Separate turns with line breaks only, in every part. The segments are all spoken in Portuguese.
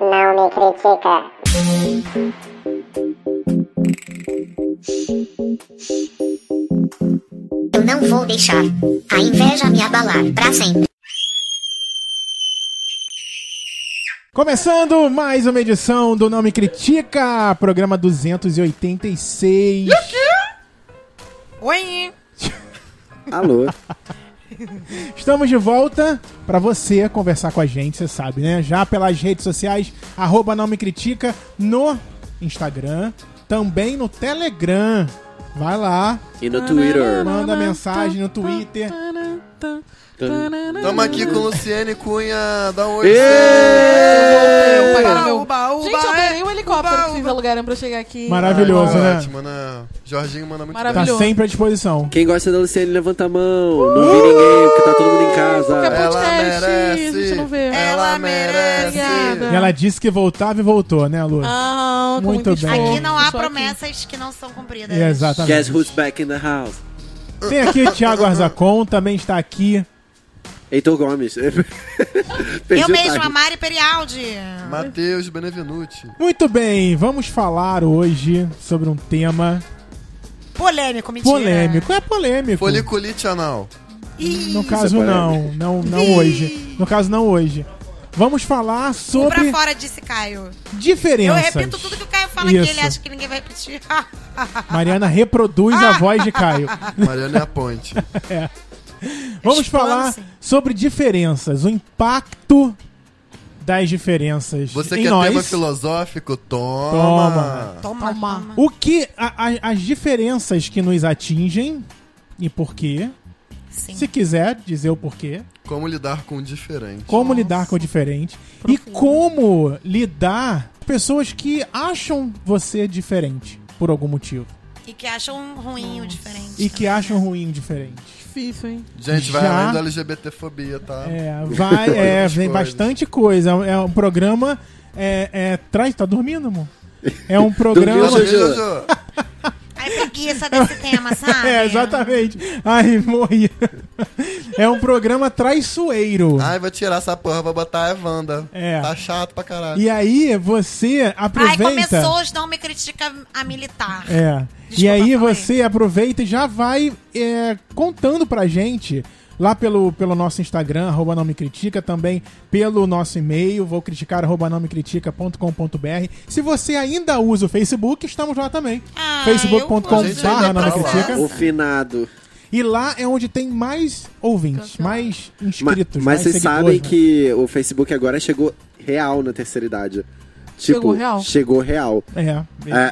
não me critica.
Eu não vou deixar a inveja me abalar pra sempre.
Começando mais uma edição do Não Me Critica, programa 286.
Oi!
Alô?
Estamos de volta para você conversar com a gente, você sabe, né? Já pelas redes sociais, arroba não me critica, no Instagram, também no Telegram. Vai lá,
E no Twitter.
manda mensagem no Twitter.
Tamo aqui com Luciene Cunha, dá um oi.
Ê!
Pagaram meu...
Uba, uba,
Gente, eu ganhei um
é.
helicóptero
Uba,
que vocês
uba.
alugaram pra eu chegar aqui.
Maravilhoso,
Ai,
né?
Ótimo, né? Jorginho manda muito
Tá
Tá Maravilhoso.
sempre à disposição.
Quem gosta da Luciane, levanta a mão. Não vi ninguém, porque tá todo mundo em casa.
Acabou.
bem. Ela
Podcast,
merece.
a gente não vê.
Ela merece.
Obrigada.
E ela disse que voltava e voltou, né, Lu?
Ah, tô
Muito
muito
bem.
fofo.
Aqui não há
Só aqui.
promessas que não são cumpridas.
é.
Exatamente.
Guess who's back in the house?
Tem aqui o Thiago Arzacon, também está aqui.
Heitor Gomes. Perdi
Eu
o
mesma,
time.
Mari Perialdi.
né?
Matheus Benevenuti.
Muito bem, vamos falar hoje sobre um tema
Polêmico, mentira.
polêmico. É polêmico.
Foliculite anal.
No caso,
Isso é
não. Não, não hoje. No caso, não hoje. Vamos falar
Um pra
sobre
fora, disse Caio. Eu
diferenças.
repito tudo que o Caio fala
Isso.
que ele acha que ninguém vai repetir.
Mariana reproduz a voz de Caio.
Mariana é a ponte.
Vamos
Explana,
falar
sim.
sobre diferenças, o impacto das diferenças
Você
em
quer
nós.
tema filosófico? Toma.
toma, toma.
O que a- a- as diferenças que nos atingem e por quê?
Sim.
Se quiser dizer o porquê.
Como lidar com o diferente.
como lidar com o diferente e como lidar com pessoas que acham você diferente por algum motivo
E que acham ruim o diferente.
e que acham ruim o diferente.
Difícil, hein?
Gente, vai
Já-
além da LGBTfobia, tá?
É, vai, é,
Outras
vem
coisas.
bastante coisa. É um programa é, é, traz, tá dormindo, amor? É um
Tá
programa
Dormiu,
vendo,
Jojo?
Jojo?
Ai, preguiça desse tema, sabe?
É, exatamente. Ai, morri. É um programa traiçoeiro.
Ai, vou tirar essa porra, vou botar a Evanda.
É.
Tá chato pra caralho.
E aí você
Ai,
aproveita.
começou os não me critica a militar.
É.
Desculpa,
e aí
falei.
você aproveita e já vai é, contando pra gente lá pelo, pelo nosso Instagram, arroba não me critica, também pelo nosso e-mail, vou criticar, arroba não me critica.com.br. Se você ainda usa o Facebook, estamos lá também.
Ah,
facebook.com
eu uso.
barra não me
Gente, ainda tá
critica.
O finado.
E lá é onde tem mais ouvintes, mais
Ma-
inscritos,
Mas
mais
vocês
seguidores,
sabem
né?
que o Facebook agora chegou real na terceira idade. Tipo,
Chegou real?
Chegou real.
É.
É,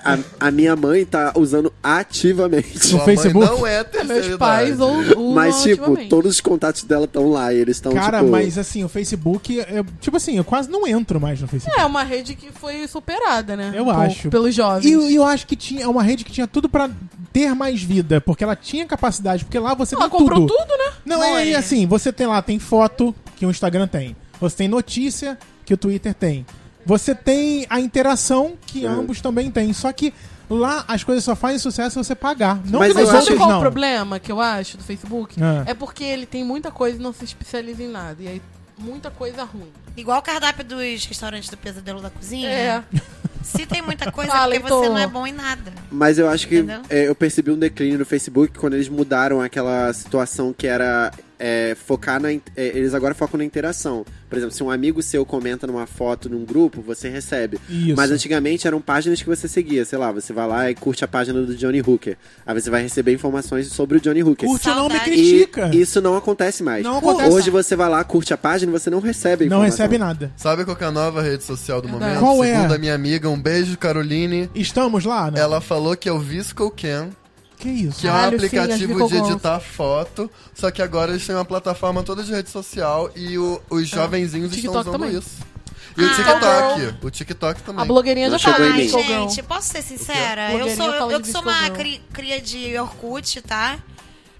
a, a minha mãe tá usando ativamente.
Sua mãe
Facebook?
não é terceira
Meus pais
idade.
ou ou
Mas, tipo,
ultimamente.
todos os contatos dela estão lá e eles estão,
Cara,
tipo...
mas assim, o Facebook, é, tipo assim, eu quase não entro mais no Facebook.
É uma rede que foi superada, né?
Eu
Por-
acho.
Pelos jovens.
E eu, eu acho que tinha é uma rede que tinha tudo pra ter mais vida, porque ela tinha capacidade, porque lá você
Ela
tem
comprou
tudo.
tudo, né?
Não, é, é assim, você tem lá, tem foto que o Instagram tem. Você tem notícia que o Twitter tem. Você tem a interação
É.
que ambos também têm. Só que lá as coisas só fazem sucesso se você pagar. Não
Mas
que
eu
nos
acho-
outros
Sabe qual é
não.
o problema que eu acho do Facebook?
Ah.
É porque ele tem muita coisa e não se especializa em nada. E aí, muita coisa ruim.
Igual o cardápio dos restaurantes do Pesadelo da Cozinha.
É.
Se tem muita coisa,
Fala,
é porque você
Heitor.
não é bom em nada.
Mas eu acho que
Entendeu?
é, eu percebi um declínio no Facebook quando eles mudaram aquela situação que era é, focar na. in- é, eles agora focam na interação. Por exemplo, se um amigo seu comenta numa foto num grupo, você recebe.
Isso.
Mas antigamente eram páginas que você seguia, sei lá, você vai lá e curte a página do Johnny Hooker. Aí você vai receber informações sobre o Johnny Hooker.
Curte não me
Saudade.
E
critica.
isso não acontece mais.
Não acontece.
Hoje você vai lá, curte a página e você não recebe a
Não
é informação.
recebe nada.
Sabe qual que é a nova rede social do
Verdade.
momento?
Qual é?
Segundo a minha amiga, um beijo, Caroline.
Estamos lá? Não.
Ela falou que é o Visco Can,
Que isso?
que é um
Caralho, sim, acho que
aplicativo
ficou
de
bom.
editar foto, só que agora eles têm uma plataforma toda de rede social e o- os jovenzinhos estão
É. TikTok
usando
também. Ah, tá
isso. E o TikTok, o TikTok também.
A blogueirinha
Não
já tá
chegou em
né,
mim.
Ai,
fogão.
gente, posso ser sincera?
O quê?
Eu sou
Blogueirinha
eu,
fala
eu
de
que sou uma
Viscogão.
cri- cria de Orkut, tá?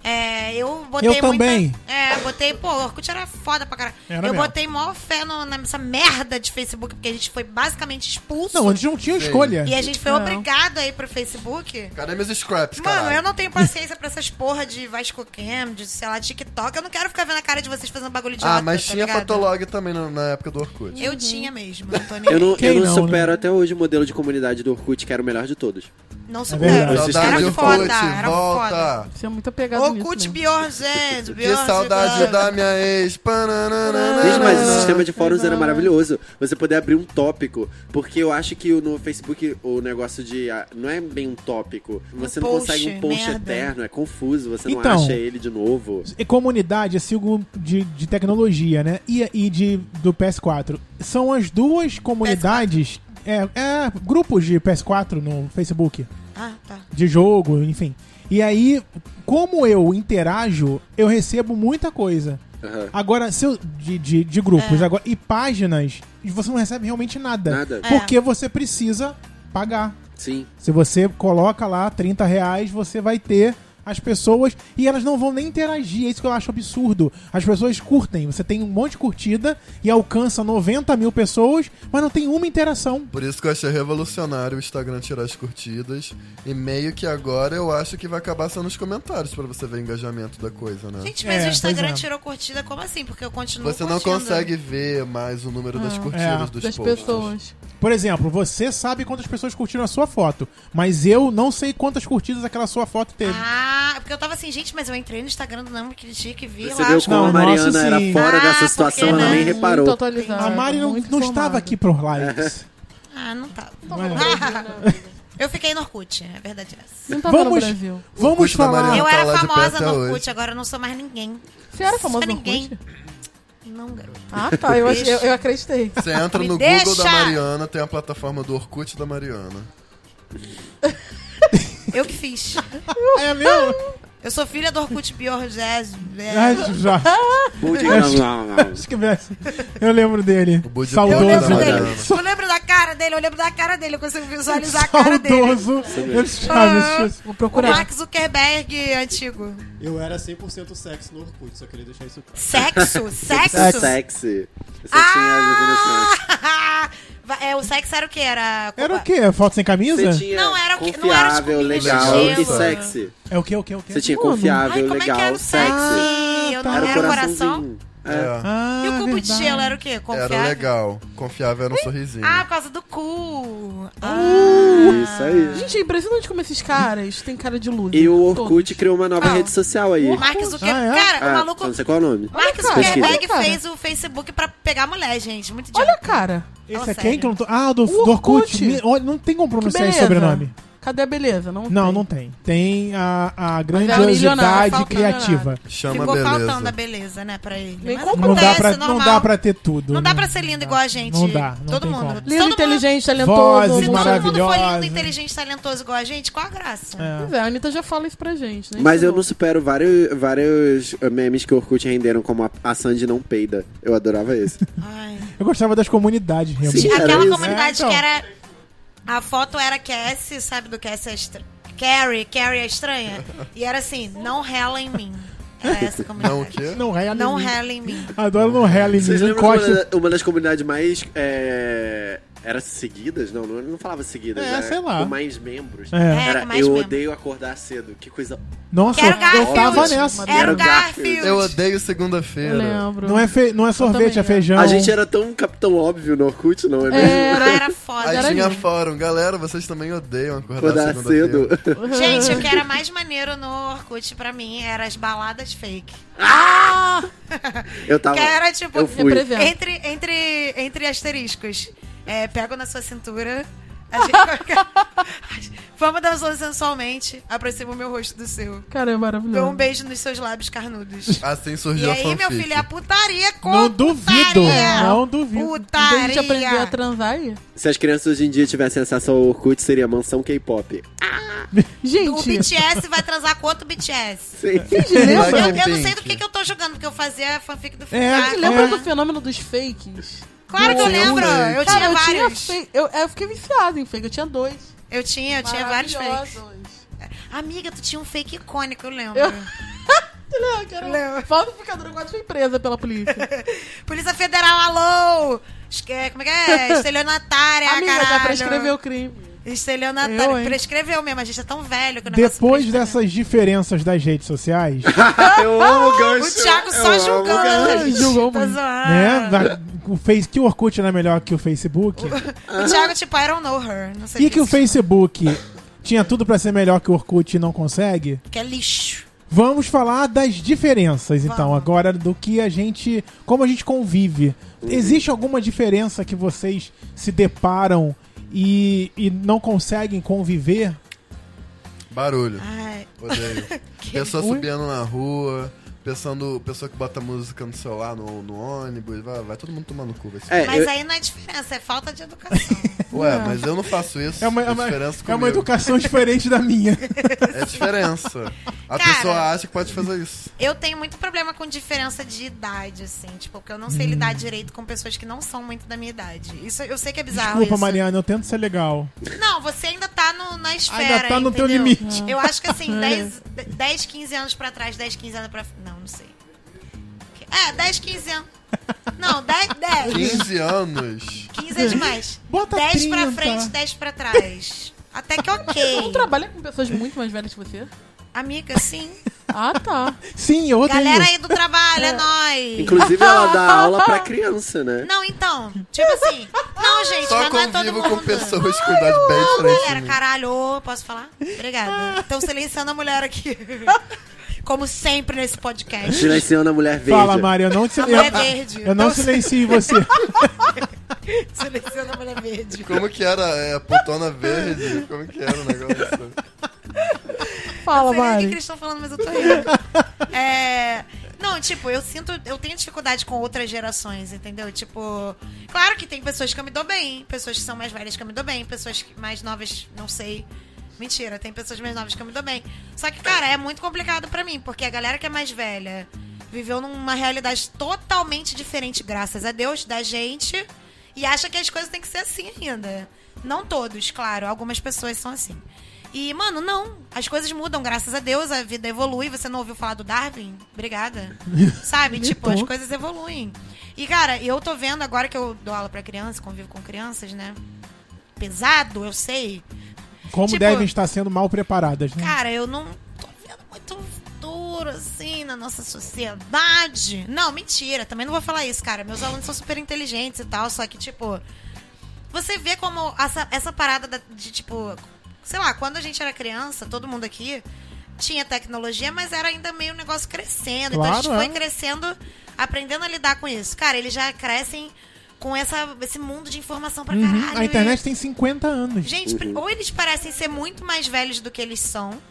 É, eu botei
Eu também.
Muita, é, botei, pô, o Orkut era foda pra caralho.
Era
eu
mesmo.
botei mó fé no- nessa merda de Facebook, porque a gente foi basicamente expulso.
Não, é? antes não tinha escolha.
é
E a gente foi
Não.
obrigado a ir pro Facebook.
Cadê meus scraps, cara?
Mano, eu não tenho paciência pra essas porra de Vasco Cam, de, sei lá, TikTok. Eu não quero ficar vendo a cara de vocês fazendo bagulho de
Ah, mas tinha Fotolog também no- na época do Orkut.
Eu tinha mesmo, não tô nem
Eu não,
Quem
eu não,
não, né?
supero até hoje o modelo de comunidade do Orkut, que era o melhor de todos.
Não
verdade.
supero.
Saudade
Era
do
foda,
Orkut,
era foda.
volta.
Você é muito apegado
Orkut
nisso, né?
Beyoncé,
Que
Beyoncé.
saudade
Beyoncé.
da minha ex. Pananana.
Gente, mas o sistema de fóruns era maravilhoso. Você poder abrir um tópico. Porque eu acho que no Facebook o negócio de. ah, Não é bem um tópico. Você não
post,
consegue um post
merda.
eterno, é confuso, você não
Então.
acha ele de novo.
E comunidade é siglo de, de tecnologia, né? E, e de, do PS4. São as duas comunidades. É, é, grupos de PS4 no Facebook,
Ah, tá.
de jogo, enfim. E aí, como eu interajo, eu recebo muita coisa.
Aham.
Agora, seu, de, de, de grupos. Agora, e páginas, você não recebe realmente nada.
Nada.
Porque você precisa pagar.
Sim.
Se você coloca lá 30 reais, você vai ter as pessoas e elas não vão nem interagir. É isso que eu acho absurdo. As pessoas curtem, você tem um monte de curtida e alcança 90 mil pessoas, mas não tem uma interação.
Por isso que eu achei revolucionário o Instagram tirar as curtidas. E meio que agora eu acho que vai acabar sendo os comentários pra você ver o engajamento da coisa, né?
Gente, mas
É,
o Instagram
pois é.
tirou curtida como assim? Porque eu continuo
Você não
curtindo.
consegue ver mais o número das curtidas
É,
dos
Das
posts.
pessoas.
Por exemplo, você sabe quantas pessoas curtiram a sua foto, mas eu não sei quantas curtidas aquela sua foto teve.
Ah, porque eu tava assim, gente, mas eu entrei no Instagram do Não Me Critique e vi
Você
lá. Ah,
viu
os
como a
Não,
Mariana
nossa,
era
sim.
fora
um Ah,
dessa situação,
porque
ela nem
não-
reparou.
Muito atualizado.
a Mari não,
Né? muito
não
informado.
estava aqui pro likes.
com- Ah, não tava.
é.
eu fiquei no Orkut, é verdade. é essa.
Não tava no
Vamos,
Brasil.
vamos
Curte da
falar.
Mariana.
eu
tá
era
lá de pé
famosa
até
no
hoje.
Orkut, agora eu não sou mais ninguém.
Você era famosa
Só
no
ninguém.
Orkut?
Não, garoto.
Ah, tá. Eu, achei- eu, eu acreditei.
Você entra
Me
no Google
deixa!
da Mariana, tem a plataforma do Orkut da Mariana.
Eu que fiz.
É meu?
Eu sou filha do Orkut Biorgés.
Ai, já.
Bom dia, não, não, não.
Esquece. Eu lembro dele.
O Budi tá
Eu
Saudoso.
lembro
Saudoso.
dele. Eu lembro da cara dele, eu lembro da cara dele, eu consigo visualizar a cara Ah, dele.
Saudoso. Eu sabe, eu sabe.
Vou
O
procurar.
Max Zuckerberg antigo.
Eu era 100% sexo no Orkut, só queria deixar isso claro.
Sexo?
Sexy.
Sexo?
é Sexy. Você tinha as definições.
Ah! é, o sexo era o quê? Era.
Era o quê? É Foto sem camisa?
Você tinha
Não, era tipo, o que- não era as
confiável,
comidas
legal
de
e
gelo.
sexy.
É o quê? O quê? O quê?
Você tinha
Mano.
Ai,
confiável,
como é que era
legal,
o
sexy.
sexy? eu não
tá.
Era o
era o coração.
coraçãozinho.
É.
Ah,
E o cubo de
verdade.
gelo era o quê? Confiável?
Era legal. Confiável era um sorrisinho.
Ah, por causa do cu. Ah,
Isso aí.
Gente, é impressionante como esses caras têm cara de luz.
E o Orkut criou uma nova
Ah,
rede social aí.
o Mark Zuckerberg.
Ah, é?
Cara,
Uh, Ah,
o maluco.
Não sei qual é o nome.
Mark
Olha, cara,
Zuckerberg
olha, cara.
fez o Facebook pra pegar mulher, gente. Muito
Olha
idiota.
a cara.
Esse
Fala
é quem
sério.
que eu não tô... Ah, do,
O
do Orkut.
Orkut.
Me- olha, Não tem como
Que
pronunciar esse
beleza.
sobrenome.
Cadê a beleza? Não,
Não,
tem.
não tem. Tem a, a
milionário,
grandiosidade
falta
criativa.
Chama
Ficou
beleza.
faltando a beleza, né, pra ele.
Nem
Mas
como
Não
acontece,
dá, pra,
normal.
não dá pra ter tudo.
Não dá
né?
pra ser lindo igual a gente.
Não dá, não
Todo
tem
mundo.
como.
Todo
Lindo,
mundo-
inteligente,
Vozes
talentoso.
Se todo mundo for
maravilhosa.
lindo, inteligente, talentoso igual a gente, qual a graça?
Pois é, a Anitta já fala isso pra gente, né?
Mas eu
Ensinou.
não supero vários, vários eh, memes que o Orkut renderam, como a, a Sandy não peida. Eu adorava esse.
Ai.
Eu gostava das comunidades, realmente.
Sim, era
Aquela
isso.
comunidade
É, então.
que era. A foto era Cassie, sabe do Cassie é estranha? Carrie, Carrie é estranha. E era assim, não rela em mim. Era essa comunidade.
Não o quê?
Não rela em
Não é.
mim.
rela em mim.
Adoro não é rela em mim.
Uhum.
Vocês lembram de
Encosta.
uma, uma das comunidades mais. é, era seguidas? Não, não, não falava seguidas.
É,
era
sei lá.
Com mais membros.
É.
É,
Era
com mais
eu
membros.
odeio acordar cedo. Que coisa.
Nossa,
Quero
eu
Garfield.
tava nessa.
Era o
Era o Garfield.
Garfield.
Eu odeio
Eu
segunda-feira.
lembro.
Não é, fe... não é sorvete, é
também,
feijão.
A gente era tão capitão óbvio no Orkut, não é mesmo?
Não
Era...
era foda.
Aí
Era
tinha
lindo.
fórum. Galera, vocês também odeiam acordar
Acordar cedo.
segunda-feira.
Uhum.
Gente, o
é
que era mais maneiro no Orkut pra mim era as baladas fake.
Ah!
Eu tava.
Que era tipo.
Tá Eu fui.
Representa.
Entre, entre, entre asteriscos. É, pego na sua cintura. a gente- Vamos dançar sensualmente. Aproximo meu rosto do seu.
Cara, é
Dou
maravilhoso.
um beijo nos seus lábios carnudos.
Assim
E
surgiu a
aí,
fanfic.
meu filho, é a putaria com
Não duvido.
Putaria.
Não duvido.
Então a gente aprendeu a
Putaria.
transar aí.
Se as crianças hoje em dia tivessem acesso ao Orkut, seria mansão K-pop.
O
Gente,
BTS vai transar com outro BTS.
Sim.
gente, lembra,
Eu,
Vai.
eu não
Pink.
sei do que, que eu tô jogando, porque eu fazia fanfic do
É,
Fnac.
lembra do fenômeno dos fakes?
Claro que eu
Nossa, eu
lembro.
lembro.
Eu
Cara,
tinha
eu tinha
vários.
fake. Eu, eu fiquei viciado em fake. Eu tinha dois.
Eu tinha, eu tinha vários fakes.
Maravilhosos.
Amiga, tu tinha um fake icônico, eu lembro.
Eu- Léo, quero...
Léo.
Falsificadora quase foi presa pela polícia.
Polícia Federal, alô! Esque- Como é que é? Estelionatária,
Amiga,
caralho.
já prescreveu o crime. Eu,
Estelionatária.
hein?
Prescreveu mesmo, a gente é tão velho que o negócio né?
Depois
prescreveu.
dessas diferenças das redes sociais,
Eu amo o gancho.
O Thiago
Eu
só
amo
julgando.
o gancho.
a gente,
julgou
tá
muito,
zoando.
né? da- O Face, que o Orkut era melhor que o Facebook.
O Thiago, tipo, I don't know her. Não sei
E que o
disso.
Facebook tinha tudo pra ser melhor que o Orkut e não consegue.
Que é lixo.
Vamos falar das diferenças, então,
Vamos.
agora do que a gente. como a gente convive. Existe alguma diferença que vocês se deparam e, e não conseguem conviver?
Barulho.
Ai,
Odeio. Pessoa subindo na rua, pensando, pessoa que bota música no celular, no, no ônibus, vai, vai todo mundo tomar no cu. Vai se-
É,
mas
eu-
aí não é diferença, é falta de educação.
Ué, mas eu não faço isso.
É uma,
é
é uma-
diferença
é uma
comigo.
educação diferente da minha.
É diferença. A
Cara.
pessoa acha que pode fazer isso.
eu tenho muito problema com diferença de idade, assim, tipo, porque eu não
Hum.
sei lidar direito com pessoas que não são muito da minha idade. Isso eu sei que é bizarro.
Desculpa,
isso.
Mariana, eu tento ser legal.
Não, você ainda tá no- na esfera.
Ainda tá no teu
entendeu?
limite. É.
Eu acho que assim, 10, 10, 15 anos pra trás, 10, 15 anos pra. Não, não sei. É, 10, 15 anos. Não, 10, 10.
15 anos.
15 é demais.
Bota
10 pra
30.
frente, 10 pra trás. Até que
Você não
ok.
trabalha com pessoas muito mais velhas que você?
Amiga, sim.
Ah, tá.
Sim, eu odeio.
Galera aí do trabalho, é nóis.
Inclusive, ela dá aula pra criança, né?
Não, então, tipo assim. Não, gente,
Só
mas não é todo
convivo
mundo.
com pessoas com idade bem
Não,
diferente. de
galera,
mim.
caralho, ô, posso falar? Obrigada. Estão silenciando a mulher aqui. Como sempre nesse podcast.
Silenciando a mulher verde.
Fala, Mari, eu não, te-
A
eu,
mulher verde.
eu não
Então-
silencio você.
Silenciando a mulher verde.
Como que era? É, a putona verde? Como que era o negócio?
Fala,
Não sei nem o que que
Mari.
eles estão falando, mas eu tô rindo. É, Não, tipo, eu sinto. Eu tenho dificuldade com outras gerações, entendeu? Tipo. Claro que tem pessoas que eu me dou bem, pessoas que são mais velhas que eu me dou bem, pessoas que- mais novas, não sei. Mentira, tem pessoas mais novas que eu me dou bem. Só que, cara, é muito complicado pra mim, porque a galera que é mais velha viveu numa realidade totalmente diferente, graças a Deus, da gente, e acha que as coisas têm que ser assim ainda. Não todos, claro, algumas pessoas são assim. E, mano, não. As coisas mudam, graças a Deus, a vida evolui. Você não ouviu falar do Darwin? Obrigada. Sabe? tipo, as coisas evoluem. E, cara, eu tô vendo agora que eu dou aula pra criança, convivo com crianças, né? Pesado, eu sei.
Como
Tipo-
devem estar sendo mal preparadas, né?
Cara, eu não tô vendo muito futuro, assim, na nossa sociedade. Não, mentira, também não vou falar isso, cara. Meus alunos são super inteligentes e tal, só que, tipo, você vê como essa, essa parada da- de, tipo, sei lá, quando a gente era criança, todo mundo aqui tinha tecnologia, mas era ainda meio um negócio crescendo. então a gente
Claro,
foi
é.
crescendo, aprendendo a lidar com isso. Cara, eles já crescem com essa, esse mundo de informação pra
Uhum,
caralho.
A
e-
internet tem 50 anos.
Gente, pri- ou eles parecem ser muito mais velhos do que eles são,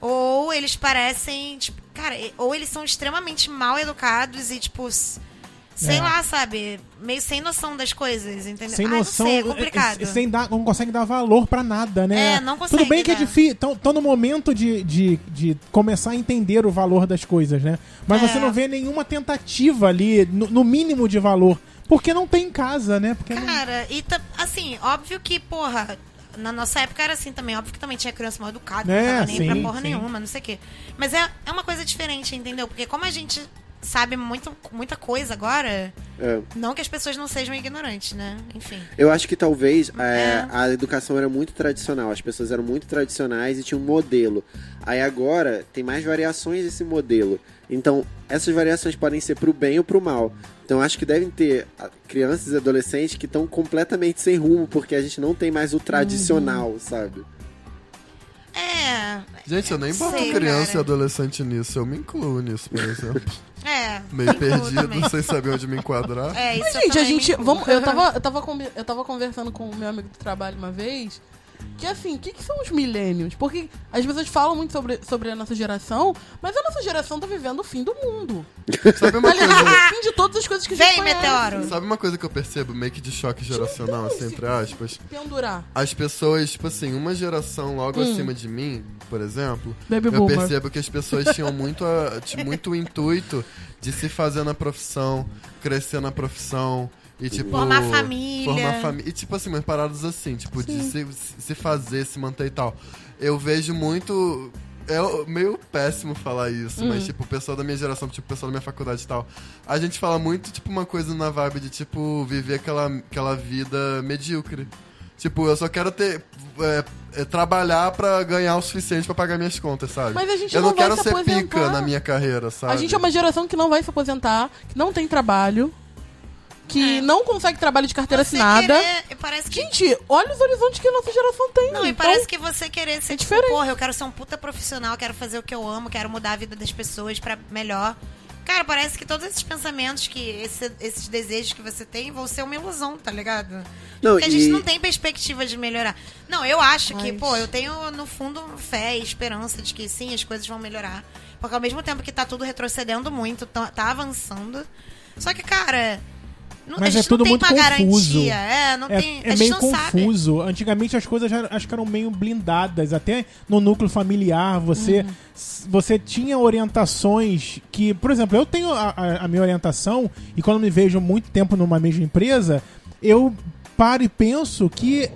ou eles parecem, tipo, cara, e- ou eles são extremamente mal educados e, tipo, s- sei
É.
lá, sabe? Meio sem noção das coisas, entendeu?
sem
Ai,
noção,
não sei, é
eh,
complicado.
sem dar, não consegue dar valor pra nada, né?
É, não consegue
Tudo bem que é
dar.
difícil, tão, tão no momento de, de, de começar a entender o valor das coisas, né? Mas
É.
você não vê nenhuma tentativa ali, no, no mínimo de valor, porque não tem em casa, né? Porque não-
Cara, e ta- assim, óbvio que, porra, na nossa época era assim também, óbvio que também tinha criança mal educada, não
É,
tava nem
sim,
pra porra
sim.
nenhuma, não sei o quê. Mas é, é uma coisa diferente, entendeu? Porque como a gente sabe muito, muita coisa agora,
É.
não que as pessoas não sejam ignorantes, né? Enfim.
Eu acho que talvez é,
É.
a educação era muito tradicional, as pessoas eram muito tradicionais e tinha um modelo. Aí agora tem mais variações desse modelo. Então, essas variações podem ser pro bem ou pro mal. Então, acho que devem ter ah, crianças e adolescentes que estão completamente sem rumo, porque a gente não tem mais o tradicional,
Uhum.
sabe?
É,
Gente, eu nem boto
Sei,
criança
cara.
e adolescente nisso. Eu me incluo nisso, por exemplo.
é.
Meio
incluo também.
perdido, sem saber onde me enquadrar.
É, isso eu
Gente, a
também
gente.
incluo.
Vamos, eu, tava, eu, tava, conver- eu tava conversando com o meu amigo do trabalho uma vez. Que assim, o que, que são os milênios? Porque as pessoas falam muito sobre, sobre a nossa geração, mas a nossa geração tá vivendo o fim do mundo.
Sabe uma,
Aliás,
coisa,
o fim de todas as coisas que a gente
Vem,
conhece.
meteoro.
sabe uma coisa que eu percebo, meio que de choque geracional, assim, entre aspas?
Pendurar.
As pessoas, tipo assim, uma geração logo acima de mim, por exemplo,
Hum. Baby
eu
boomer.
percebo que as pessoas tinham muito, a- ti- muito o intuito de se fazer na profissão, crescer na profissão. E, tipo,
Formar família.
Formar família. E tipo assim, umas paradas assim, tipo, de se, se fazer, se manter e tal. Eu vejo muito. é o- meio péssimo falar isso,
Uhum.
mas tipo, o pessoal da minha geração, tipo, o pessoal da minha faculdade e tal, a gente fala muito, tipo, uma coisa na vibe de, tipo, viver aquela, aquela vida medíocre. Tipo, eu só quero ter. é, é, trabalhar pra ganhar o suficiente pra pagar minhas contas, sabe?
Mas a gente
eu não,
não vai
quero
se
ser
aposentar.
pica na minha carreira, sabe?
A gente é uma geração que não vai se aposentar, que não tem trabalho, que não consegue trabalho de carteira
É. Você
assinada.
querer- parece que
Gente, olha os horizontes que a nossa geração tem.
Não, e
então-
parece que você querer ser,
é
tipo,
diferente.
porra, eu quero ser um puta profissional, quero fazer o que eu amo, quero mudar a vida das pessoas pra melhor. Cara, parece que todos esses pensamentos, que esse- esses desejos que você tem vão ser uma ilusão, tá ligado?
Não,
Porque a gente
e-
não tem perspectiva de melhorar. Não, eu acho que,
Mas-
pô, eu tenho, no fundo, fé e esperança de que sim, as coisas vão melhorar. Porque ao mesmo tempo que tá tudo retrocedendo muito, tá, tá avançando. Só que, cara, não,
Mas
a
é
gente
tudo
não tem
muito
uma
confuso.
garantia. É, não tem.
É,
a
é
gente
meio
não sabe.
confuso. Antigamente as coisas já, acho que eram meio blindadas. Até no núcleo familiar,
Uhum.
você, s- você tinha orientações que, por exemplo, eu tenho a, a- a minha orientação e quando me vejo muito tempo numa mesma empresa, eu paro e penso que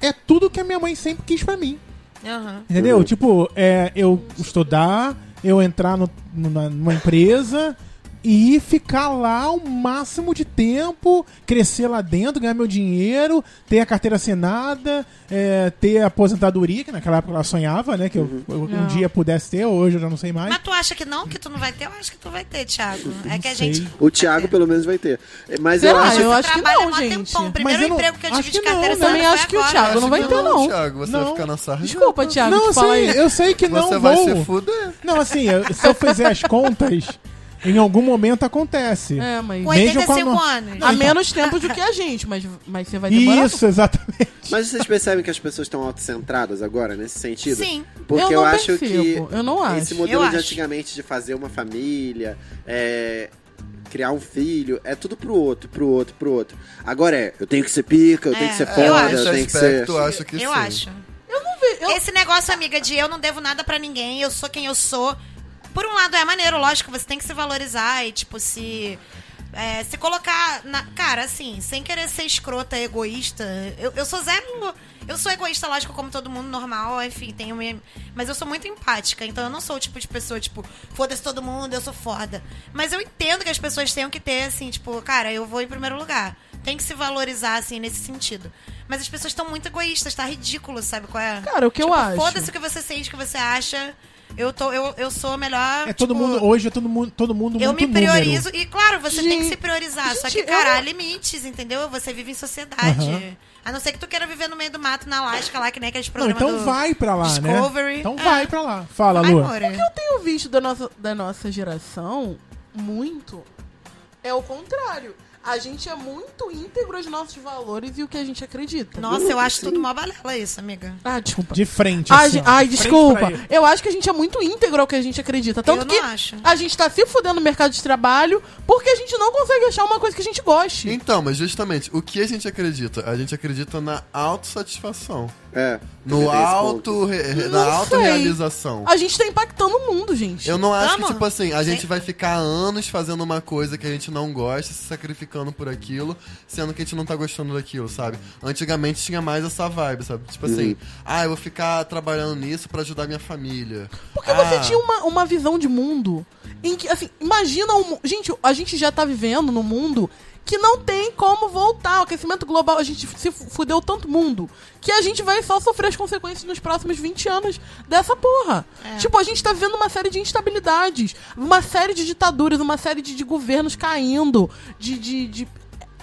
é tudo que a minha mãe sempre quis pra mim.
Aham.
Entendeu? Tipo, é, eu estudar, eu entrar no- numa, numa empresa e ficar lá o máximo de tempo, crescer lá dentro, ganhar meu dinheiro, ter a carteira assinada, é, ter a aposentadoria, que naquela época ela sonhava, né? Que eu,
Uhum.
eu um
Não.
dia pudesse ter, hoje eu já não sei mais.
Mas tu acha que não, que tu não vai ter? Eu acho que tu vai ter, Thiago. É que a
sei.
gente.
O Thiago, pelo menos, vai ter. Mas eu
Será?
acho.
Ah, Eu acho que
trabalha
não,
mó
gente.
tempão. O
Mas
primeiro
eu não-
emprego que eu
acho
tive de
que não,
carteira
né?
assinada
Também
foi
acho que o
agora.
Thiago não vai ter, não.
Thiago, você
Não.
vai ficar nessa
Desculpa, Thiago,
não,
te
eu
falar
sei,
isso.
eu sei que não
Você vai
vou.
se fuder.
Não, assim, eu- se eu fizer as contas, em algum momento acontece.
É, mas...
Com
Mesmo com a
85
no-
anos.
Há menos tempo do que a gente, mas, mas você vai demorar.
Isso, exatamente.
Mas vocês percebem que as pessoas estão autocentradas agora, nesse sentido?
Sim.
Porque
Eu
eu,
não
acho
percebo,
que
eu não
esse
acho.
modelo
Eu
de
acho.
antigamente de fazer uma família, é, criar um filho, é tudo pro outro, pro outro, pro outro. Agora é, eu tenho que ser pica, eu tenho que ser
eu
foda,
acho.
eu tenho que ser...
Nesse
assim.
aspecto, eu acho que
eu
sim.
acho.
Eu-
Esse negócio, amiga, de eu não devo nada pra ninguém, eu sou quem eu sou. Por um lado, é maneiro, lógico, você tem que se valorizar e, tipo, se. é, se colocar. na- Cara, assim, sem querer ser escrota, egoísta. Eu, eu sou zero. Eu sou egoísta, lógico, como todo mundo normal, enfim, tenho. minha- Mas eu sou muito empática, então eu não sou o tipo de pessoa, tipo, foda-se todo mundo, eu sou foda. Mas eu entendo que as pessoas tenham que ter, assim, tipo, cara, eu vou em primeiro lugar. Tem que se valorizar, assim, nesse sentido. Mas as pessoas estão muito egoístas, tá ridículo, sabe qual é?
Cara, o que eu acho?
Foda-se o que você sente, o que você acha. Eu, tô, eu, eu sou a melhor.
É todo
tipo,
mundo, hoje é todo mundo, todo mundo um
Eu
muito
me priorizo. E claro, você tem que
Gente,
se priorizar. só
gente,
que,
eu
cara,
não-
há limites, entendeu? Você vive em sociedade. A não ser que tu queira viver no meio do mato, na Alaska, lá, que nem aqueles
Não,
programas.
então
do...
vai pra lá, né?
Discovery.
Então
É.
vai pra lá. Fala,
Ai, é
Lu.
more.
eu tenho visto da nossa, da nossa geração muito é o contrário. A gente é muito íntegro aos nossos valores e o que a gente acredita.
Nossa, eu acho tudo mó balela isso, amiga.
Ah, desculpa.
De frente,
Ai,
assim,
ge-
ó.
ai,
De frente
desculpa.
pra ele.
Eu acho que a gente é muito íntegro ao que a gente acredita. Tanto
Eu não
que
acho.
a gente tá se fudendo no mercado de trabalho porque a gente não consegue achar uma coisa que a gente goste.
Então, mas justamente, o que a gente acredita? A gente acredita na autossatisfação.
É,
No
tem esse
auto,
ponto.
re- re-
Não
na
sei.
autorrealização.
A gente tá impactando o mundo, gente.
Eu não acho que,
Tamo.
tipo assim, a gente
Sim.
vai ficar anos fazendo uma coisa que a gente não gosta, se sacrificando por aquilo, sendo que a gente não tá gostando daquilo, sabe? Antigamente tinha mais essa vibe, sabe? Tipo
Uhum.
assim, ah, eu vou ficar trabalhando nisso pra ajudar minha família.
Porque
Ah,
você tinha uma, uma visão de mundo em que, assim, imagina um. mu- Gente, a gente já tá vivendo num mundo que não tem como voltar. O aquecimento global, a gente se fu- fudeu tanto mundo que a gente vai só sofrer as consequências nos próximos 20 anos dessa porra.
É.
Tipo, a gente tá vivendo uma série de instabilidades, uma série de ditaduras, uma série de, de governos caindo, de- de- de...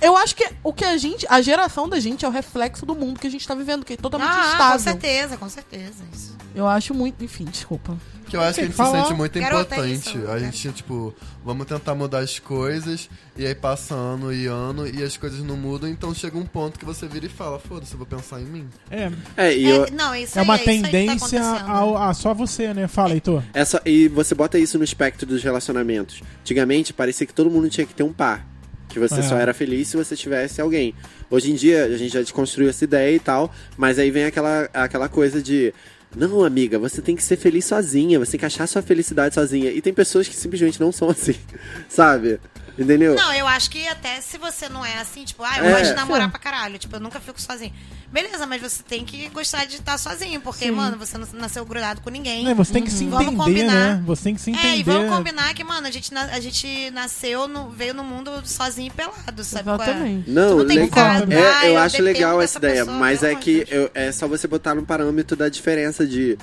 Eu acho que o que a gente, a geração da gente é o reflexo do mundo que a gente tá vivendo, que é totalmente
Ah, com
instável.
certeza, com certeza. Isso.
Eu acho muito, enfim, desculpa.
Que eu acho que a gente
Tem que
se
falar.
sente muito
Garota, é
importante.
isso,
a
né?
gente, tipo, vamos tentar mudar as coisas, e aí passa ano e ano, e as coisas não mudam, então chega um ponto que você vira e fala, foda-se, eu vou pensar em mim.
É,
É, e eu-
É, não, isso
é
aí,
uma
isso aí que tá
tendência
acontecendo.
ao- a só você, né? Fala, Heitor.
É só- e você bota isso no espectro dos relacionamentos. Antigamente, parecia que todo mundo tinha que ter um par. Que você
É.
só era feliz se você tivesse alguém. Hoje em dia, a gente já desconstruiu essa ideia e tal, mas aí vem aquela, aquela coisa de. Não, amiga, você tem que ser feliz sozinha, você tem que achar sua felicidade sozinha. E tem pessoas que simplesmente não são assim, sabe? Entendeu?
Não, eu acho que até se você não é assim, tipo, ah, eu
É.
gosto de namorar
Sim.
pra caralho, tipo, eu nunca fico sozinho. Beleza, mas você tem que gostar de estar sozinho, porque,
Sim.
mano, você não nasceu grudado com ninguém.
Né, Você tem que se
Vamos
entender,
combinar.
né? Você tem que se
É, e vamos
entender.
combinar que, mano, a gente, na- a gente nasceu, no- veio no mundo sozinho e pelado, sabe? qual é?
Exatamente.
Não,
Tu não tem
le-
casa, ah,
é, eu
eu
acho
dependo
legal
dessa
essa ideia,
pessoa,
mas
pelo
é
amor
que
de
eu- é só você botar no parâmetro da diferença de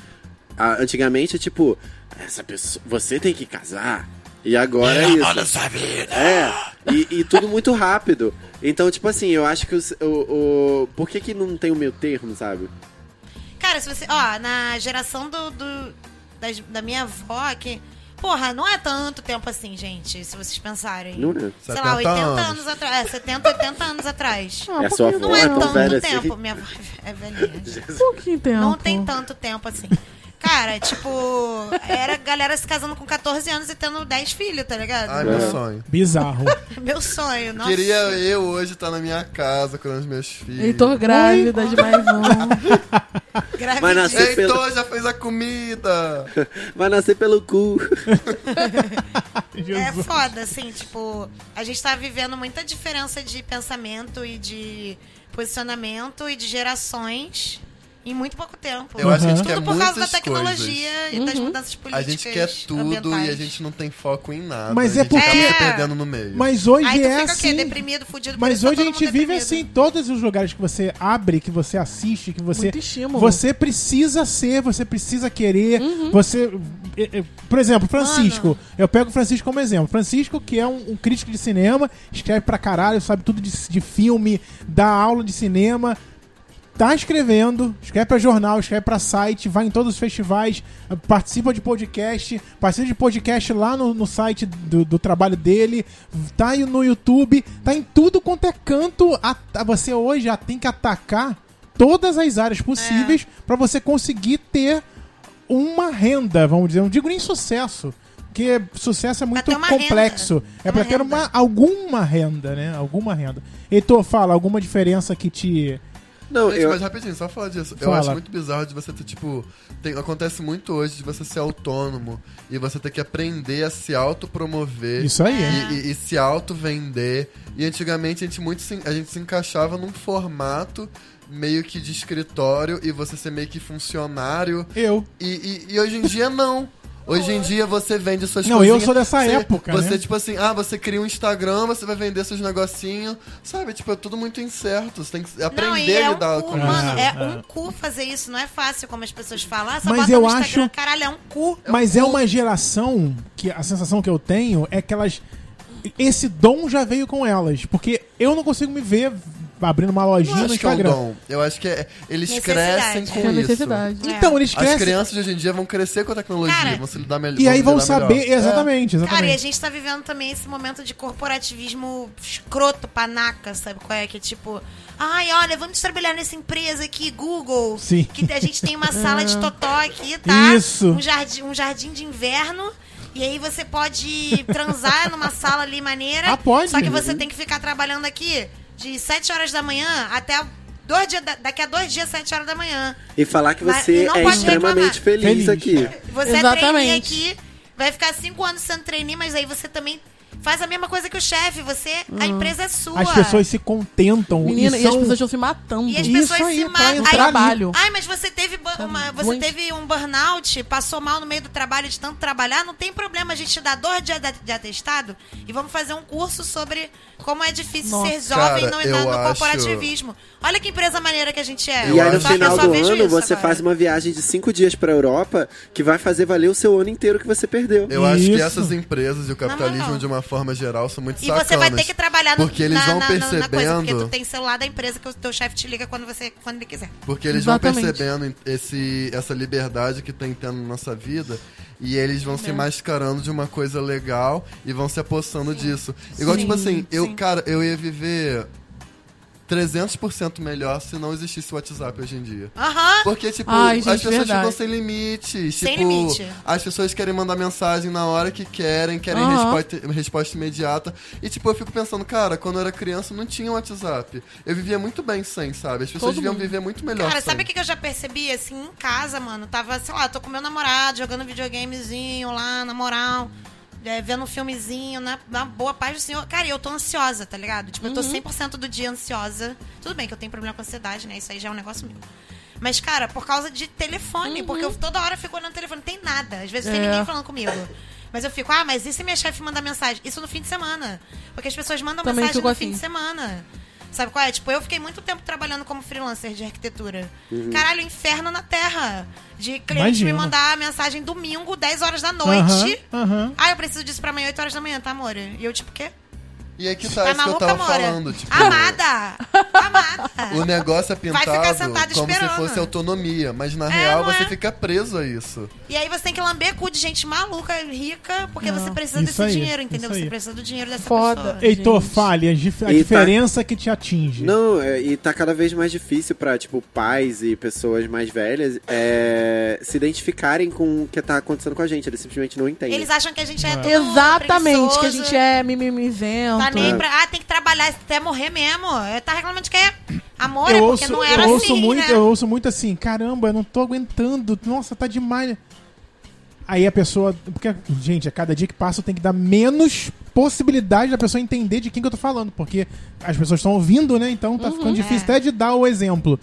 ah, antigamente tipo essa pessoa, você tem que casar e agora é isso. É, e, e tudo muito rápido. Então, tipo assim, eu acho que os- o, o- por que que não tem o meu termo, sabe?
Cara, se você. Ó, na geração do. do- das- da minha avó, que. Porra, não é tanto tempo assim, gente, se vocês pensarem.
Não, né?
Sei lá, 80
70
anos,
anos.
atrás. É, 70, 80 anos atrás.
Ah,
É
um
sua
pouquinho-
avó,
Não é
é
então,
tão
tanto
velha assim.
tempo. Minha avó é velhinha. gente.
Um pouquinho tempo.
Não tem tanto tempo assim. Cara, tipo, era a galera se casando com 14 anos e tendo 10 filhos, tá ligado?
Ai, meu sonho.
Bizarro.
Meu sonho, nossa.
Queria eu hoje estar na minha casa cuidando dos meus filhos.
Então,
Heitor grávida de mais um.
Gravidez.
Mas nasceu-
Heitor já fez a comida!
Vai nascer pelo cu.
É
Jesus.
foda, assim, tipo, a gente tá vivendo muita diferença de pensamento e de posicionamento e de gerações em muito pouco tempo.
Eu acho que a gente
Uhum.
quer
Tudo por causa da
muitas
tecnologia
coisas.
e das mudanças
A
políticas.
gente quer tudo
ambientais.
e a gente não tem foco em nada.
Mas
a
é
gente
porque-
tá se
É.
perdendo no meio.
Mas hoje
Aí tu
é
fica o quê?
assim.
Deprimido, fudido.
Mas
por isso
hoje
tá
a
todo
gente
mundo
vive
deprimido.
assim, todos os lugares que você abre, que você assiste, que você
Muito estímulo.
você precisa ser, você precisa querer, você eh, eh, por exemplo, Francisco, eu pego o Francisco como exemplo. Francisco, que é um, um crítico de cinema, escreve pra caralho, sabe tudo de, de filme, dá aula de cinema, tá escrevendo, escreve pra jornal, escreve pra site, vai em todos os festivais, participa de podcast, participa de podcast lá no, no site do, do trabalho dele, tá aí no YouTube, tá em tudo quanto é canto. A, a- você hoje já tem que atacar todas as áreas possíveis
É.
pra você conseguir ter uma renda, vamos dizer, não digo nem sucesso. Porque sucesso é muito
ter uma
complexo.
renda.
É pra
Uma
ter
renda.
uma, alguma renda, né? Alguma renda. Heitor, fala, alguma diferença que te.
Não,
Gente,
eu,
mas rapidinho, só falar disso. Eu
Fala.
acho muito bizarro de você ter, tipo. tem- acontece muito hoje de você ser autônomo e você ter que aprender a se autopromover.
Isso aí, é.
E, e- e se auto-vender. E antigamente a gente, muito se, a gente se encaixava num formato meio que de escritório e você ser meio que funcionário.
Eu.
E, e- e hoje em dia não. Hoje em dia você vende suas
Não, eu
coisinhas.
sou dessa
você-
época,
Você,
né?
tipo assim, ah, você cria um Instagram, você vai vender seus negocinhos. Sabe, tipo, é tudo muito incerto. Você tem que aprender
Não, e é
a
um
lidar
cu,
com isso.
mano, é
Ah,
um cu fazer isso, não é fácil como as pessoas falam. Ah, só
Mas
bota
eu
no Instagram,
acho-
caralho, é um cu.
Mas é uma geração que a sensação que eu tenho é que elas. Esse dom já veio com elas. Porque eu não consigo me ver abrindo uma
Não
lojinha no
acho que é um
Instagram.
dom. Eu acho que é, eles crescem
Necessidade.
É
com
a
isso.
necessidade.
então, eles
As
crescem.
crianças de hoje em dia vão crescer com a tecnologia,
Cara,
vão se lidar melhor.
E aí vão
lidar melhor. É.
saber. Exatamente,
Cara, e a
exatamente.
gente tá vivendo também esse momento de corporativismo escroto, panaca, sabe qual é? Que é tipo, ai, olha, vamos trabalhar nessa empresa aqui, Google.
Sim. Ah.
Que a gente tem uma sala de totó aqui, tá?
Isso.
Um jardim, um jardim de inverno. E aí você pode transar numa sala ali maneira.
Ah, pode.
Só que você tem que ficar trabalhando aqui de 7 horas da manhã até dois dias, da- daqui a dois dias, 7 horas da manhã.
e falar que
Mas-
você
e não
é
pode
extremamente feliz,
Feliz.
aqui.
Você
Exatamente.
é trainee aqui, vai ficar cinco anos sendo trainee, mas aí você também faz a mesma coisa que o chefe. Você, a empresa é sua.
As pessoas se contentam.
Menina,
e
e,
são...
as pessoas estão se matando. é
E as
Isso
pessoas
aí,
se
pra um Tá
matam.
entrar
Ai,
ali.
Ai, mas você teve bu- uma- você
doente.
teve um burnout, passou mal no meio do trabalho de tanto trabalhar, não tem problema, a gente te dá dois dias de- de atestado e vamos fazer um curso sobre como é difícil
Nossa.
ser jovem e
Cara,
não
eu
entrar no
acho-
corporativismo. Olha que empresa maneira que a gente é.
E aí no
acho que-
final
eu só
do
vejo
ano
isso
você
agora.
faz uma viagem de cinco dias pra Europa que vai fazer valer o seu ano inteiro que você perdeu.
É. Eu acho que
Isso.
essas empresas e o capitalismo,
moral.
de uma forma geral, são muito
E
sacanas.
você vai ter que trabalhar no,
Porque eles
na,
vão
na- na-
percebendo...
na coisa, porque tu tem celular da empresa que o teu chefe te liga quando, você, quando ele quiser.
Porque eles
Exatamente.
vão percebendo esse, essa liberdade que tem tendo na nossa vida e eles vão
É.
se mascarando de uma coisa legal e vão se apossando disso. Igual,
Sim,
tipo assim, eu,
sim.
cara, eu ia viver 300% melhor se não existisse o WhatsApp hoje em dia.
Aham.
Porque, tipo,
Ai, gente,
as pessoas
verdade.
ficam sem limites.
Sem
tipo,
limite.
As pessoas querem mandar mensagem na hora que querem, querem
Aham.
resposta, resposta imediata. E, tipo, eu fico pensando, cara, quando eu era criança não tinha WhatsApp. Eu vivia muito bem sem, sabe? As pessoas
Todo
deviam
mundo.
viver muito melhor
Cara,
sem.
sabe o que que eu já percebi, assim, em casa, mano? Tava, sei lá, tô com meu namorado, jogando videogamezinho lá, na moral. é, vendo um filmezinho na, na boa paz do senhor. Cara, eu tô ansiosa, tá ligado? Tipo, eu
Uhum.
tô 100% do dia ansiosa. Tudo bem que eu tenho problema com ansiedade, né? Isso aí já é um negócio meu. Mas, cara, por causa de telefone, porque eu toda hora fico olhando o telefone, não tem nada. Às vezes não tem
Uhum. É.
ninguém falando comigo. Mas eu fico, ah, mas e se minha chefe mandar mensagem? Isso no fim de semana. Porque as pessoas mandam
Também
mensagem
fico
no fim
assim.
de semana. Sabe qual é? Tipo, eu fiquei muito tempo trabalhando como freelancer de arquitetura.
Uhum.
Caralho, inferno na terra. De cliente
Imagino.
me mandar mensagem domingo, 10 horas da noite.
Aham, aham.
Ah, eu preciso disso pra amanhã, 8 horas da manhã, tá, amor? E eu, tipo, o quê?
E aí que tá,
Tá
isso que eu
maluca,
tava
amor?
falando. Tipo,
Amada! Amada!
O negócio é
Vai
pintado
ficar sentado
como se
esperando.
fosse autonomia, mas na real
não
você
é.
fica preso a isso.
E aí você tem que lamber cu de gente maluca, rica, porque você precisa
Ah, Isso
desse
aí,
dinheiro, entendeu?
isso aí.
Você precisa do dinheiro dessa
Foda.
pessoa.
Heitor,
Gente.
fale a, dif- a
E tá-
diferença que te atinge.
Não, é, e tá cada vez mais difícil pra, tipo, pais e pessoas mais velhas é, se identificarem com o que tá acontecendo com a gente. Eles simplesmente não entendem.
Eles acham que a gente é tudo
Exatamente, que a
preguiçoso,
gente é mimimizento.
Tá
É.
nem pra... Ah, tem que trabalhar até morrer mesmo. Eu tá reclamando de quê? Amor, é
eu
porque
ouço,
não era
eu ouço
assim,
muito,
né?
eu ouço muito assim, caramba, eu não tô aguentando, nossa, tá demais. Aí a pessoa, porque gente, a cada dia que passa tem que dar menos possibilidade da pessoa entender de quem que eu tô falando, porque as pessoas estão ouvindo, né? Então tá
Uhum,
ficando
é.
difícil até de dar o exemplo.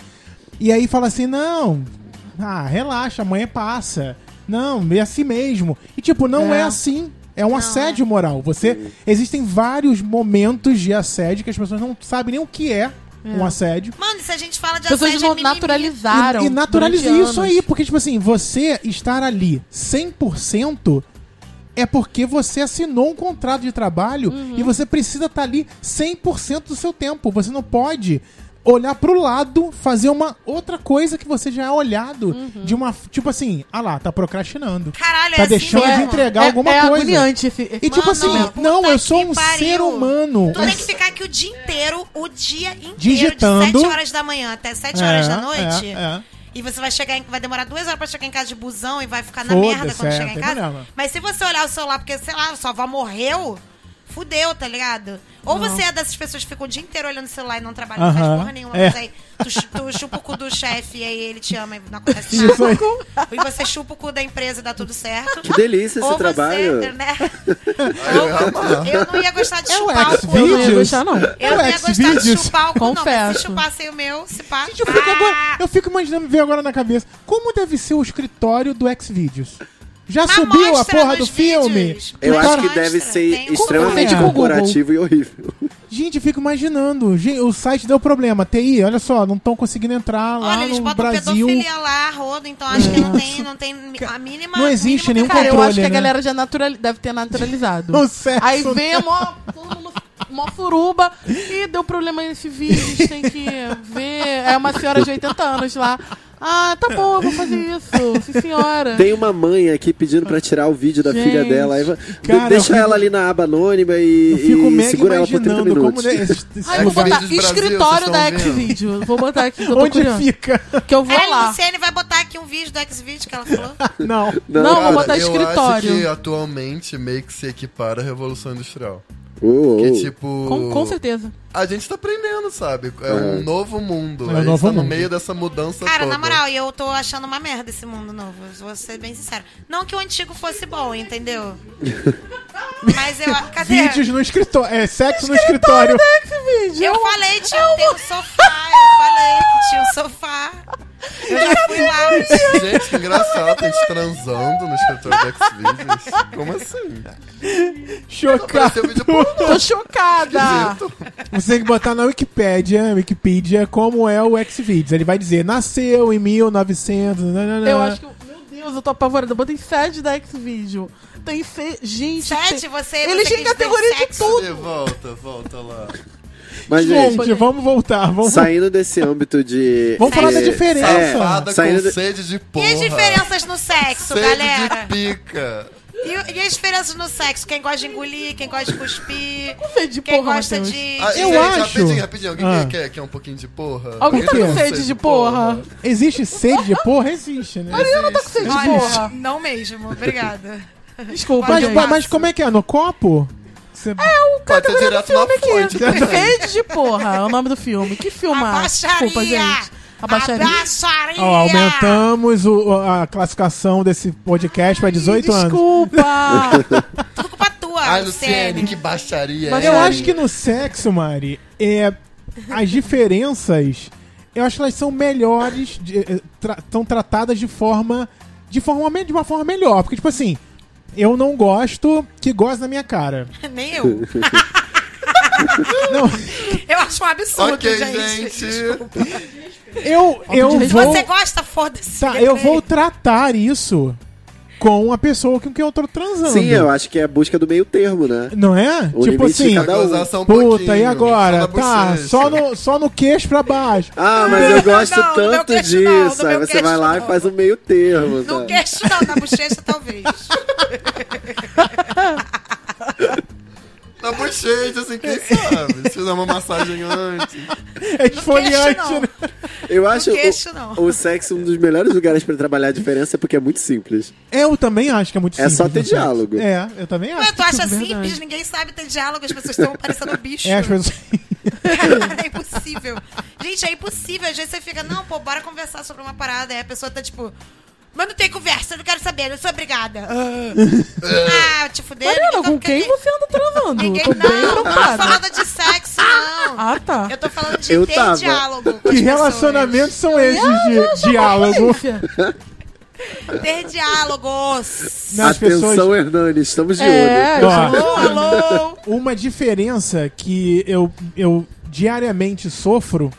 E aí fala assim: "Não, ah, relaxa, amanhã passa. Não, é assim mesmo". E tipo, não é,
É.
assim. É um assédio moral. Você existem vários momentos de assédio que as pessoas não sabem nem o que é. um assédio.
Mano, se a gente fala de
As pessoas
assédio, é
não
mimimi.
naturalizaram.
E, e naturalize
durante
isso
anos.
aí, porque, tipo assim, você estar ali 100% é porque você assinou um contrato de trabalho
Uhum.
e você precisa estar ali 100% do seu tempo. Você não pode olhar pro lado, fazer uma outra coisa que você já é olhado de uma. Tipo assim, ah lá, tá procrastinando.
Uhum. Caralho, é
tá
assim
deixando
mesmo.
de entregar
é,
alguma
é
coisa.
agoniante esse, esse-
E tipo
Mano, é
assim,
puta
não, eu sou
que
um
pariu.
ser humano.
Tu tem que ficar aqui o dia inteiro, o dia inteiro,
Digitando.
de 7 horas da manhã até 7 horas
É,
da noite.
é, é.
E você vai chegar em, vai demorar duas horas pra chegar em casa de busão e vai ficar na
Foda-se,
merda quando
é,
chegar
tem
em casa.
problema.
Mas se você olhar o celular, porque, sei lá, sua avó morreu, fudeu, tá ligado? Ou você é dessas pessoas que ficam o dia inteiro olhando o celular e não trabalha, não
Aham,
faz porra nenhuma,
é.
mas aí tu, chu- tu chupa o cu do chefe e aí ele te ama e não acontece nada.
Isso aí.
E você chupa o cu da empresa e dá tudo certo.
Que delícia esse
Ou você,
trabalho.
né?
Eu ia amar.
Eu não ia gostar de
É o
chupar o cu.
Eu não ia
Vídeos.
gostar, não.
Eu não ia
Alex,
gostar de
vídeos.
chupar o cu, não. Mas
Confesso.
se chupassem o meu, se pá.
Gente, eu fico,
Ah!
agora, eu fico imaginando, ver agora na cabeça, como deve ser o escritório do Xvideos? Já
Mas
subiu a
mostra
porra do
nos
filme?
vídeos.
O
Eu
Mas
cara-
acho que
mostra,
deve ser
tem um-
extremamente
Como é?
corporativo e horrível.
Gente, eu fico imaginando. Gente, o site deu problema. TI, olha só, não estão conseguindo entrar lá
Ah, Olha, eles
no
botam
Brasil.
pedofilia lá, rodo, então acho que não tem, não tem a mínima.
Não existe
mínima
nenhum
Cara, eu
controle,
acho que
né?
a galera já natural... deve ter naturalizado.
O sexo,
Aí vem a mó, todo mundo, mó furuba e deu problema nesse vídeo, tem que ver. É uma senhora de 80 anos lá. Ah, tá bom, eu vou fazer isso. Sim, senhora.
Tem uma mãe aqui pedindo pra tirar o vídeo da
Gente,
filha dela. Aí,
cara,
deixa
eu fico-
ela ali na aba anônima e,
Eu fico
e
mega
segura ela por 30
imaginando como
minutos.
deve- esse- esse
Ai, vou
lugar-
botar
Vídeos do Brasil,
escritório
vocês
da
estão vendo?
Xvideo. Vou botar aqui que eu tô
Onde
curiosa.
fica?
Que eu vou
É, a
lá.
Luciane vai botar aqui um vídeo do X-Video que ela falou.
Não.
Não,
Não, ah,
vou botar
eu
escritório.
acho que atualmente meio que se equipara à Revolução Industrial.
Oh, oh.
Que tipo...
Com, com certeza.
A gente tá aprendendo, sabe? É
É.
um novo mundo.
É um
a gente
novo
tá no
mundo.
meio dessa mudança
Cara,
toda.
na moral, eu tô achando uma merda esse mundo novo, vou ser bem sincero. Não que o antigo fosse bom, entendeu? Mas eu. Cadê?
Vídeos no escritório. É, sexo no escritório.
Eu falei, tio, tem um sofá. Eu falei, tinha um sofá. Eu já fui lá.
Gente, que engraçado. A gente transando no escritório do Xvideos. Como assim?
Chocado.
Pareceu vídeo pornô.
Tô chocada.
Você tem que botar na Wikipédia, Wikipedia, como é o Xvideos. Ele vai dizer, nasceu em né, 1900... nananã.
Eu acho que. Meu Deus, eu tô apavorada. Eu botei sede da X-Video. Tem sede. Gente.
Sede,
tem-
você-
Eles
você
têm
quis dizer
categoria de
sexo?
tudo.
Volta, volta lá.
Mas, gente,
Gente, vamos voltar. Vamos,
saindo desse âmbito de.
vamos falar da
de-
diferença.
Safada
Saindo
com
de-
sede de
E
porra.
as diferenças no sexo,
Sede
galera?
de pica.
E, e as diferenças no sexo? Quem gosta de engolir, quem gosta de cuspir,
sede de
quem
porra,
gosta
Matheus.
de.
Ah,
Eu
gente,
acho-
Rapidinho, rapidinho. Alguém
Ah.
que quer, quer um pouquinho de porra?
Alguém tá
com
quer um
sede de porra?
Existe sede de porra? Existe, né?
Eu não tô com sede de
Olha,
porra.
não mesmo, obrigada.
Desculpa,
Mas,
gente.
mas- mas como é que é? No copo? Você-
É tá
Pode ser direto na fonte.
um Tem Sede de porra é o nome do filme. Que filme? é?
A
Desculpa,
baixaria!
gente. A baixaria.
baixaria!
um
Ó, aumentamos o- a classificação desse podcast para 18 anos.
Desculpa.
Desculpa boa.
Ai,
Luciene.
Ah, Luciene, que baixaria.
Mas
é,
eu
hein?
acho que no sexo, Mari, é, as diferenças, eu acho que elas são melhores, de- eh, tra- são tratadas de forma, de forma me- de uma forma melhor, porque tipo assim, eu não gosto que goze na minha cara.
Nem eu. Eu acho um absurdo,
Ok,
gente.
gente.
Desculpa.
Eu eu
respeito.
vou
Você gosta, foda-se.
tá, eu vou tratar isso com a pessoa com quem eu tô transando.
Sim, eu acho que é a busca do meio termo, né?
Não é?
O
tipo
limite de
assim,
cada é
Vai gozar só um
puta,
pouquinho,
e agora?
só na
um
Tá,
bochecha.
só no, só no queixo pra baixo.
Ah, mas eu gosto
não, no meu
tanto
queixo não, no
disso. Aí
meu
você
queixo
vai lá
não.
e faz um meio termo.
No
tá?
queixo não, na bochecha talvez.
Na bochecha, assim, quem sabe? Se dá uma massagem antes.
É esfoliante,
não.
né?
Eu acho o-
queixo não.
o sexo um dos melhores lugares pra trabalhar a diferença porque é muito simples.
Eu também acho que é muito
É
simples.
só ter
no sexo.
diálogo.
É, eu também acho.
Mas tu
que
acha
isso é verdade.
simples, ninguém sabe ter diálogo, as pessoas estão parecendo bicho.
É, as pessoas...
Cara, é impossível. Gente, é impossível. Às vezes você fica, não, pô, bora conversar sobre uma parada. Aí a pessoa tá tipo, mas não tem conversa, eu não quero saber, eu sou obrigada.
É.
ah, te fuder.
Mariana,
ninguém-
com quem você anda transando?
Ninguém,
Tô
não,
bem
não tô
preocupada.
falando de sexo, não.
Ah, tá.
Eu tô falando de
Eu
ter
tava.
diálogo. com as
Que
pessoas.
relacionamentos são esses de diálogo?
Polícia.
Ter diálogos.
Nas
Atenção,
pessoas...
Hernandes, estamos de
É,
olho.
Ó.
alô, alô.
Uma diferença que eu, eu diariamente sofro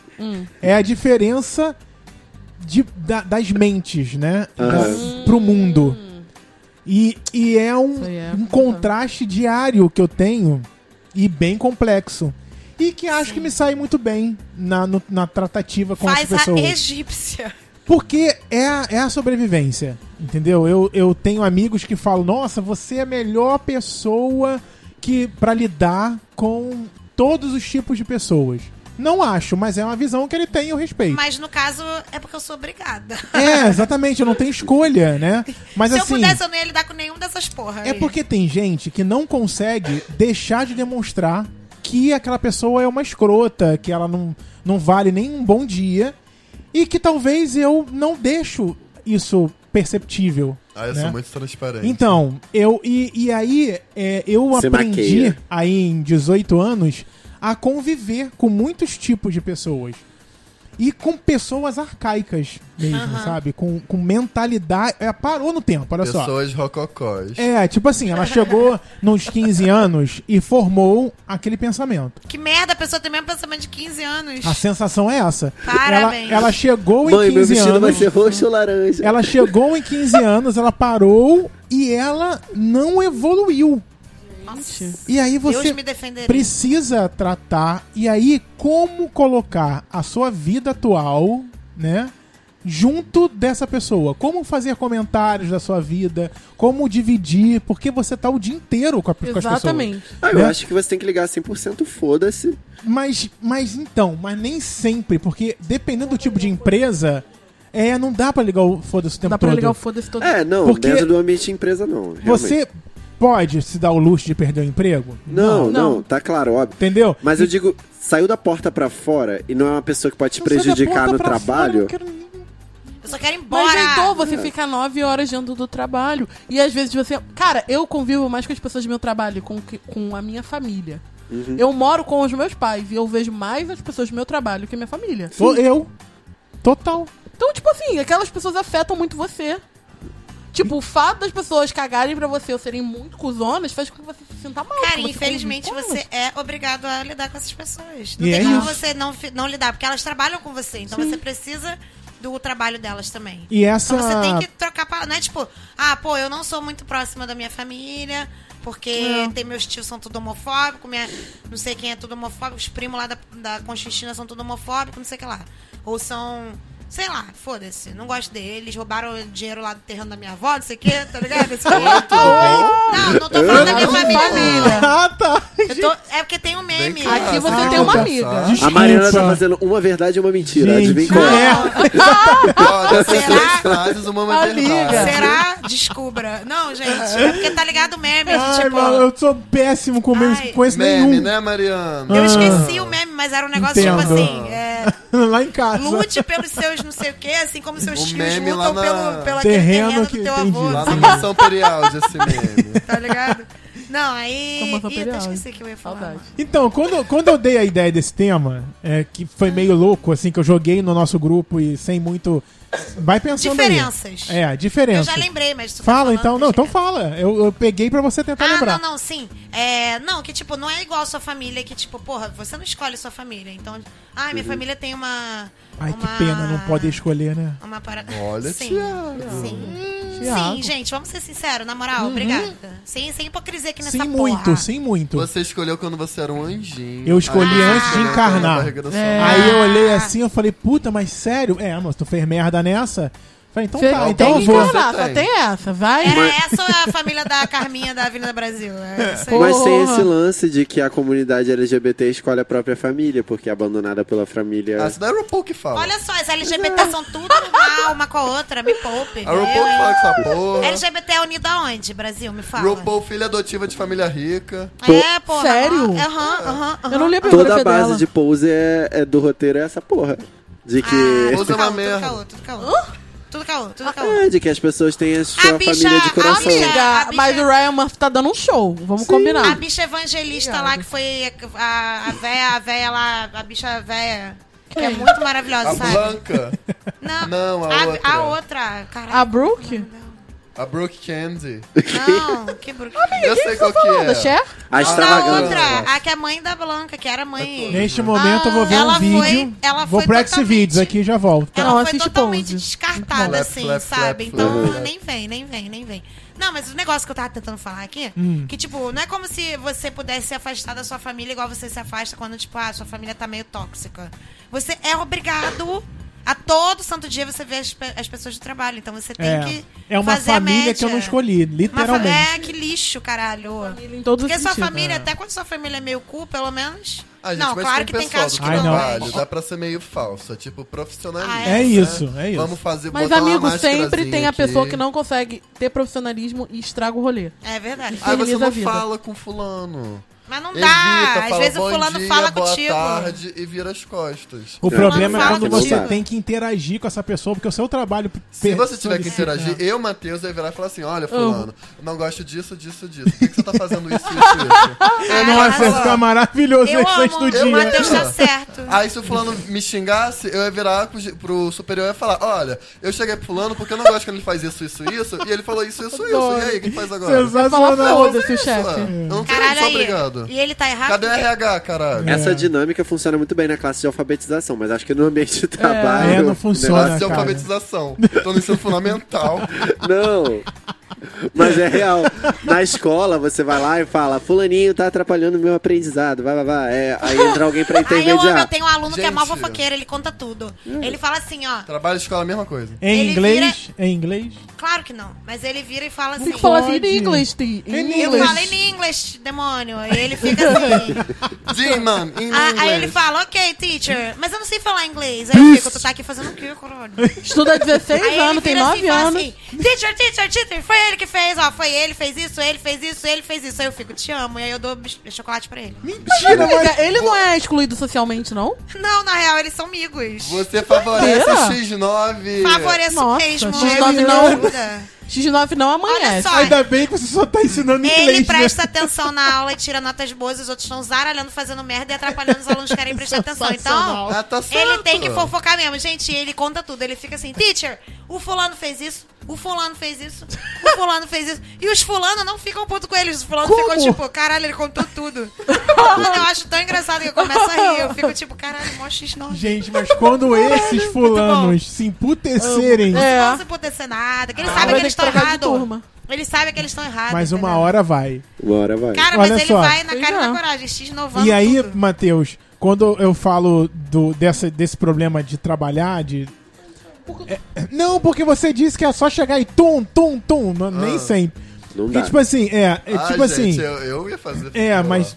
é a diferença de, da- das mentes, né? Da, pro mundo. E, e é um,
Isso aí é
um
complicado.
contraste diário que eu tenho e bem complexo. E que acho que me sai muito bem na, no- na tratativa com as
Faz a
pessoas.
egípcia.
Porque é a, é a sobrevivência, entendeu? Eu, eu tenho amigos que falam, nossa, você é a melhor pessoa que para lidar com todos os tipos de pessoas. Não acho, mas é uma visão que ele tem e eu respeito.
Mas no caso, é porque eu sou obrigada.
É, exatamente, eu não tenho escolha, né? Mas
Se
assim,
eu pudesse, eu não ia lidar com nenhum dessas porra.
é porque tem gente que não consegue deixar de demonstrar que aquela pessoa é uma escrota, que ela não, não vale nem um bom dia e que talvez eu não deixo isso perceptível.
Ah, eu
né?
sou muito transparente.
Então, eu. E, e aí, é, eu
Você
aprendi
maqueia.
aí em 18 anos a conviver com muitos tipos de pessoas. E com pessoas arcaicas mesmo, sabe? Com, com mentalidade. é, parou no tempo, olha só.
Pessoas rococós.
É, tipo assim, ela chegou nos 15 anos e formou aquele pensamento.
Que merda, a pessoa tem o mesmo pensamento de 15 anos.
A sensação é essa. Ela,
Parabéns.
ela chegou em
Mãe, meu
15
vestido vai
anos.
ser roxo ou laranja?
Ela chegou em 15 anos, ela parou e ela não evoluiu.
Nossa.
E aí você.
Deus me defenderia.
precisa tratar e aí como colocar a sua vida atual, né, junto dessa pessoa? Como fazer comentários da sua vida? Como dividir? Porque você tá o dia inteiro com, a, com as pessoas.
Exatamente.
Ah, eu
né?
acho que você tem que ligar 100% foda-se.
Mas, mas então, mas nem sempre, porque dependendo do tipo de empresa, é não dá pra ligar o foda-se o tempo
Dá
todo.
pra ligar o foda-se todo.
É, não,
Porque-
dentro do ambiente de empresa não. realmente.
você pode se dar o luxo de perder o emprego?
Não, não,
não.
tá claro, óbvio.
Entendeu?
Mas eu digo, saiu da porta pra fora e não é uma pessoa que pode te
Não sai da
prejudicar
porta
no
pra fora,
trabalho.
eu não quero-
Eu só quero ir embora.
Mas então você fica nove horas dentro do trabalho. E às vezes você. Cara, eu convivo mais com as pessoas do meu trabalho, com, que- com a minha família.
Uhum.
Eu moro com os meus pais e eu vejo mais as pessoas do meu trabalho que a minha família.
Sou eu. Total.
Então, tipo assim, aquelas pessoas afetam muito você. Tipo, o fato das pessoas cagarem pra você ou serem muito cuzonas faz com que você se sinta mal.
Cara,
porque você
infelizmente
convive com
você
elas.
é obrigado a lidar com essas pessoas. Não
E
tem
é
como
isso.
você não, fi- não lidar, porque elas trabalham com você. Então você precisa do trabalho delas também.
E essa.
Então você tem que trocar pra. Não é tipo, ah, pô, eu não sou muito próxima da minha família, porque tem meus tios são tudo homofóbicos, minha, não sei quem é tudo homofóbico, os primos lá da, da Constantina são tudo homofóbicos, não sei o que lá. Ou são. Sei lá, foda-se, não gosto deles, roubaram o dinheiro lá do terreno da minha avó, não sei o que, tá ligado? Esse ponto. não, não tô falando da minha família, não.
Ah, tá.
Eu tô- é porque tem um meme.
Vem cá.
Aqui você
Ah,
tem uma
tá.
amiga.
Desculpa.
A Mariana tá fazendo uma verdade e uma mentira.
Gente,
Adivinha
que
qual é?
merda. Ah,
Olha,
Será?
duas frases, uma é
Amiga.
verdade.
Será? Descubra. Não, gente, é porque tá ligado o meme,
Ai,
tipo...
mano, eu sou péssimo com memes,
Ai.
conheço
Meme,
nenhum.
né, Mariana?
Eu esqueci o meme, mas era um negócio tipo
Ah, Entendo.
assim: é,
Lá em casa.
lute pelos seus não sei o quê, assim como seus
O
filhos
meme lá
lutam
na-
pelo, pelo aquele
Terreno
terreno
que-
do teu
entendi.
avô,
Lá na mansão Perialdi, esse meme.
tá ligado? Não, aí.
Como essa
Ih, até
periódica.
esqueci o que eu ia falar.
Saudade.
Então, quando, quando eu dei a ideia desse tema, é, que foi meio louco, assim, que eu joguei no nosso grupo e sem muito. Vai pensando
Diferenças.
aí. É,
Eu
diferenças.
já lembrei, mas tu tá
Fala
falando,
então,
deixa
não, então
quieto.
fala. Eu, eu peguei pra você tentar
Ah,
lembrar.
não, não, sim. É, não, que tipo, não é igual a sua família, que tipo, porra, você não escolhe sua família. Então, ai, minha família tem uma.
Ai,
uma-
que pena, não pode escolher, né?
Uma parada.
Olha,
sim.
Thiago.
Sim.
Thiago.
Sim, gente, vamos ser sinceros, na moral, obrigada. Sem, sem hipocrisia aqui nessa
Uhum. Sim,
porra.
muito, sim, muito.
Você escolheu quando você era um anjinho.
Eu escolhi
Aí você
antes de
escolheu quando
encarnar.
era barriga da sua
É.
mãe.
Ah.
Aí eu olhei assim, eu falei, puta, mas sério? É, mas tu fez merda nessa? Falei, então
Você
tá,
tem
então eu
que
vou.
encarnar,
Você
só
tem.
tem essa, vai.
É, essa é a família da Carminha da Avenida Brasil. É isso aí.
Mas tem
Porra.
esse lance de que a comunidade LGBT escolhe a própria família, porque é abandonada pela família.
Ah, isso daí é a RuPaul que fala.
Olha só, as LGBT são tudo mal uma com a outra, me poupe.
a RuPaul que fala que essa porra.
LGBT é unida aonde, Brasil? Me fala.
RuPaul, filha adotiva de família rica.
É, porra.
Sério?
Aham, aham, aham.
Eu não li a
Toda
biografia
a base
dela.
de pose é, é do roteiro é essa porra. De que.
Ah,
Ouça
tudo
é uma
caô,
merda.
tudo caô, tudo caô. Tudo caô, tudo caô.
É, de que as pessoas têm a sua
A Ah, bicha-
família de
a
coração.
bicha-
Amiga,
A bicha-
mas o Ryan Murphy tá dando um show, vamos combinar.
A bicha evangelista lá, que foi a, a véia, a véia lá, a bicha véia, que é muito maravilhosa,
A
sabe?
Blanca.
Não,
Não, a outra.
A outra, caralho.
A Brooke?
a Brooke Candy.
Não, que bruxa.
eu
tá
sei qual que
Falando,
é.
Cher?
A
A
extravagância.
outra, a que é mãe da Blanca, que era
É
mãe.
Neste momento eu vou ver
Ah, Ela
um
foi-
vídeo.
ela
vou
foi
pro
totalmente-
Xvideos aqui e já volto. tá?
Ela
Não,
foi
assiste
totalmente
Pose.
descartada,
Flap,
assim,
flap,
sabe?
flap,
então,
flap.
nem vem, nem vem, nem vem. Não, mas o negócio que eu tava tentando falar aqui,
Hum.
que, tipo, não é como se você pudesse se afastar da sua família igual você se afasta quando, tipo, ah, sua família tá meio tóxica. Você é obrigado a todo santo dia você ver as, pe- as pessoas do trabalho. Então você tem
É,
que.
é uma
fazer a
família que eu não
média.
escolhi,
Uma fa-
literalmente.
É, que lixo, caralho.
Em todos os
Porque sua
sentidos.
família, até quando sua família é meio cu, pelo menos.
Ah, gente,
não,
mas
claro
tem
que tem
pessoal
casos
do
que
Ai,
não.
não.
trabalho, tá? Dá pra ser meio falsa, tipo profissionalismo.
Ah,
É
é.
isso, é isso.
Vamos fazer
Mas,
botar uma
amigo, sempre
máscarazinha
tem a
aqui. Ah,
pessoa que não consegue ter profissionalismo e estraga o rolê.
É verdade.
Ah, você
Feliz a
não
vida.
fala com fulano.
Mas não
Evita,
dá. Às
fala
vezes o
bom
fulano
dia,
fala
boa
contigo.
tarde e vira as costas.
O
Não,
problema é
fala
quando
contigo.
você tem que interagir com essa pessoa, porque o seu trabalho.
Se
per-
você tiver que
solicita-
interagir, eu, Matheus, eu ia virar e falar assim: olha, fulano, não gosto disso, disso, disso. Por que, que você tá fazendo isso, isso, isso?
Eu não
Nossa,
acho- é
ia ficar maravilhoso
Ah, Eu
esse restante
amo.
do
Eu,
dia.
Matheus tá certo.
Aí se o fulano me xingasse, eu ia virar pro, ge- pro superior e ia falar, olha, eu cheguei pro fulano porque eu não gosto quando ele faz isso, isso, isso, e ele falou isso, isso, isso. E aí, o que faz agora?
Fala
Sensacional.
foda-se o
Ué,
chefe.
Eu não quero
Caralho
só um
aí.
obrigado.
E ele tá errado.
Cadê o
porque-
RH, caralho?
É.
Essa dinâmica funciona muito bem na classe de alfabetização, mas acho que no ambiente de trabalho.
É, não
o
funciona.
Classe de
cara.
alfabetização. Tô no ensino fundamental.
Não. Mas é real. Na escola, você vai lá e fala: Fulaninho tá atrapalhando o meu aprendizado. Vai, vai, vai. É, aí entra alguém pra
Ai, eu amo. Eu
intermediar.
tenho um aluno que é mó
Gente. Hum. Tá.
fofoqueiro, ele conta tudo. Ele fala assim, ó.
Trabalho, escola, mesma coisa.
Em
Ele
É inglês? Em inglês?
Claro que não. Mas ele vira e fala assim.
Tem que falar assim
Pode.
em inglês, Ti.
In
Em
Eu
English.
falo em inglês, demônio. E ele fica assim.
Demon, in
Ah, aí ele
English.
fala, ok, teacher, mas eu não sei falar inglês. Aí eu fico, tu tá aqui fazendo o quê, caralho?
Estuda 16
Aí ele
anos, tem
vira
9
assim e fala
anos.
assim, teacher, teacher, teacher, foi ele que fez, ó, foi ele, fez isso, ele fez isso, ele fez isso. Aí eu fico, te amo, e aí eu dou bis- chocolate pra ele.
Mentira, mas ele não é excluído socialmente, não?
Não, na real, eles são amigos.
Você é. favorece o
Doideira.
X9.
Favoreço
Nossa,
mesmo,
X9
ele me
não.
ajuda.
X9 não
Olha
amanhece.
só,
Ainda bem que você só tá ensinando inglês.
ele
né?
presta atenção na aula e tira notas boas, os outros estão zaralhando, fazendo merda e atrapalhando os alunos que querem prestar atenção. Então,
Ah, tá certo.
Ele tem que fofocar mesmo, gente. Ele conta tudo. Ele fica assim, teacher, o fulano fez isso, o fulano fez isso, o fulano fez isso. E os fulano não ficam puto com eles. Os fulano
Como?
ficam tipo, caralho, ele contou tudo. Mano, eu acho tão engraçado que eu começo a rir. Eu fico tipo, caralho, mó x não.
Gente, mas quando esses fulanos se emputecerem,
É.
Não se acontecer nada. Que eles
Vai
sabem
ter
que tá eles
que
estão
trocar de
errados.
turma.
Eles sabem que eles estão errados.
mas uma
entendeu?
hora vai.
Bora, vai.
Cara,
Olha
mas ele
só.
vai na cara e
Pois é.
na coragem, x novando
E aí,
tudo.
Matheus, quando eu falo do, dessa, desse problema de trabalhar, de. É, não, porque você disse que é só chegar e tum, tum, tum. não- Nem sempre.
Não
Porque,
dá.
tipo assim, é. é
Ah,
tipo
gente,
assim.
Eu, eu ia fazer.
É,
pô.
mas.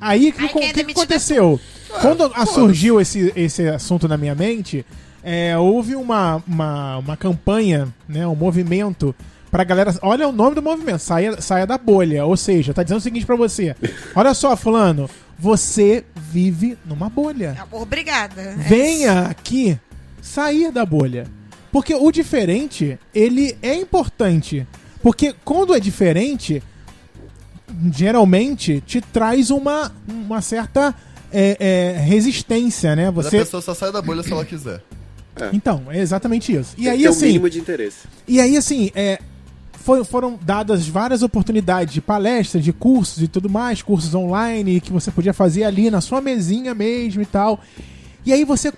Aí que,
Ai,
o
quem é
que, que
demitido é
aconteceu? Quando a- surgiu esse, esse assunto na minha mente, é, houve uma, uma, uma campanha, né, um movimento pra galera. Olha o nome do movimento, saia, saia da bolha. Ou seja, tá dizendo o seguinte pra você: Olha só, Fulano, você vive numa bolha.
Ah, Obrigada. É.
Venha aqui sair da bolha. Porque o diferente, ele é importante. Porque quando é diferente, geralmente te traz uma, uma certa é, é, resistência, né?
Mas
Você.
A pessoa só sai da bolha se ela quiser.
Então, é exatamente isso. E
Tem que
aí,
ter o
assim.
mínimo de interesse.
E aí, assim, é, foi- foram dadas várias oportunidades de palestras, de cursos e tudo mais, cursos online que você podia fazer ali na sua mesinha mesmo e tal. E aí você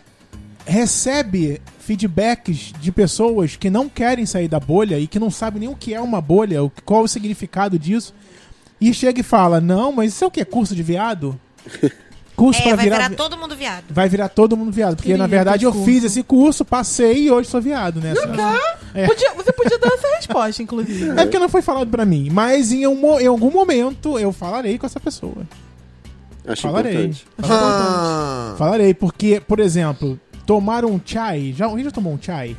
recebe feedbacks de pessoas que não querem sair da bolha e que não sabem nem o que é uma bolha, o- qual o significado disso. E chega e fala: Não, mas isso é o que? Curso de viado? Curso
É,
pra
vai
virar.
virar todo mundo viado.
Vai virar todo mundo viado. Porque, na
Queria
verdade, eu
esse
fiz
curso.
esse curso, passei e hoje sou viado, né? É.
Podia- você podia dar essa resposta, inclusive.
É porque não foi falado pra mim, mas em, um mo- em algum momento eu falarei com essa pessoa.
Acho
Falarei.
importante.
Ah,
Falarei, porque, por exemplo, tomar um chai. Já, alguém já tomou um chai?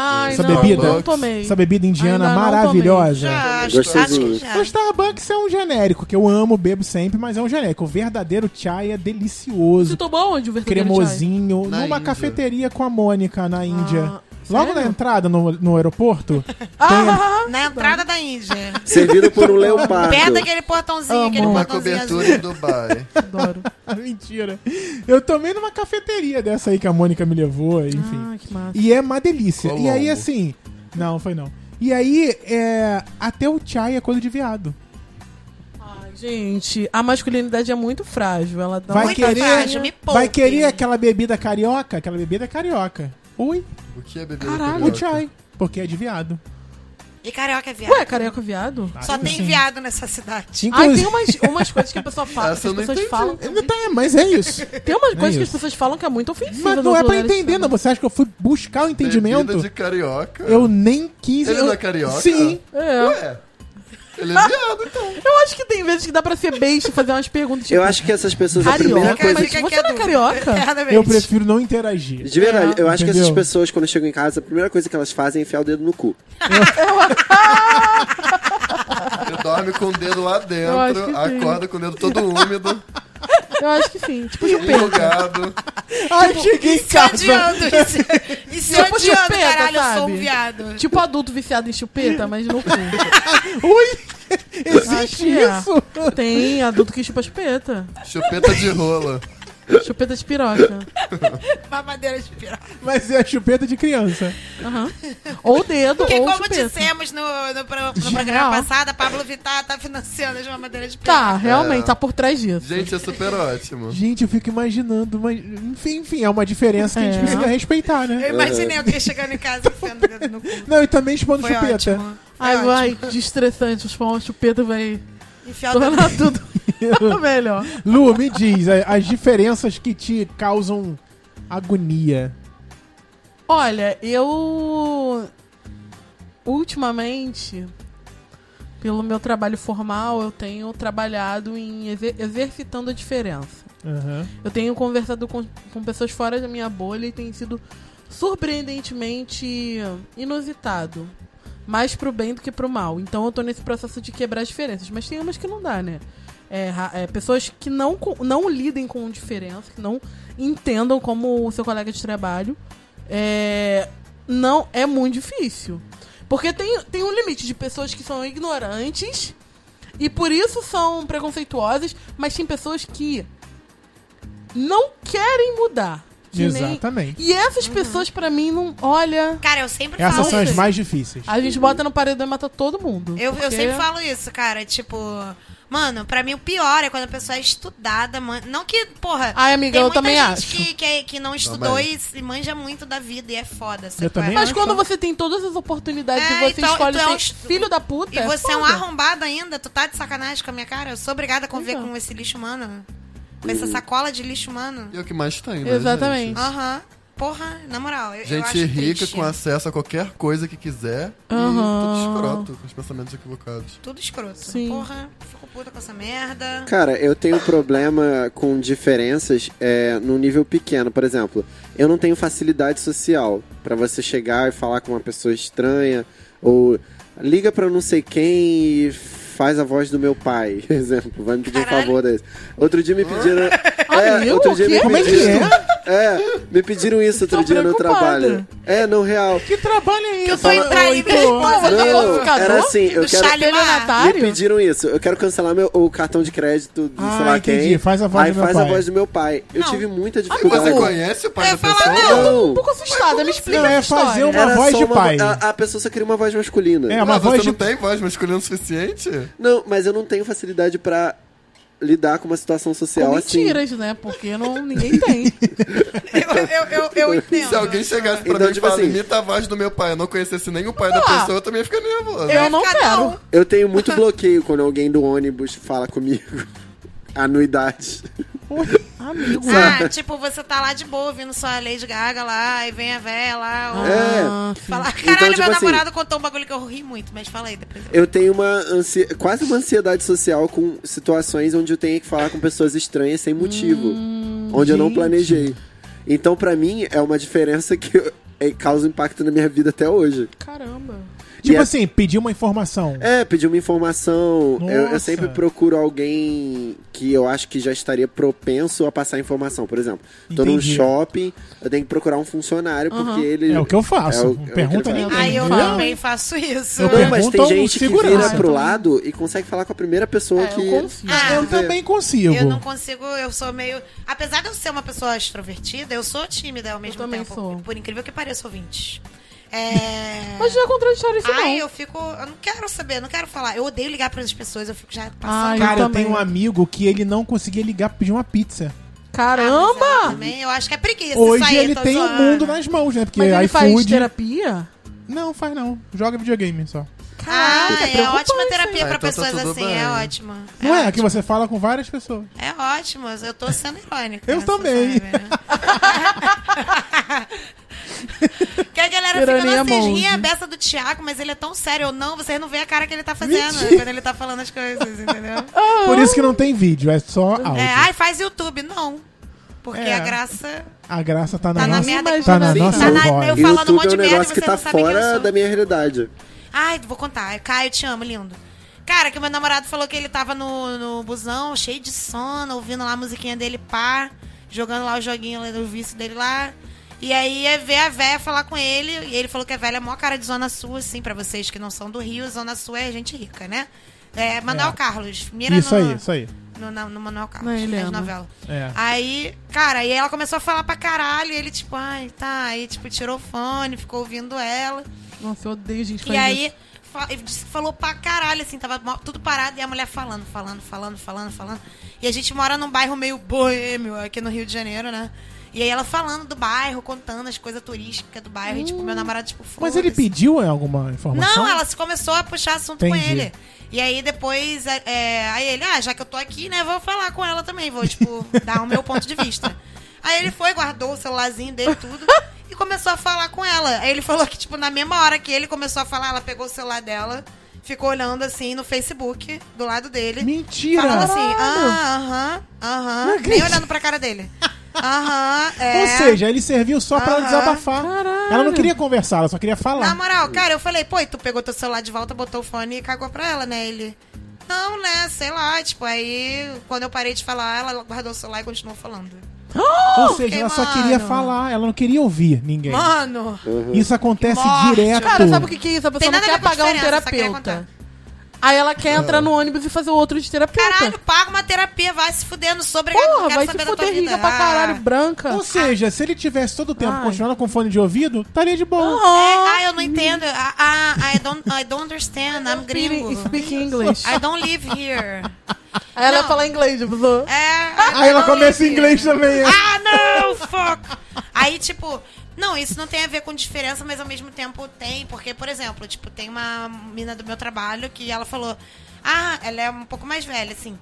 Ai,
Essa
não,
bebida.
não tomei.
Essa bebida indiana
Ainda não
maravilhosa.
Já, acho, acho
Gostosinho.
que já.
O Starbucks é um genérico, que eu amo, bebo sempre, mas é um genérico. O verdadeiro chai é
Você
delicioso,
tomou onde o verdadeiro chai?
cremosinho,
Na
numa
Índia.
cafeteria com a Mônica na Índia. Logo na
Ah, sério?
entrada no, no aeroporto,
Ah,
Na entrada da Índia.
Servido por um leopardo.
Perto daquele portãozinho, aquele
uma
portãozinho azul.
cobertura de Dubai.
adoro.
Ah, Mentira. Eu tomei numa cafeteria dessa aí que a Mônica me levou, enfim.
Ah, que massa.
E é uma delícia. E aí,
Colombo.
assim. Não, foi não. E aí, é, até o chai é coisa de viado.
Ai, gente, a masculinidade é muito frágil. Ela dá
Vai
uma-
Muito
querer.
frágil, me poupe.
vai querer aquela bebida carioca? Aquela bebida é carioca. Ui,
O que é bebê
Caralho,
o chai. Porque é de viado.
E carioca é viado.
Ué, careca viado?
Só tem viado nessa cidade.
Ai, tem
Tá. Inclusive-
umas, umas coisas que a pessoa fala,
Essa
que
eu
as
não
pessoas
entendi.
falam. que-
Tá, mas é isso.
Tem umas coisas que as
isso.
pessoas falam que é muito ofensiva.
Mas
nos
não é pra
lugares
entender, não. Você acha que eu fui buscar o
Bebida
entendimento?
de carioca.
Eu nem quis.
Ele
eu...
não é carioca?
Sim.
É.
Ué. Ele é viado, então.
Eu acho que tem vezes que dá pra ser besta e fazer umas perguntas tipo,
Eu acho que essas pessoas, a primeira
carioca,
coisa
mas
Fica aqui
você
a
não é
dúvida.
carioca?
Eternamente.
Eu prefiro não interagir.
De verdade, eu acho que essas
Entendeu?
pessoas, quando chegam em casa, a primeira coisa que elas fazem é enfiar o dedo no cu.
Ele dorme com o dedo lá
Eu acho
dentro,
que sim.
acorda com o dedo todo úmido,
Eu acho que sim. Tipo, chupeta.
enrugado.
Ai,
tipo,
cheguei em
E se
casa.
odiando, e se, e se
Tipo
odiando,
chupeta,
caralho, eu sou
sabe?
um viado.
Tipo adulto viciado em chupeta, mas no cu.
Ui!
Acho
Existe
que é.
isso?
Tem adulto que chupa chupeta.
Chupeta de rola.
Chupeta de piroca.
Mamadeira de piroca.
Mas é a chupeta de criança.
Aham. Ou dedo,
Porque
ou
como
chupeta.
dissemos no, no, pro- no
Genial.
programa passado, a Pablo Vittar tá financiando as mamadeiras de piroca.
Tá, realmente, tá por trás disso.
Gente, é super ótimo.
Gente, eu fico imaginando, mas enfim, enfim, é uma diferença que a
É.
gente precisa respeitar, né?
Eu imaginei alguém chegando em casa enfiando o dedo no cu.
Não, e também chupando
Foi
chupeta.
ótimo. Foi
Ai,
ótimo.
ai, que estressante. Os pão, chupeta vai
Enfiar o dedo no
tornar tudo melhor.
Lu, me diz, a- as diferenças que te causam agonia.
Olha, eu ultimamente, pelo meu trabalho formal, eu tenho trabalhado em exer- exercitando a diferença. Eu tenho conversado com, com pessoas fora da minha bolha e tem sido surpreendentemente inusitado. Mais pro bem do que pro mal. Então eu tô nesse processo de quebrar as diferenças. Mas tem umas que não dá, né? É, ra- é, pessoas que não, co- não lidem com diferença, que não entendam como o seu colega de trabalho. É, não é muito difícil. Porque tem, tem um limite de pessoas que são ignorantes e por isso são preconceituosas, mas tem pessoas que não querem mudar. Que nem-
Exatamente.
E essas pessoas, pra mim, não. Olha,
Cara, eu sempre
Essas
falo
são as
isso.
mais difíceis.
Ah.
a gente bota no paredão e mata todo mundo.
Eu, eu
porque-
sempre falo isso, cara. Tipo, mano, pra mim o pior é quando a pessoa é estudada, man... Não que, porra.
Ai, amiga,
tem
eu
muita
também
gente
acho.
Que, que, é- que não estudou
Também.
e se manja muito da vida e é foda. sabe
Eu
qual é?
também
Mas
acho.
quando você tem todas as oportunidades
É,
e você
e tu-
escolhe
e tu é um
ser
estu-
filho da puta.
E você é um
foda.
arrombado ainda? Tu tá de sacanagem com a minha cara? Eu sou obrigada a conviver
Então.
com esse lixo humano. Com essa sacola de lixo humano.
E é o que mais tem, né,
Exatamente.
Aham. Porra, na moral. Eu, eu
Gente,
acho
gente rica,
triste.
com acesso a qualquer coisa que quiser. E
Aham.
tudo escroto, com os pensamentos equivocados.
Tudo escroto.
Sim.
Porra, fico puta com essa merda.
Cara, eu tenho um problema com diferenças é, num nível pequeno. Por exemplo, eu não tenho facilidade social pra você chegar e falar com uma pessoa estranha ou liga pra não sei quem e faz a voz do meu pai, exemplo. Vai me pedir um
Caralho.
favor desse. Outro dia me pediram.
Ah,
é,
eu?
outro dia
O
me
quê?
pediram.
Como é que
é?
É, me pediram isso outro
Tô
dia no
preocupada.
trabalho. É, não real.
Que trabalho é
Eu
esse?
vou entrar aí, minha esposa.
Não,
tá
Não,
Liquidificador?
era assim, eu quero...
Do chá
Me
Estelionatário?
pediram isso. Eu quero cancelar meu, o cartão de crédito de
Ah,
sei lá
entendi.
quem.
Faz a voz
Aí
do meu
faz a
pai.
voz do meu pai. Eu
Não.
tive muita dificuldade.
Você conhece o pai
É,
da
fala,
pessoa?
não.
Eu tô um
não,
pouco assustada, me explica
Não,
essa
é
história.
fazer uma-
era
voz
só
de
uma-
pai.
A, a pessoa só queria uma voz masculina.
É,
Ué,
uma
você
voz de...
não tem voz masculina o suficiente?
Não, mas eu não tenho facilidade pra lidar com uma situação social
Com
assim.
mentiras, né? Porque não, ninguém tem.
Eu, eu, eu, eu entendo.
Se alguém chegasse pra
Então,
mim
tipo
e falasse,
assim-
imita a voz do meu pai, eu não conhecesse nem o pai da
Ah.
pessoa, eu também ia ficar nervoso.
Eu não
Cada um.
quero.
Eu tenho muito bloqueio quando alguém do ônibus fala comigo. Anuidade.
Amigo.
Ah, tipo, você tá lá de boa ouvindo sua Lady Gaga lá, e vem a véia lá. ou-
É.
Ah, sim.
Fala, caralho,
Então, tipo
meu
assim-
namorado contou um bagulho que eu ri muito, mas fala aí depois.
Eu tenho uma ansi... quase uma ansiedade social com situações onde eu tenho que falar com pessoas estranhas sem motivo, onde eu não
Hum, gente.
planejei. Então, pra mim, é uma diferença que eu- é, causa impacto na minha vida até hoje.
Caramba.
E
Tipo
a-
assim, pedir uma informação.
É, pedir uma informação. Eu,
Nossa.
eu sempre procuro alguém que eu acho que já estaria propenso a passar informação. Por exemplo, tô num
Entendi.
shopping, eu tenho que procurar um funcionário porque ele.
É o que eu faço.
É o- é o
Não
que
pergunta
ele
nem
Aí eu
Não.
também faço isso.
Eu
Não, mas tem
Perguntam
gente que
é segurança
vira pro
também.
lado e consegue falar com a primeira pessoa
É,
que.
eu confio.
Ah,
Eu também consigo.
Eu não consigo, eu sou meio. Apesar de eu ser uma pessoa extrovertida, eu sou tímida ao mesmo
também
tempo.
sou.
Por incrível que pareça, ouvinte. É.
Mas não é contraditório isso,
Ai,
não.
eu fico. Eu não quero saber, não quero falar. Eu odeio ligar pras pessoas, eu fico já
Ai,
passando.
Cara, eu,
também.
tenho um amigo que ele não conseguia ligar pra pedir uma pizza.
Ah,
Caramba!
também, eu acho que é preguiça.
Hoje
isso aí,
ele
tô
um
tem o
zoando.
mundo nas mãos, né?
é
Porque
Mas ele faz
iFood...
terapia?
Não, faz não. Joga videogame só.
Ah,
Caraca,
é ótima
preocupante,
hein?
terapia pra
Ah, então tá
pessoas
tudo
assim,
bem.
é ótima.
Não é?
ótima.
Que você fala com várias pessoas.
É ótimo, eu tô sendo irônica.
Eu
nessa
também.
vibe, né? que a galera
Ironia
fica, não, vocês
monge."
riem a beça do Thiago, mas ele é tão sério. Eu não, vocês não veem a cara que ele tá fazendo
Mentira.
quando ele tá falando as coisas, entendeu?
Por isso que não tem vídeo, é só áudio.
É, ai, faz YouTube. Não. Porque
É.
a graça
A graça tá na
tá na
nossa...
merda que
tá na
você-
nossa
tá na-
voz.
Eu
E
falando um monte
YouTube é
de
um
merda
negócio
e
que
você
tá
não sabe quem eu
fora
sou.
da minha realidade.
Ai, vou contar. Caio, te amo, lindo. Cara, que meu namorado falou que ele tava no, no busão, cheio de sono, ouvindo lá a musiquinha dele, pá, jogando lá o joguinho lá do vício dele lá. E aí é ver a véia falar com ele, e ele falou que a velha é a maior cara de Zona Sul, assim, pra vocês que não são do Rio, Zona Sul é gente rica, né? É, Manuel
É.
Carlos, mira
Isso
no,
aí, isso aí.
No, na- no Manuel Carlos,
Na
nas
Helena.
novelas.
É.
Aí, cara, aí ela começou a falar pra caralho, e ele tipo, ai, tá, aí tipo, tirou o fone, ficou ouvindo ela.
Nossa, eu odeio gente que
E
faz
aí, fa- ele disse que falou pra caralho, assim, tava mó- tudo parado e a mulher falando, falando, falando, falando, falando. E a gente mora num bairro meio boêmio aqui no Rio de Janeiro, né? E aí ela falando do bairro, contando as coisas turísticas do bairro, e tipo, meu namorado, tipo,
Mas ele
foda-se.
pediu alguma informação?
Não, ela se começou a puxar assunto com
Entendi.
ele. E aí depois, é, é, aí ele, ah, já que eu tô aqui, né, vou falar com ela também, vou, tipo, dar o meu ponto de vista. Aí ele foi, guardou o celularzinho dele, tudo, e começou a falar com ela. Aí ele falou que, tipo, na mesma hora que ele começou a falar, ela pegou o celular dela, ficou olhando assim no Facebook, do lado dele.
Mentira!
Falando assim, ah, aham, aham, nem olhando pra cara dele. Aham, é.
Ou seja, ele serviu só pra ela
Aham.
desabafar. Ela não queria conversar, ela só queria
Na
falar.
moral, cara, eu falei, pô, e tu pegou teu celular de volta, botou o fone e cagou pra ela, né? Ele. Não, né? Sei lá, tipo, aí quando eu parei de falar, ela guardou o celular e continuou falando.
Ou seja, ela só
fiquei,
queria
mano.
falar, ela não queria ouvir ninguém.
Mano!
Isso acontece
morte.
direto.
Cara, sabe o que, que é isso? A pessoa
Tem
não
nada a
quer
ver com
pagar um
diferença, só queria
terapeuta. Aí ela quer entrar no ônibus e fazer outro de terapeuta.
Caralho, paga uma terapia, vai se fudendo, sou obrigado, não
Porra,
quero
vai
saber
se
da tua
foder
vida. Ah. Um
rica pra caralho, branca.
Ou seja, se ele tivesse todo o tempo
Ai.
continuando com fone de ouvido, estaria de boa.
Ah,
Aham.
é, ah, eu não entendo. Ah, ah, I, don't, I don't understand, I'm é, um gringo.
Speak English.
I don't live here.
Aí ela
Não.
ia falar inglês, tipo, "Zô".
É, I
Aí ela
don't
começa em
live here.
inglês também. é.
Ah, não, fuck! Aí, tipo, não, isso não tem a ver com diferença, mas ao mesmo tempo tem, porque, por exemplo, tipo, tem uma mina do meu trabalho que ela falou, ah, ela é um pouco mais velha, assim.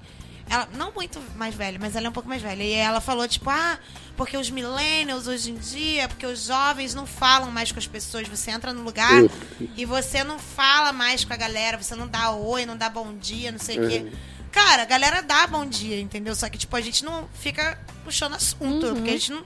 Ela, não muito mais velha, mas ela é um pouco mais velha. E ela falou, tipo, ah, porque os millennials hoje em dia, porque os jovens não falam mais com as pessoas. Você entra no lugar
Uh.
tá? e você não fala mais com a galera, você não dá oi, não dá bom dia, não sei o quê. Cara, a
Uhum.
galera dá bom dia, entendeu? Só que, tipo, a gente não fica puxando assunto, porque a gente não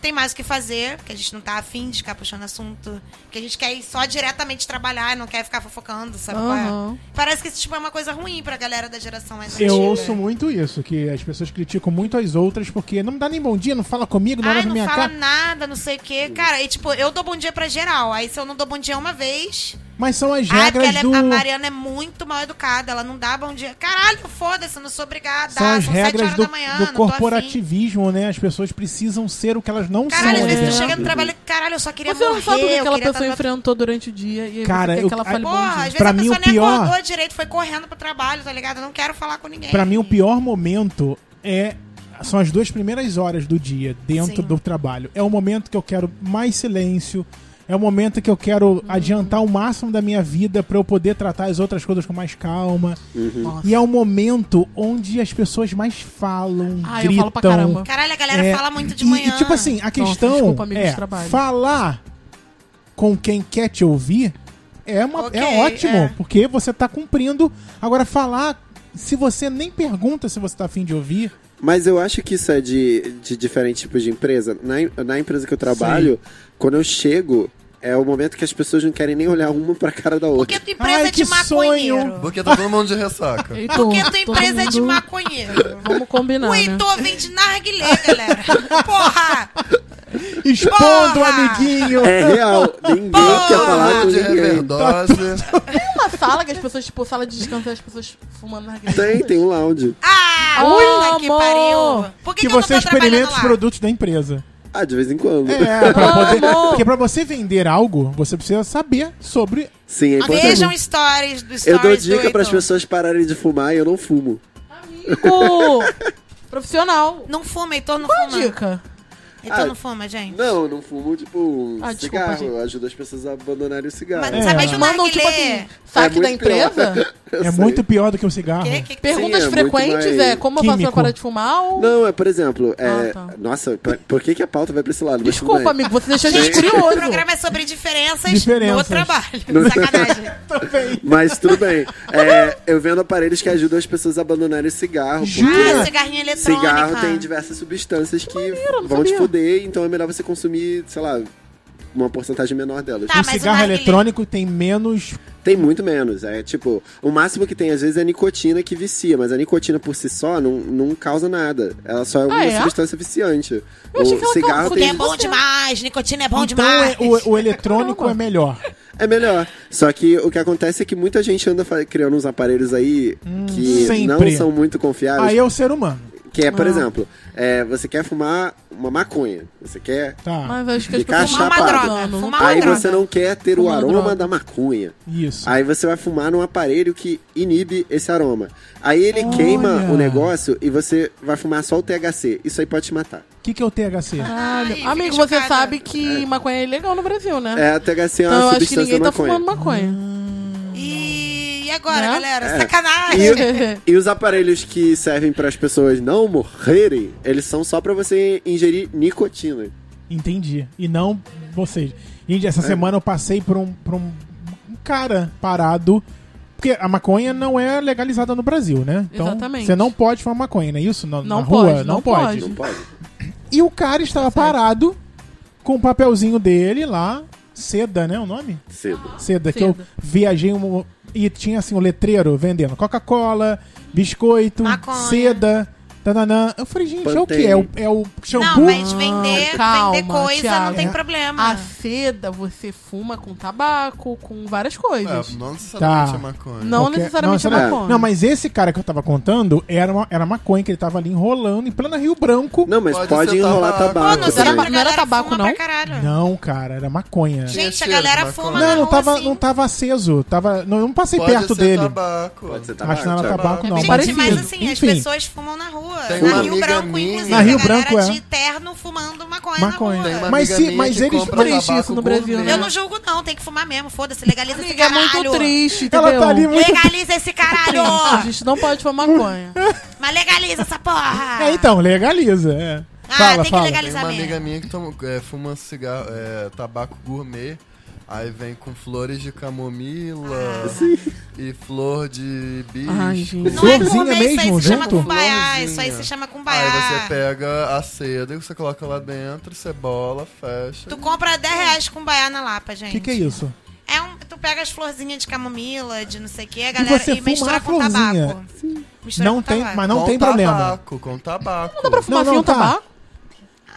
tem mais o que fazer, porque a gente não tá afim de ficar puxando assunto, porque a gente quer ir só diretamente trabalhar, não quer ficar fofocando, sabe? qual é?
Aham.
Parece que isso tipo, é uma coisa ruim pra galera da geração mais
Eu
antiga.
ouço muito isso, que as pessoas criticam muito as outras porque não me dá nem bom dia, não fala comigo, não olha
Ai,
pra
não
minha
fala
cara.
nada, não sei o quê. Cara, e tipo, eu dou bom dia pra geral. Aí se eu não dou bom dia uma vez.
Mas são as
Ai, porque
regras
ela é-
do.
a Mariana é muito mal educada, ela não dá bom dia. Caralho, foda-se, eu não sou obrigada.
São as
sete
regras
horas
do,
da manhã,
do
não tô afim.
corporativismo, né? As pessoas precisam ser o que elas não são. né?
Caralho, às
ali
vezes tu
dentro.
chega no trabalho, caralho, eu só queria
Você não
morrer.
sabe o que
eu
aquela
queria
pessoa
estar no
enfrentou durante o dia e aí
Cara,
você quer
eu-
que ela fale
Porra,
bom
às
dia.
vezes
Pra
a
mim,
pessoa
o
nem
pior-
acordou direito, foi correndo pro trabalho, tá ligado? Eu não quero falar com ninguém.
Pra mim, o pior momento é são as duas primeiras horas do dia dentro
Sim.
do trabalho. É o momento que eu quero mais silêncio. É o momento que eu
Uhum.
quero adiantar o máximo da minha vida pra eu poder tratar as outras coisas com mais calma.
Nossa.
E é o momento onde as pessoas mais falam,
Ah, eu
gritam.
falo pra caramba.
Caralho, a galera
É,
fala muito de
e-
manhã.
E, tipo assim, a questão
desculpa, amigos de
é
trabalho.
falar com quem quer te ouvir é, uma,
Ok,
é ótimo,
é.
porque você tá cumprindo. Agora, falar, se você nem pergunta se você tá afim de ouvir,
Mas eu acho que isso é de, de diferentes tipos de empresa. Na, em- na empresa que eu trabalho, quando eu chego, é o momento que as pessoas não querem nem olhar uma pra cara da outra.
Porque tua empresa
Ai,
é de
que sonho.
maconheiro.
Porque tá todo mundo de ressaca.
Heitor,
Porque tua
todo
empresa é de
mundo-
maconheiro.
Vamos combinar,
O
né?
Heitor vende narguilé, galera. Porra!
expondo o
Porra!
amiguinho.
É real, ninguém quer falar com
Tá Todo mundo de
é
ninguém.
reverdose.
Tem uma sala que as pessoas, tipo, sala de descanso, as pessoas fumando na grelha.
Tem, tem um lounge.
Ah,
Ui,
puta que
amor.
pariu. Por que,
Que
que eu não
você é
tô trabalhando
experimenta os
lá?
produtos da empresa.
Ah, de vez em quando.
É, pra poder.
Amo!
Porque pra você vender algo, você precisa saber sobre.
Sim, é importante.
Vejam stories do stories
eu dou
do
dica
Heitor.
para as pessoas pararem de fumar e eu não fumo.
Amigo! Profissional.
Não fuma, Heitor não
Qual a
fuma.
dica?
Heitor
Ah,
não fuma, gente.
Não, não fumo, tipo, um
Ah, desculpa,
cigarro.
gente.
eu ajudo as pessoas a abandonarem o cigarro.
Mas
É.
sabe mas o
Mandam,
narguilé...
tipo assim, saque
muito
da empresa?
pior. Eu
é
sei.
muito pior do que o cigarro.
Que, que, que...
Perguntas
Sim, é muito
frequentes
mais
é como eu faço
químico.
pra parar de fumar ou...
Não, é, por exemplo, é...
Ah, tá.
Nossa, pra- por que, que a pauta vai pra esse lado? Mas tudo
Desculpa,
bem.
amigo, você deixou a gente
Gente, o
curioso.
programa é sobre diferenças, no
Diferenças.
trabalho. Sacanagem.
Mas tudo bem. É, eu vendo aparelhos que ajudam as pessoas a abandonarem o cigarro. porque
Jura?
Ah,
é
cigarrinho eletrônico.
Cigarro tem diversas substâncias que
não
vão te
sabia.
foder, então é melhor você consumir, sei lá, uma porcentagem menor delas.
Tá. Ah,
o
mas o
cigarro
narguilé-
eletrônico tem menos
Tem muito menos. É tipo, o máximo que tem às vezes é a nicotina que vicia, mas a nicotina por si só não, não causa nada. Ela só é uma
é?
substância viciante.
achei que
O
ela
cigarro
causa-
Porque é
tem...
bom demais, nicotina é bom
então
demais.
é- o, o eletrônico
Caramba.
é melhor.
é melhor. Só que o que acontece é que muita gente anda fa- criando uns aparelhos aí que
Hum, sempre.
não são muito confiáveis.
Aí Ah. é o ser humano.
Que é, por exemplo, é, você quer fumar uma maconha, você quer...
Tá.
Mas acho que as
De
pessoas
caixa
fumam
Fumar uma
chapado.
droga,
Não,
fumar uma
Aí
droga.
você não quer ter o
Fumando
aroma
droga.
da maconha.
Isso.
Aí você vai fumar num aparelho que inibe esse aroma. Aí ele queima o negócio e você vai fumar só o THC. Isso aí pode te matar.
O que, que é o THC?
Caralho.
Ai,
Amigo,
fiquei
você
chocada.
sabe que maconha é ilegal no Brasil, né?
É, a THC é uma
então eu acho que
substância
ninguém
da
tá
maconha.
fumando maconha.
E, e agora,
Né?
galera?
É.
Sacanagem.
E, e os aparelhos que servem para as pessoas não morrerem, eles são só para você ingerir nicotina.
Entendi. E não vocês. Gente,
É.
essa semana eu passei por um, por um um cara parado. Porque a maconha não é legalizada no Brasil, né? Então
Exatamente.
você não pode fumar maconha, não é isso? Na,
Não
na rua?
pode, não pode.
Não pode.
E o cara estava parado com o papelzinho dele lá. Seda, né? O nome?
Cedo.
Seda, que
Seda.
eu viajei um, e tinha assim o letreiro vendendo Coca-Cola, biscoito,
Maconha.
seda, tananã. Eu falei, gente, é o
Pantene.
que? É o, é o shampoo?
Não, mas vender,
calma,
vender coisa
Thiago.
não tem
É.
problema.
A seda você fuma com tabaco, com várias coisas.
É, não necessariamente
Tá.
é maconha.
Não
Qualquer-
necessariamente é
será-
maconha.
Não, mas esse cara que eu tava contando era, uma, era maconha que ele tava ali enrolando em plena Rio Branco.
Não, mas
Pode
pode,
ser
enrolar tabaco.
tabaco.
Pô, no
Não era-
centro,
também.
a
não era
galera
tabaco,
fuma
não?
Pra caralho.
Não, cara, era maconha.
Tinha
Gente, a
cheiro
galera
de
fuma
maconha.
na
Não, não
rua,
tava,
assim.
não tava aceso. Tava, não, eu não passei
Pode
perto
ser
dele.
tabaco.
Pode ser
Acho que não era
Thiago.
tabaco, não.
Gente,
parecido.
mas assim, as
Enfim,
pessoas fumam na rua.
Tem
na
uma
Rio
amiga
Branco,
minha-
inclusive,
Na Rio
a galera
Branco, é.
de terno fumando maconha,
Maconha.
na
Tem
rua.
uma
Mas
amiga
se-
minha
mas
que
eles-
compra
Triste
tabaco
isso no
gourmet.
Brasil, né?
Eu não julgo não, tem que fumar mesmo, foda-se, legaliza
Amiga,
esse
é
caralho.
muito triste, entendeu?
Ela tá ali muito.
Legaliza esse caralho!
A gente não pode fumar maconha.
Mas legaliza essa porra!
É, então, legaliza. É.
Ah,
fala,
tem que
fala.
legalizar.
Tem uma
Elizabeth.
amiga minha que toma, é, fuma cigarro, é, tabaco gourmet, aí vem com flores de camomila, e flor de bicho.
Ai, gente.
Não é
Florzinha
gourmet, isso aí
mesmo,
se chama
junto?
cumbaiá. Isso aí
Florzinha.
se chama cumbaiá.
Aí você pega a seda e você coloca lá dentro, cebola, fecha.
Tu compra 10 reais cumbaiá na Lapa,
O
gente.
que, que é isso?
É um, tu pega as florzinhas de camomila, de não sei o que, a
E
galera
você
e mistura
fuma
com
a florzinha.
tabaco. Mistura
Não
com
tem,
tabaco.
mas não
com
tem problema.
Tabaco, com tabaco. Não
Fumar
Não,
fio
não, tá.
tabaco?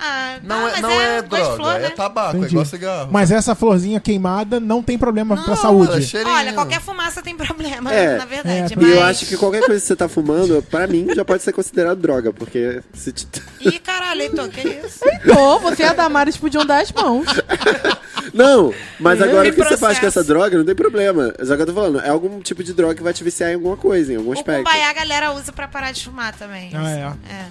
Ah,
Não,
tá,
é,
mas
não é,
gosto de
droga,
flor,
é
né?
tabaco, é
Entendi.
igual cigarro.
Mas essa florzinha queimada não tem problema pra
é
saúde.
cheirinho.
Olha, qualquer fumaça tem problema,
É.
na verdade.
É,
E
mas...
eu acho que qualquer coisa que você tá fumando, pra mim, já pode ser considerado droga, porque se te...
Ih, caralho, Heitor, que isso?
Pô, você e a Damares podiam dar as mãos.
Não, mas
Eu
agora
me
o que você faz
processo.
com essa droga não tem problema. Só que eu tô falando, é algum tipo de droga que vai te viciar em alguma coisa, em algum
O
aspecto.
cumbaiá a galera usa pra parar de fumar também.
Ah, é.
É.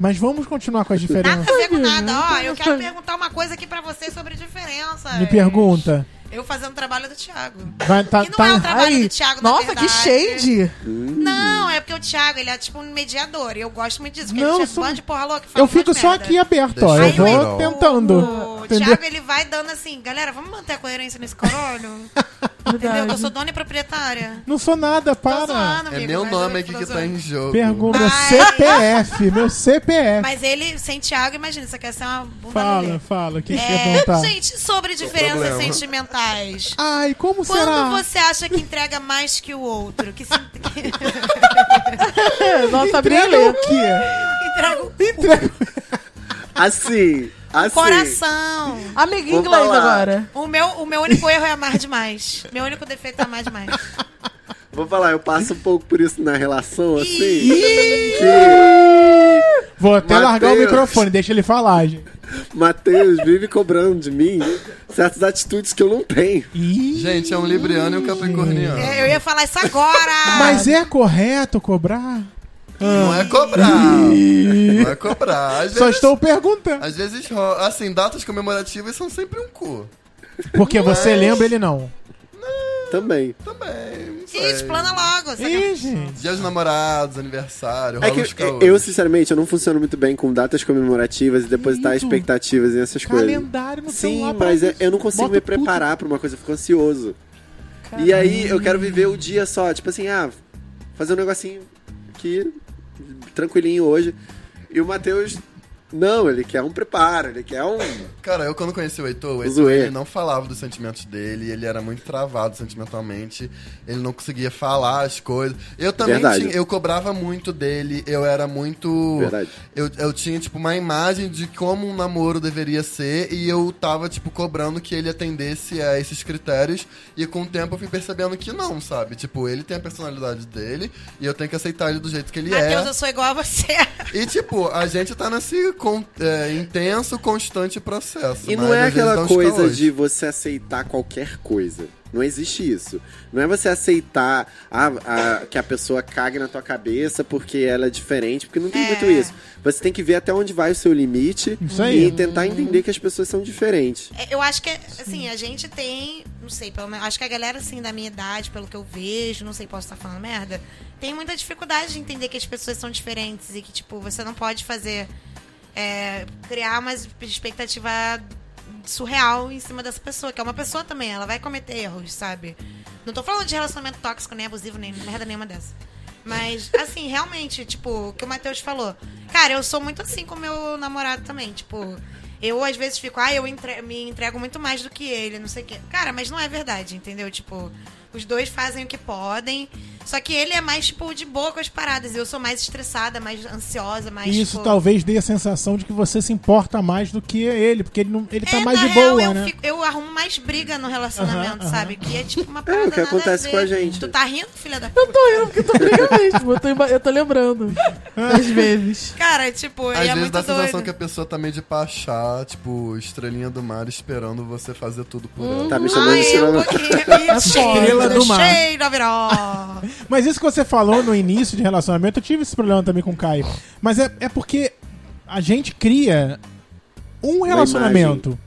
Mas vamos continuar com as
Nada
diferenças.
a ver com nada. Ó, eu quero perguntar uma coisa aqui pra vocês sobre diferença.
Me pergunta.
Eu fazendo o trabalho do Thiago.
Vai, tá,
E não é o
tá,
trabalho do Thiago, na
Nossa, que
verdade.
shade!
Não, é porque o Thiago, ele é tipo um mediador. E eu gosto muito disso. Porque
Não,
ele
eu
tinha
sou-
bando de porra louca. que fala
eu fico
umas
só
merda.
aqui aberto, ó. Eu
Deixa eu
vou
ver.
tentando.
O
Entendeu?
Thiago, ele vai dando assim, galera, vamos manter a coerência nesse corolho? Entendeu? Que eu
Verdade.
sou dona e proprietária.
Não sou nada,
Tô
para.
zoando,
É
amigo,
meu
mas
nome
eu
aqui
tô
que tá
zoando.
em jogo.
Pergunta, meu
Ai.
CPF, meu CPF.
Mas ele, sem Thiago, imagina, isso aqui é ser uma bunda
Fala,
mole.
fala, o que que você ia perguntar?
É, gente, sobre diferenças
problema.
sentimentais.
Ai, como
Quando
será?
você acha que entrega mais que o outro? Que, se, que
É, Nossa,
Entrega o
brilha.
quê?
entrega o
Entrega...
Assim, assim.
coração.
Amiga em
Vou
inglês
falar.
agora.
O meu, o meu único erro é amar demais. Meu único defeito é amar demais.
Vou falar, eu passo um pouco por isso na relação, assim.
Vou até
Mateus.
largar o microfone, deixa ele falar, gente.
Que Matheus vive cobrando de mim certas atitudes que eu não tenho.
Ih,
Gente, é um libriano e um capricorniano.
É, Eu ia falar isso agora.
Mas é correto cobrar?
Não é cobrar. não é cobrar. Às
Só
vezes,
estou perguntando.
Às vezes, ro- assim, datas comemorativas são sempre um cu.
Porque você lembra, ele não.
Também.
Tá
Também, não
Ih,
sei.
explana logo. saca-
Ih, gente.
Dias dos namorados, aniversário,
É
rola
que
os
eu,
caô.
eu, sinceramente, eu não funciono muito bem com datas comemorativas e depositar
Lindo.
expectativas em
tá
essas coisas.
Calendário no celular.
Sim,
pra
mas eu-
isso.
eu não consigo
Bota
me
tudo.
preparar pra uma coisa, eu fico ansioso. E aí eu quero viver o dia só, tipo assim, ah, fazer um negocinho aqui, tranquilinho hoje. E o Matheus, não, ele quer um preparo, ele quer um.
Cara, eu quando conheci o Heitor, o Heitor
Zoe.
ele não falava dos sentimentos dele, ele era muito travado sentimentalmente, ele não conseguia falar as coisas. Eu também
Verdade.
tinha- eu cobrava muito dele, eu era muito.
Verdade.
Eu, eu tinha, tipo, uma imagem de como um namoro deveria ser e eu tava, tipo, cobrando que ele atendesse a esses critérios. E com o tempo eu fui percebendo que não, sabe? Tipo, ele tem a personalidade dele e eu tenho que aceitar ele do jeito que ele é.
Matheus, eu sou igual a você.
E, tipo, a gente tá nesse con- é, intenso, constante processo.
E
mas
não é
às vezes dá
aquela
uns
coisa
calores.
de você aceitar qualquer coisa. Não existe isso. Não é você aceitar a- a- que a pessoa cague na tua cabeça porque ela é diferente, porque não tem muito
É.
isso. Você tem que ver até onde vai o seu limite
Isso aí.
e tentar entender que as pessoas são diferentes.
É, Eu acho que, assim, a gente tem, não sei, pelo menos, acho que a galera, assim, da minha idade, pelo que eu vejo, não sei, posso estar falando merda, tem muita dificuldade de entender que as pessoas são diferentes e que, tipo, você não pode fazer, é, criar uma expectativa surreal em cima dessa pessoa, que é uma pessoa também, ela vai cometer erros, sabe? Não tô falando de relacionamento tóxico, nem abusivo, nem merda nenhuma dessa. Mas, assim, realmente, tipo, o que o Matheus falou. Cara, eu sou muito assim com o meu namorado também. Tipo, eu às vezes fico, ah, eu entre- me entrego muito mais do que ele, não sei o quê. Cara, mas não é verdade, entendeu? Tipo, os dois fazem o que podem. Só que ele é mais, tipo, de boa com as paradas. Eu sou mais estressada, mais ansiosa, mais.
Isso tá
tipo...
talvez dê a sensação de que você se importa mais do que ele, porque ele, não, ele tá
É,
mais
na
de
real,
boa,
eu,
né?
fico- eu arrumo mais briga no
Aham,
relacionamento,
aham.
sabe? Que é tipo uma
É,
parada.
o que
nada
acontece
ver.
com a gente.
Tu tá rindo, filha da
Eu tô rindo porque eu tô rindo mesmo. Eu tô, ima- eu tô lembrando. Às vezes.
Cara, tipo, ele
Às
é
vezes
muito
dá a sensação
doido.
que a pessoa tá meio de pachá, tipo, estrelinha do mar esperando você fazer tudo por ela.
Tá me chamando de
Ai, um
sinal-
É
pouquinho.
Estrela do mar.
Cheio da viró.
Mas isso que você falou no início de relacionamento, eu tive esse problema também com o Caio. Mas é, é porque a gente cria um relacionamento,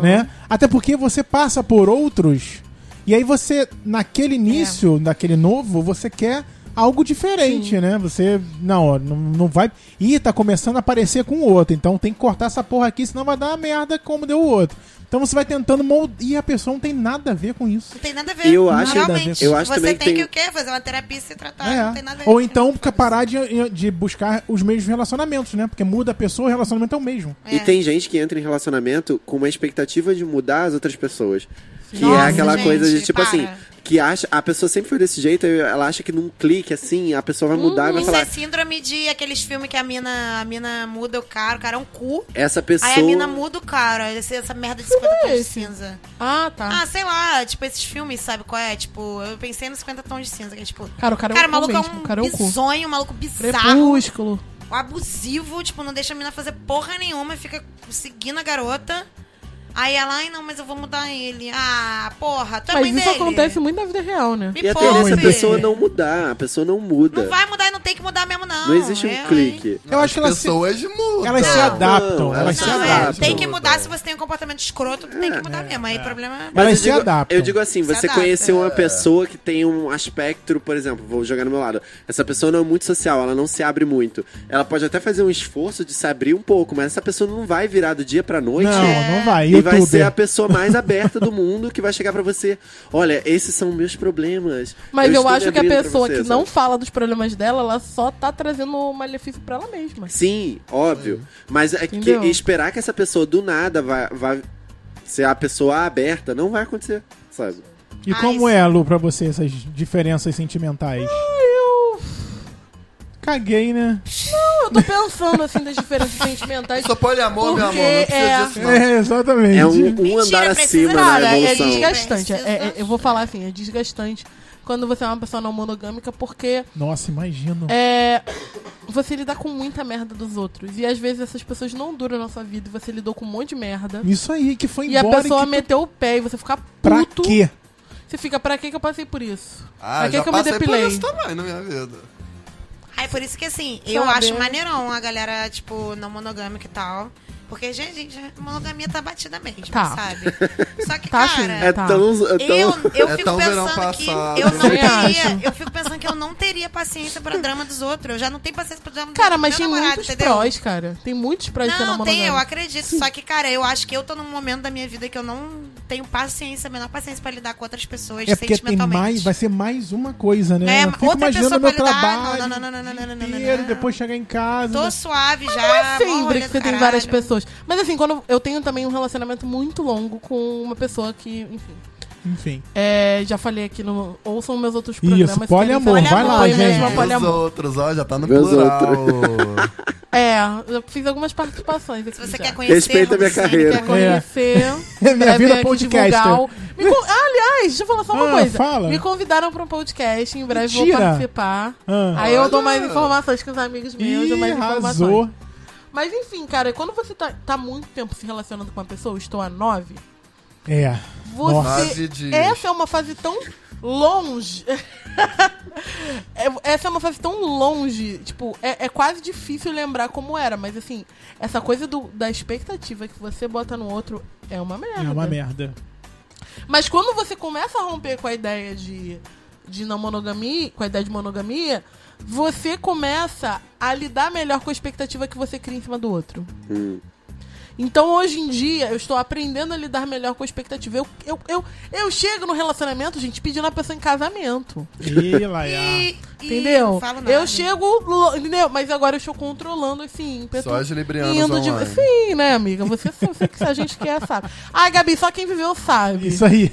né? Até porque você passa por outros e aí você, naquele início, naquele novo, você quer algo diferente, né? Você, não, ó, não, não vai... Ih, tá começando a aparecer com o outro, então tem que cortar essa porra aqui, senão vai dar uma merda como deu o outro. Então você vai tentando moldar... E a pessoa não tem nada a ver com isso.
Não tem nada a ver.
Eu acho-
realmente.
eu acho
Você
também
tem
que
que
tem-
o quê? Fazer uma terapia e se tratar. tá, Não tem nada a
É.
ver.
Ou então parar de, de buscar os mesmos relacionamentos, né? Porque muda a pessoa, o relacionamento é o mesmo.
É.
E tem gente que entra em relacionamento com uma expectativa de mudar as outras pessoas. Que
Nossa,
é aquela
gente,
coisa de tipo
para.
assim, que acha, a pessoa sempre foi desse jeito, aí ela acha que num clique assim, a pessoa vai mudar e vai
Isso é
falar,
síndrome de aqueles filmes que a mina, a mina muda o cara, o cara é um cu.
essa pessoa.
Aí a mina muda o cara, esse- essa merda de 50 tons de
esse?
cinza.
Ah, tá.
Ah, sei lá, tipo, esses filmes, sabe qual é? Tipo, eu pensei nos 50 tons de cinza, que é tipo.
Cara, o cara é
Cara,
um
o
cu
maluco é
mesmo,
um
o cara é um cu.
bizonho, um maluco bizarro,
Crepúsculo.
abusivo, tipo, não deixa a mina fazer porra nenhuma, fica seguindo a garota. Aí ela, ai não, mas eu vou mudar ele. Ah, porra, tu é
Mas
mãe
isso
dele.
acontece muito na vida real, né?
Me
E a
poupe.
tendência é a
Poupe.
pessoa não mudar, a pessoa não muda.
Não vai mudar e não tem que mudar mesmo, não.
Não existe um
É,
clique.
Eu acho que elas se,
pessoas mudam.
elas se adaptam.
Não,
elas
não,
se
Não,
adapta.
é,
adaptam.
tem que mudar se você tem um comportamento escroto, tu tem que
É,
mudar mesmo. Aí o problema
Mas
eu
se
digo-
adaptam.
Eu digo assim,
Se
você
adapta.
conhecer
É.
uma pessoa que tem um aspecto, por exemplo, vou jogar no meu lado. Essa pessoa não é muito social, ela não se abre muito. Ela pode até fazer um esforço de se abrir um pouco, mas essa pessoa não vai virar do dia pra noite.
É.
Não, é não vai.
E vai
YouTube.
ser a pessoa mais aberta do mundo que vai chegar pra você. Olha, esses são meus problemas.
Mas eu,
estou me
acho que a
abrindo pra
pessoa
você",
que
sabe?
não fala dos problemas dela, ela só tá trazendo o malefício pra ela mesma.
Sim, óbvio. Mas é que
Entendeu?
esperar que essa pessoa do nada vai, vai ser a pessoa aberta não vai acontecer, sabe?
E
Ah,
como
isso-
é, Lu, pra você essas diferenças sentimentais?
Eu,
Caguei, né?
eu tô pensando assim das diferenças sentimentais.
Só poliamor, meu amor,
Porque
não precisa
é-
disso, não.
É, exatamente.
É um, um
Mentira,
andar
precisa-
acima
Cara,
da
é,
evolução.
desgastante. É- é-
Precisa-
eu vou falar assim, é desgastante quando você é uma pessoa não monogâmica, porque
Nossa, imagino.
é, você lidar com muita merda dos outros. E às vezes essas pessoas não duram na sua vida e você lidou com um monte de merda.
Isso aí, que foi
E a
embora.
pessoa
que...
meteu o pé e você ficar puto.
Pra quê?
Você fica, pra que que eu passei por isso? pra
Ah,
que é
já
que eu me
passei por
depilei?
isso também na minha vida.
Aí por isso que assim, eu
Sabe?
acho maneirão a galera, tipo, não monogâmica e tal. Porque, gente, gente, monogamia tá batida mesmo,
Tá.
sabe? Só que,
Tá,
assim.
sim.
cara,
É
Tá.
tão. é
eu,
tão-
eu
É
fico
tão verão
pensando que
passado.
eu não
Também
teria.
acho.
Eu fico pensando que eu não teria paciência pra drama dos outros. Eu já não tenho paciência pro drama
Cara,
do
mas
meu
tem
namorado,
muitos
entendeu?
prós, cara. Tem muitos prós de ser
Não, tem, eu
monogâmico.
acredito. Só que, cara, eu acho que eu tô num momento da minha vida que eu não tenho paciência, a menor paciência pra lidar com outras pessoas
É porque tem
sentimentalmente.
mais, vai ser mais uma coisa, né?
É,
Eu fico
outra
imaginando
pessoa
meu
pra lidar, não,
trabalho
não, não, não, não, não, não, não, não,
inteiro,
não.
depois chegar em casa. né?
Tô suave já. mó
é sempre
rolê
que
do
você tem
caralho.
várias pessoas. Mas assim, quando eu tenho também um relacionamento muito longo com uma pessoa que, enfim.
Enfim.
é, já falei aqui no. Ouçam meus outros programas. que
poliamor,
eles-
vai lá,
poliamor,
gente.
eles vão
Meus
Os
poliamor.
outros, ó, já tá no
Meus
plural.
É, eu fiz algumas participações aqui.
Se você
já.
quer conhecer,
Respeita a minha
Romulo
carreira.
Quer conhecer.
É minha
vai
vida
vir aqui
podcaster.
divulgar o- Me con- Ah, aliás, deixa eu falar só uma
Ah,
coisa.
fala.
Me convidaram pra um podcast, em breve
Mentira.
vou participar.
Ah.
Aí eu dou mais
Olha.
informações com os amigos meus, dou
Ih,
mais informações.
arrasou.
Mas enfim, cara, quando você tá, tá muito tempo se relacionando com uma pessoa, eu estou há nove,
É.
você.
Nossa.
Fase de-
Essa é uma fase tão longe. É- essa é uma fase tão longe. Tipo, é, é quase difícil lembrar como era, mas assim, essa coisa do, da expectativa que você bota no outro é uma merda.
É uma merda.
Mas quando você começa a romper com a ideia de, de não monogamia, com a ideia de monogamia, você começa a lidar melhor com a expectativa que você cria em cima do outro.
Hum.
Então hoje em dia eu estou aprendendo a lidar melhor com a expectativa. Eu, eu, eu, eu chego no relacionamento, gente, pedindo a pessoa em casamento.
Ih, Laiá.
E- e
É. Entendeu?
não falo nada.
Eu chego, lo- entendeu? Mas agora eu estou controlando esse ímpeto.
Só as librianas
indo de...
online.
Sim, né, amiga? Você sabe o que a gente quer, sabe. Ai, Gabi, só quem viveu sabe.
Isso aí.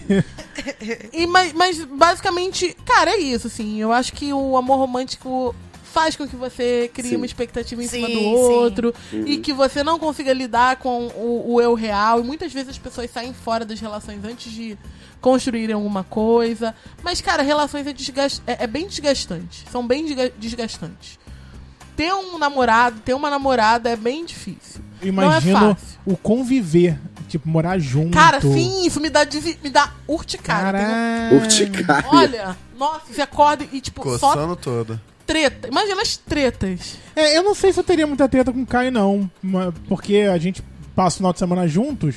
E, mas, mas, basicamente, cara, é isso, assim. Eu acho que o amor romântico faz com que você crie
Sim.
uma expectativa em cima
Sim,
do
sim.
outro e que você não consiga lidar com o, o eu real. E muitas vezes as pessoas saem fora das relações antes de construírem alguma coisa. Mas, cara, relações é, desgas- é- é bem desgastante. São bem desga- desgastantes. Ter um namorado, ter uma namorada é bem difícil.
Eu
Não
Imagino
é fácil.
o conviver. Tipo, morar junto.
Cara, sim, isso me dá, desi- me dá urticária. um Eu tenho
Caralho.
Urticária.
Olha, nossa, você acorda e, tipo, só
Coçando todo.
treta. Imagina as tretas.
É, eu não sei se eu teria muita treta com o Caio, não. ma- Porque a gente passa o final de semana juntos.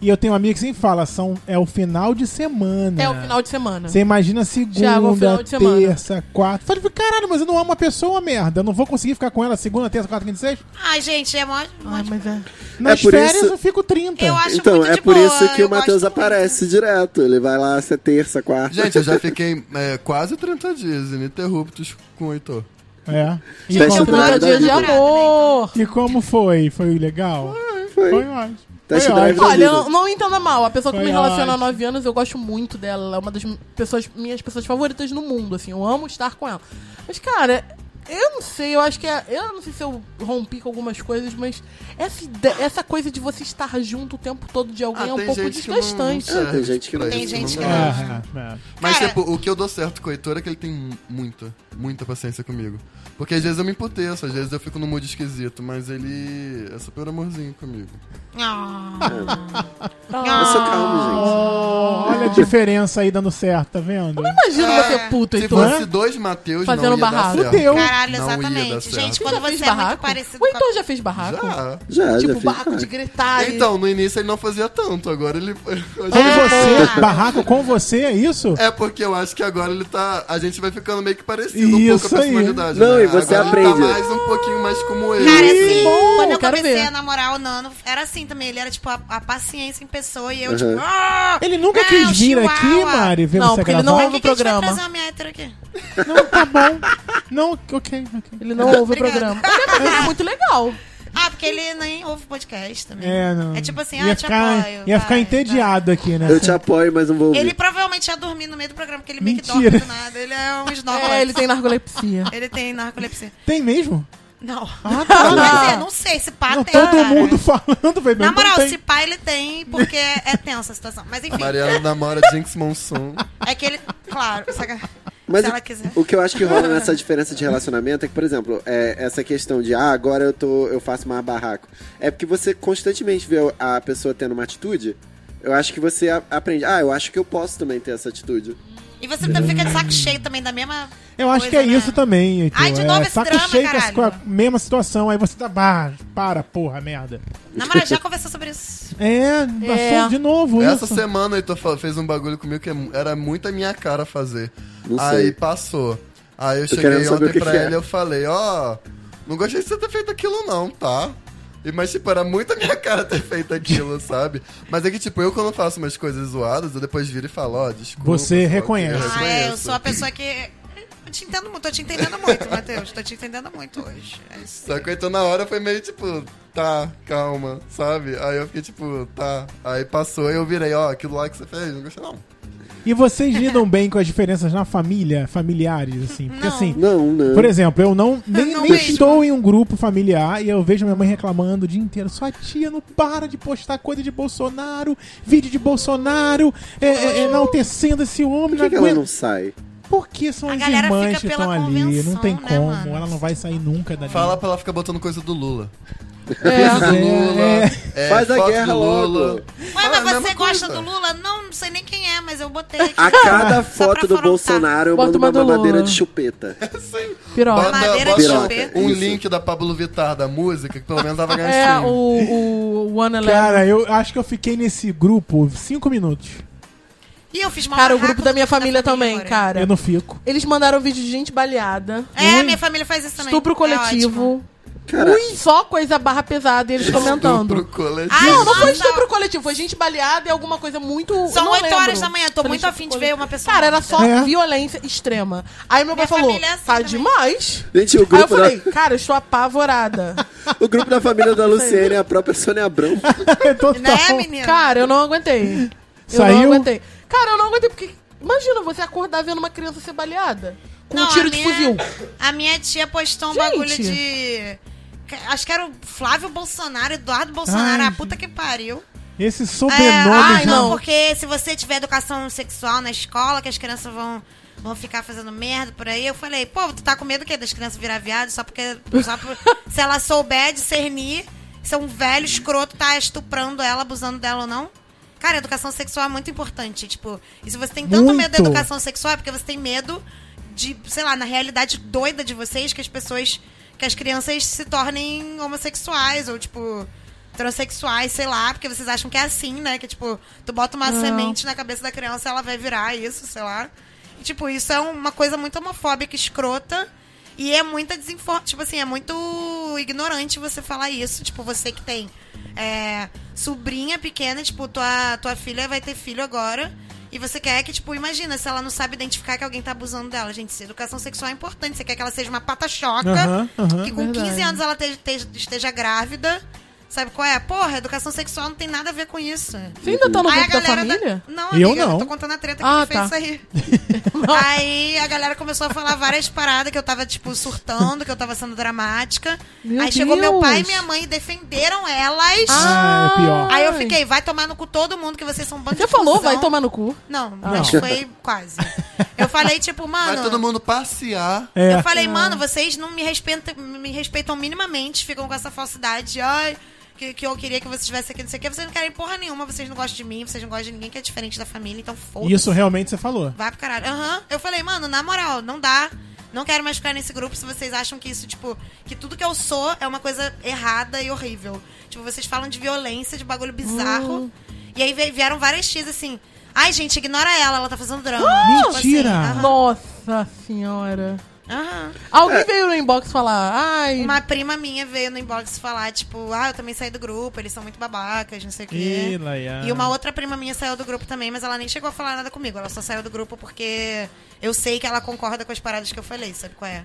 E eu tenho um amigo que sempre fala, são, é o final de semana.
É o final de semana.
Você imagina
Thiago, é
um
o
segunda,
final de semana.
terça, quarta. Fala, tipo, caralho, mas eu não amo a pessoa, merda. Eu não vou conseguir ficar com ela segunda, terça, quarta, quinta e sexta.
Ai, gente, é mó. mó-
Ai, mas é.
Nas
por
férias
isso-
eu fico 30.
Eu acho
Então,
muito
é
de
por
boa,
isso que
eu
o Matheus
gosto
aparece direto. Ele vai lá ser terça, quarta.
Gente, eu já fiquei é, quase 30 dias ininterruptos com o Heitor.
É. E
Teste
como,
drive
Primeiro
da
dia é de
vida.
amor.
e como foi? Foi legal?
Foi.
Foi ótimo.
Teste
Foi
drive
ótimo.
da
Olha,
vida.
não, não entenda mal. A pessoa que
Foi
me relaciona há
ótimo.
9 anos, eu gosto muito dela. Ela é uma das pessoas, minhas pessoas favoritas no mundo, assim. Eu amo estar com ela. Mas, cara, eu não sei. Eu acho que é... Eu não sei se eu rompi com algumas coisas, mas essa, ide- essa coisa de você estar junto o tempo todo de
Ah,
alguém é um pouco desgastante.
Ah, tem gente que não-
Tem gente que
dá.
É, é.
Mas,
Cara-
tipo, o que eu dou certo com o Heitor é que ele tem muita, muita paciência comigo. Porque às vezes eu me emputeço, às vezes eu fico num mood esquisito, mas ele é super amorzinho comigo.
Ah.
Eu sou calmo,
Oh, olha a diferença aí dando certo, tá vendo?
Imagina você puto,
Se
Heitor.
fosse dois Mateus,
Fazendo
não ia
barraco.
dar certo.
Fudeu.
Caralho,
Não ia dar
exatamente.
certo.
Gente,
Você
quando
já fez
você é muito
barraco?
parecido
o
com a
Heitor já fez barraco?
Já.
gente. Já, já
Tipo,
fiz.
barraco
Ah,
de gritar. e-
Então, no início ele não fazia tanto, agora ele...
É.
Com
assim?
você, barraco com você, é isso?
É porque eu acho que agora ele tá. A gente vai ficando meio que parecido um
Isso
pouco a
aí.
personalidade.
Não,
né?
e você
agora
aprende.
Ele tá mais um pouquinho mais como eu.
Cara, assim,
bom,
quando eu
quero
comecei
ver.
a namorar o Nano, era assim também. Ele era, tipo, a, a paciência em pessoa e eu,
Aham.
tipo... "Ah,
Ele nunca
não,
quis vir aqui,
chihuahua."
Mari, ver
Não,
você
porque ele não
gravar.
Pra
ouve
que
o
que a gente vai
programa.
trazer uma hétero aqui?
Não, tá bom. Não, ok, ok.
Ele não ouve o
Obrigada.
programa. Mas é uma coisa muito legal.
Ah, porque ele nem ouve podcast também.
É, não.
tipo assim, ah,
ia
eu te
ficar,
apoio.
Ia
vai, tá."
ficar entediado aqui, né?
Eu te apoio, mas não vou
vai.
ouvir.
Ele provavelmente ia dormir no meio do programa, porque ele meio
Mentira.
que dorme do nada. Ele é um snob.
É, ele tem narcolepsia.
Ele tem narcolepsia.
Tem mesmo?
Não.
Ah, tá.
Quer dizer, não sei, se pá
Não,
tem,
todo
cara.
mundo falando, velho.
Na
então
moral,
tem.
se pá ele tem, porque é é tensa a situação. Mas enfim,
Mariana namora Jinx Monson.
é que ele... Claro, saca...
Mas
se
o-
ela quiser.
o que eu acho que rola nessa diferença de relacionamento é que, por exemplo, é, essa questão de ah, agora eu tô, eu faço mais barraco. É porque você constantemente vê a pessoa tendo uma atitude. Eu acho que você a- aprende. Ah, eu acho que eu posso também ter essa atitude.
E você também fica de saco cheio também da mesma.
Eu acho
coisa,
que é
né?
isso também, Heitor.
Ai, de
é,
novo esse
saco
drama,
cheio com a- com a
caralho.
mesma situação. Aí você tá. Ah, para, porra, merda.
Na moral, já conversou sobre isso.
É,
É.
assunto de novo
Essa
isso.
semana o Heitor fa- fez um bagulho comigo que é mu- era muito a minha cara fazer.
Não sei.
Aí passou. Aí eu
querendo
cheguei
saber o
ontem
que
pra
que é.
ele e eu falei, ó, não gostei de você ter feito aquilo não, tá? E, mas, tipo, era muito a minha cara ter feito aquilo, sabe? Mas é que, tipo, eu quando faço umas coisas zoadas, eu depois viro e falo, ó, desculpa.
Você
só que eu
reconhece. Eu
Ah, é, eu
reconheço.
sou a pessoa que. Eu te entendo muito, tô te entendendo muito, Matheus. Tô te entendendo muito hoje. É isso.
Só que então na hora foi meio tipo, tá, calma, sabe? Aí eu fiquei tipo, tá. Aí passou e eu virei, ó, aquilo lá que você fez, não gostei não.
E vocês lidam bem com as diferenças na família, familiares, assim? Porque
Não.
assim.
Não, não.
Por exemplo, eu não nem,
Não
nem
mesmo.
estou em um grupo familiar e eu vejo minha mãe reclamando o dia inteiro. Sua tia não para de postar coisa de Bolsonaro, vídeo de Bolsonaro, é, é, é, enaltecendo esse homem.
Por que, que
não
ela não
aguento.
sai?
Por que são
A
as
galera
irmãs
fica
que
pela
estão ali? Não
convenção,
tem
né,
como,
mano?
ela não vai sair nunca dali.
Fala pra ela ficar botando coisa do Lula.
É.
Do
É,
Lula.
é.
é,
Faz a
foto
guerra
do Lula.
logo.
Ué,
Fala a
mas você
mesma
gosta
coisa.
do Lula? Não, não sei nem quem é, mas eu botei aqui.
A cada
Só pra
foto do
afrontar.
Bolsonaro eu
Bota
mando uma
uma do
mamadeira
Lula.
de chupeta.
Sim.
Piroca.
Bota-
Madeira
bota
de chupeta.
um
Isso.
link da Pablo Vittar da música, que pelo menos ela vai ganhar
É,
stream.
o, o One Eleven.
Cara, eu acho que eu fiquei nesse grupo cinco minutos.
E eu fiz mal
Cara, o
barraco
grupo da minha família também,
agora.
cara.
Eu não fico.
Eles mandaram um vídeo de gente baleada.
É, minha família faz isso também.
Estupro
É ótimo.
coletivo.
Cara,
Ui, só coisa barra pesada e eles
Pro
comentando.
coletivo.
Ah,
Não, não foi
Não.
estupro coletivo, foi gente baleada e alguma coisa muito.
São
não
8
lembro.
horas da manhã, tô
Falei,
muito afim de ver uma pessoa.
Cara, era
morta.
só
É.
violência extrema. Aí meu pai
Minha
falou:
família é assim
tá
também."
demais.
gente, o
Aí eu
grupo,
falei,
da,
cara, eu estou apavorada.
o grupo da família da Luciene é a própria Sônia Abrão.
É Total.
Né, menina?
Cara, eu não aguentei. Eu
Saiu?
não aguentei. Cara, eu não aguentei, porque. Imagina você acordar vendo uma criança ser baleada. Com
Não,
um tiro
a
de
minha-
fuzil.
A minha tia postou um
Gente.
bagulho de. Acho que era o Flávio Bolsonaro, Eduardo Bolsonaro,
Ai,
a puta que pariu.
Esse
É,
sobrenome um-
ai,
já.
não,
não.
porque se você tiver educação sexual na escola, que as crianças vão, vão ficar fazendo merda por aí, eu falei, pô, tu tá com medo o quê? Das crianças virar viado, só porque. Só por- se ela souber discernir se um velho escroto tá estuprando ela, abusando dela ou não. Cara, educação sexual é muito importante. Tipo, e se você tem tanto
Muito.
medo da educação sexual, é porque você tem medo de, sei lá, na realidade doida de vocês, que as pessoas. que as crianças se tornem homossexuais, ou tipo. heterossexuais, sei lá, porque vocês acham que é assim, né? Que tipo, tu bota uma semente na cabeça da criança ela vai virar isso, sei lá. E, tipo, isso é uma coisa muito homofóbica, escrota. E é muita desinformação. Tipo assim, é muito ignorante você falar isso. Tipo, você que tem é, sobrinha pequena, tipo, tua, tua filha vai ter filho agora. E você quer que, tipo, imagina, se ela não sabe identificar que alguém tá abusando dela. Gente, se educação sexual é importante. Você quer que ela seja uma pata-choca,
Aham, aham.
que com
Verdade.
15 anos ela te- te- esteja grávida. Sabe qual é? Porra, educação sexual não tem nada a ver com isso.
Você ainda tá no
Aí a
grupo da
galera da-
família?
Não,
Eu
amiga, eu
não.
tô contando a treta que
Ah,
ele fez
tá.
aí. aí a galera começou a falar várias paradas que eu tava, tipo, surtando, que eu tava sendo dramática.
Meu
aí chegou meu pai e
Deus.
minha mãe e defenderam elas.
Ah, é pior.
Aí eu fiquei, vai tomar no cu todo mundo que vocês são um bando
Você
de
falou,
cuzão.
vai tomar no cu.
Não,
Ah.
mas foi quase. Eu falei, tipo,
Vai
mano.
todo mundo passear.
É.
Eu falei, mano, vocês não me respeitam, me respeitam minimamente, ficam com essa falsidade, ai, que, que eu queria que vocês estivessem aqui, não sei o quê. Vocês não querem porra nenhuma, vocês não gostam de mim, vocês não gostam de ninguém que é diferente da família, então foda-se.
Isso realmente você falou.
Vai pro caralho. Aham. Eu falei, mano, na moral, não dá. Não quero mais ficar nesse grupo se vocês acham que isso, tipo, que tudo que eu sou é uma coisa errada e horrível. Tipo, vocês falam de violência, de bagulho
Hum.
bizarro. E aí vi- vieram várias X assim. Ai, gente, ignora ela, ela tá fazendo drama. Tipo assim,
Mentira!
aham,
Nossa senhora.
aham.
Alguém veio no inbox falar, ai,
Uma prima minha veio no inbox falar, tipo, ah, eu também saí do grupo, eles são muito babacas, não sei o quê.
Ih, Laia.
É. E uma outra prima minha saiu do grupo também, mas ela nem chegou a falar nada comigo. Ela só saiu do grupo porque eu sei que ela concorda com as paradas que eu falei, sabe qual é?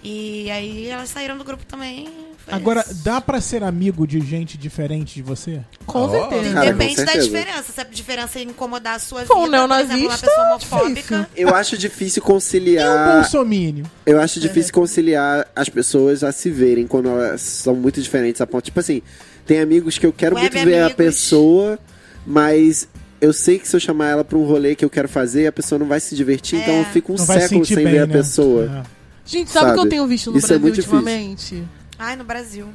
E aí elas saíram do grupo também. foi
Agora,
isso.
dá pra ser amigo de gente diferente de você?
com certeza.
Cara, com
Depende da
certeza.
diferença. Se a diferença incomodar a sua
For um
né,
vida, por exemplo, uma
neonazista,
é
pessoa homofóbica.
Eu acho difícil
E o
conciliar.
É um bolsomínio?
Eu acho difícil conciliar as pessoas a se verem quando elas são muito diferentes a ponto. Tipo assim, tem amigos que eu quero
Web
muito ver a
amigos.
pessoa, mas eu sei que se eu chamar ela pra um rolê que eu quero fazer, a pessoa não vai se divertir, então eu fico um
Não vai se
século
sentir
sem
bem,
ver a
né?
pessoa.
Gente, sabe o que eu
Sabe?
tenho visto no
Isso é
Brasil
muito difícil.
ultimamente?
Ai, no Brasil.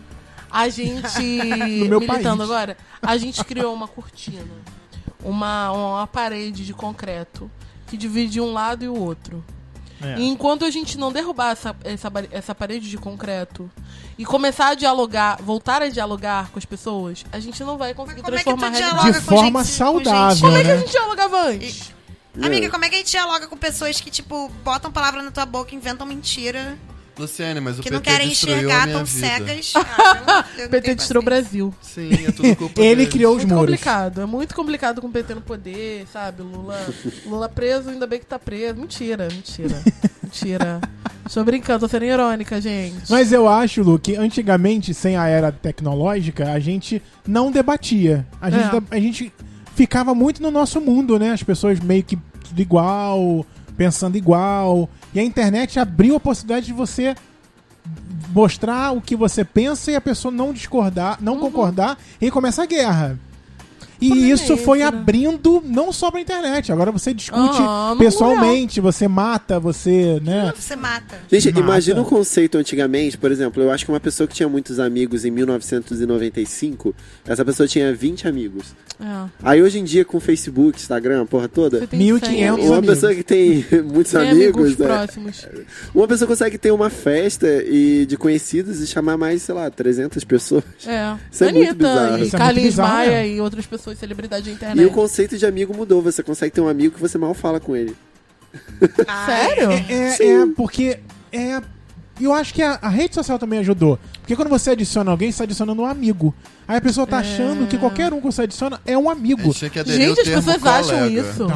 A gente.
meu
militando
país.
agora, a gente criou uma cortina. Uma, uma parede de concreto que divide um lado e o outro.
É.
E enquanto a gente não derrubar essa, essa, ba- essa parede de concreto e começar a dialogar, voltar a dialogar com as pessoas, a gente não vai
Mas
conseguir
como é que
transformar
tu
a
dialoga
realidade.
De
com
forma
gente,
saudável, né?
Com
Como é
gente?
que a gente dialogava antes?
Amiga, como é que a gente dialoga com pessoas que, tipo, botam palavra na tua boca, inventam mentira,
Luciane, mas o
que
PT
não querem
destruiu a
enxergar,
minha
tão
vida.
cegas? Ah, eu não- eu
O
não
PT
tenho
destruiu o
paciência.
Brasil.
Sim, é tudo culpa
Ele
deles.
criou os
Muito
muros.
complicado, é muito complicado com o PT no poder, sabe? Lula, Lula preso, ainda bem que tá preso. Mentira, mentira, mentira. Estou brincando, tô sendo irônica, gente.
Mas eu acho, Lu, que antigamente, sem a era tecnológica, a gente não debatia. A gente,
É.
da- a gente ficava muito no nosso mundo, né? As pessoas meio que tudo igual, pensando igual. E a internet abriu a possibilidade de você mostrar o que você pensa e a pessoa não discordar, não concordar e começa a guerra. E
Problema Uhum. é
isso foi
esse, né?
abrindo não só pra internet, agora você discute
Ah, no
pessoalmente, você mata, você, né?
Você mata.
Gente,
Mata.
imagina o conceito antigamente, por exemplo, eu acho que uma pessoa que tinha muitos amigos em 1995, essa pessoa tinha 20 amigos.
É,
Aí hoje em dia, com Facebook, Instagram, a porra toda,
você tem
1500
100
uma
amigos.
pessoa que tem muitos
amigos,
amigos, né?
próximos.
Uma pessoa consegue ter uma festa e de conhecidos e chamar mais, sei lá, 300 pessoas.
É.
Isso é muito
Anitta
bizarro.
e
Isso é muito
Carlinhos
bizarro,
Maia
né?
e outras pessoas, celebridade da
E o
internet.
conceito de amigo mudou. Você consegue ter um amigo que você mal fala com ele.
Sério?
É, é, porque é. Eu acho que a, a rede social também ajudou. Porque quando você adiciona alguém, você está adicionando um amigo. Aí a pessoa
É.
tá achando que qualquer um que você adiciona é um amigo.
Tinha que aderir
Gente,
ao
as
termo
pessoas
colega.
acham isso.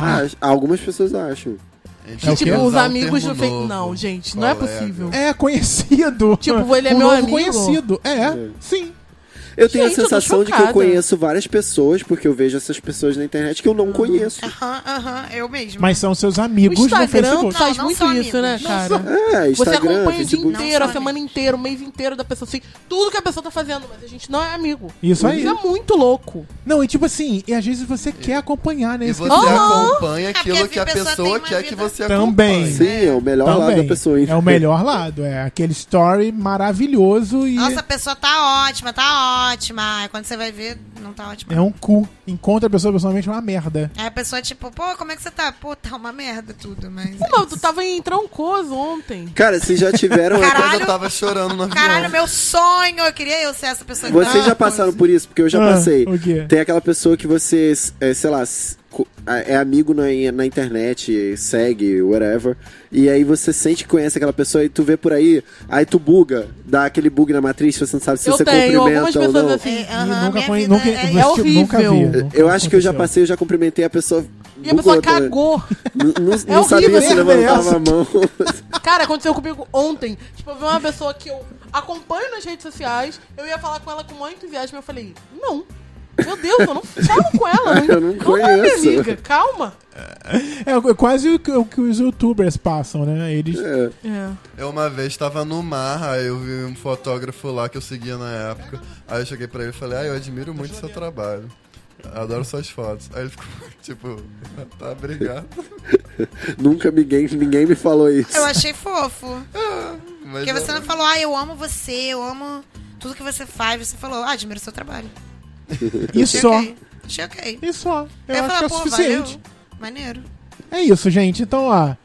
Ah, algumas pessoas acham.
A gente
É o
tinha que
é quê?
Tipo,
usar
os
um
amigos
termo
do Face.
novo.
Não, gente, não é
Colega.
possível.
É conhecido.
Tipo, ele é meu
novo
amigo?
conhecido. É, sim.
Eu tenho
Gente, eu
a
tô
sensação de que eu
chocada.
conheço várias pessoas, porque eu vejo essas pessoas na internet que eu não conheço.
Ah, Aham, aham, eu mesmo.
Mas são seus
O
amigos no
Instagram
Facebook.
faz
Não, não
muito
são
isso, né,
amigos.
cara?
É,
Você
Instagram,
acompanha o dia
Facebook.
inteiro, a
Não,
semana inteira, o mês inteiro da pessoa, assim, tudo que a pessoa tá fazendo, mas a gente não é amigo.
Isso aí.
Isso é muito louco.
Não, e tipo assim, e às vezes você quer acompanhar, né?
E
Isso
você acompanha
É
aquilo
porque
que
a
a
pessoa
pessoa
tem uma
quer que
vida-
você
Também.
acompanhe.
Sim, é o melhor lado da pessoa.
É o melhor lado. É aquele story é. maravilhoso e.
Nossa, a pessoa tá ótima, tá ótima. Aí Quando você vai ver, não tá ótima.
É um cu. Encontra a pessoa pessoalmente é uma merda.
Aí a pessoa, tipo, pô, como é que você tá? Pô, tá uma merda tudo, mas.
Pô, mas tu tava em Troncoso ontem.
Cara, vocês já tiveram.
Caralho.
Mas eu tava chorando
assim?
no avião.
Caralho, meu sonho! Eu queria eu ser essa pessoa que
Vocês
tá-
já passaram por isso, porque eu já
Ah,
passei.
o quê?
Tem aquela pessoa que você, é, sei lá, s- co- a- é amigo na, na internet, segue, whatever. E aí você sente que conhece aquela pessoa e tu vê por aí, aí tu buga, dá aquele bug na matriz, você não sabe se
eu
você
tenho algumas
cumprimenta ou
pessoas
não.
assim.
É, aham,
nunca
minha
foi-
vida
nunca,
é-
é
nunca vi,
horrível.
nunca
Eu acho que eu já
aconteceu.
passei, eu já cumprimentei a pessoa.
E a pessoa
bugou também.
cagou.
N- Não,
É horrível,
não
É
sabia se
merda
levantava
essa.
a mão.
Cara, aconteceu comigo ontem. Tipo, eu vi uma pessoa que eu acompanho nas redes sociais, eu ia falar com ela com muito entusiasmo, eu falei, não. Meu Deus, eu não falo com ela.
Eu não
é minha
conheço.
amiga, calma.
É quase o que, o que os youtubers passam, né? Eles.
É.
Eu uma vez tava no mar, aí eu vi um fotógrafo lá que eu seguia na época. Aí eu cheguei pra ele e falei, ah, eu admiro muito seu trabalho. Adoro suas fotos. Aí ele ficou, tipo, tá, obrigado.
Nunca ninguém, ninguém me falou isso.
Eu achei fofo.
Mas
Porque você
é
eu-
não falou, ah, eu amo você, eu amo tudo que você faz. Você falou, ah, admiro seu trabalho.
E só.
ok. Achei ok.
E só. Eu,
ia
acho
falar,
que é o
pô,
suficiente.
Valeu. Maneiro.
É isso, gente. Então, ó.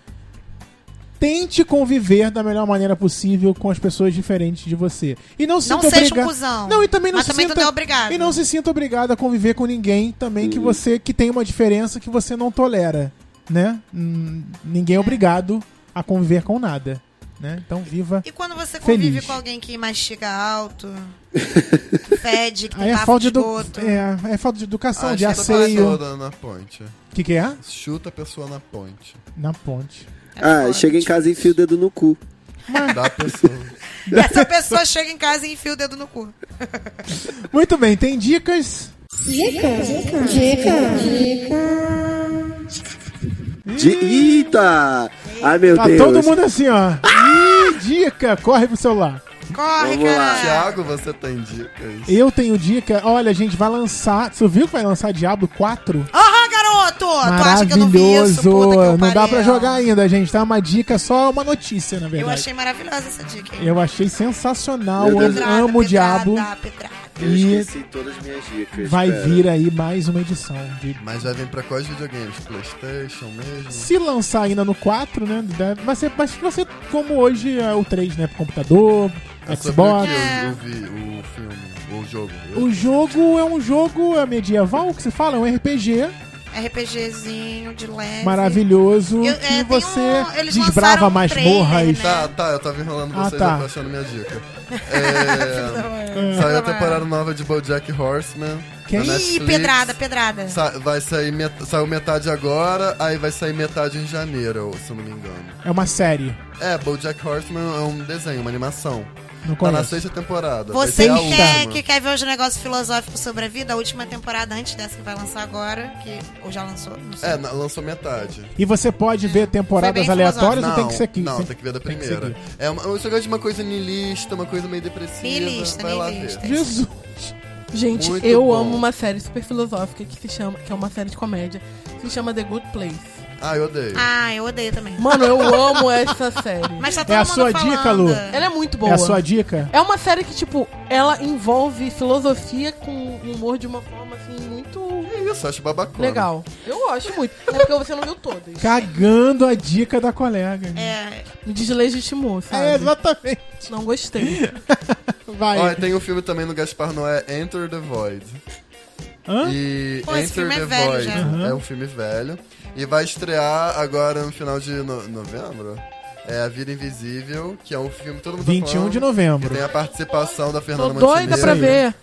Tente conviver da melhor maneira possível com as pessoas diferentes de você. E não se
Não
sinta
seja um
obriga-
cuzão.
Não, e também não
Mas
se
também
sinta...
tu não é obrigado.
E não se sinta obrigado a conviver com ninguém também
Hum.
que você que tem uma diferença que você não tolera, né? Hum, Ninguém é obrigado a conviver com nada, né? Então viva.
E quando você
Feliz.
convive com alguém que mastiga alto, fede, que
Aí
tem
é
bafo
falta
de
de edu...
esgoto.
é, é falta de educação,
Ah,
de
chuta a pessoa
asseio.
na- na ponte.
O que que é?
Chuta a pessoa na ponte.
Na ponte.
Ah, chega em casa e enfia o dedo no cu.
Dá a pessoa.
Essa pessoa chega em casa e enfia o dedo no cu.
Muito bem, tem dicas?
De... Eita! Ai, meu
Tá
Deus.
todo mundo assim, ó. Ih, dica, corre pro celular.
Corre,
Vamos lá.
cara.
Tiago, você tem dicas?
Eu tenho dica. Olha, gente, vai lançar. Você viu que vai lançar Diablo 4?
Aham, garoto! Tu acha que eu não vi isso?
Maravilhoso!
Puta que eu
Não dá
pariu.
pra jogar ainda, gente. Tá uma dica, só uma notícia, na
Eu
verdade.
achei maravilhosa essa dica. hein?
Eu achei sensacional.
Meu
Eu
Deus.
Pedrada,
amo o
pedrada,
Diablo.
pedrada.
Eu
E-
esqueci todas as minhas dicas.
Vai
cara.
vir aí mais uma edição de
Mas já vem pra quais videogames? Playstation mesmo?
Se lançar ainda no 4, né? dá- Vai ser, vai vai ser como hoje é o 3, né? Pro computador,
É sobre o
Xbox.
que eu, eu vi o filme, o jogo.
O jogo é um jogo é medieval, que se fala, é um RPG
RPGzinho de leve.
maravilhoso.
Eu- é,
que
tem
você
um- eles
desbrava
lançaram um
masmorras.
trailer, né?
Tá, tá, eu tava enrolando
Ah,
vocês,
tá.
eu tô achando minha dica. É, saiu a temporada nova de BoJack Horseman.
Quem?
na
Ih,
Netflix.
pedrada, pedrada.
Sa- vai sair met- saiu metade agora, aí vai sair metade em janeiro, se eu não me engano.
É uma série.
É, BoJack Horseman é um desenho, uma animação.
Não
Tá na
conheço.
sexta temporada. vai
é
Você
ser a
que quer,
última.
que quer ver os negócios filosóficos sobre a vida, a última temporada antes dessa que vai lançar agora, que ou já lançou, não sei.
É, na- lançou metade.
E você pode ver
Foi
temporadas
bem
aleatórias ou
não,
tem que ser aqui?
não, tem que ver da
tem que
primeira.
seguir.
É uma, eu só gosto de uma coisa niilista, uma coisa meio depressiva.
Niilista,
vai lá
niilista.
ver.
Jesus.
Gente,
Muito
eu
bom.
amo uma série super filosófica que se chama, que é uma série de comédia, que se chama The Good Place.
Ah, eu odeio.
Ah, eu odeio também.
Mano, eu amo essa série.
Mas tá todo
É a
mundo
sua
falando.
dica, Lu?
Ela é muito boa.
É a sua dica?
É uma série que, tipo, ela envolve filosofia com humor de uma forma, assim, muito
É isso, acho babacona.
legal. Eu gosto muito. É porque você não viu todas.
Cagando a dica da colega.
É,
Me deslegitimou,
É,
sabe?
exatamente.
Não gostei.
Vai.
Olha, tem um filme também no Gaspar Noé, Enter the Void.
Hã?
E
Pô, esse
Enter
filme
the
é velho
Void
já.
é um filme velho. E vai estrear agora no final de no- novembro. É A Vida Invisível, que é um filme que todo mundo tá
21 de
falando,
novembro.
Que tem a participação da
é
Tô
Fernanda
doida pra ver.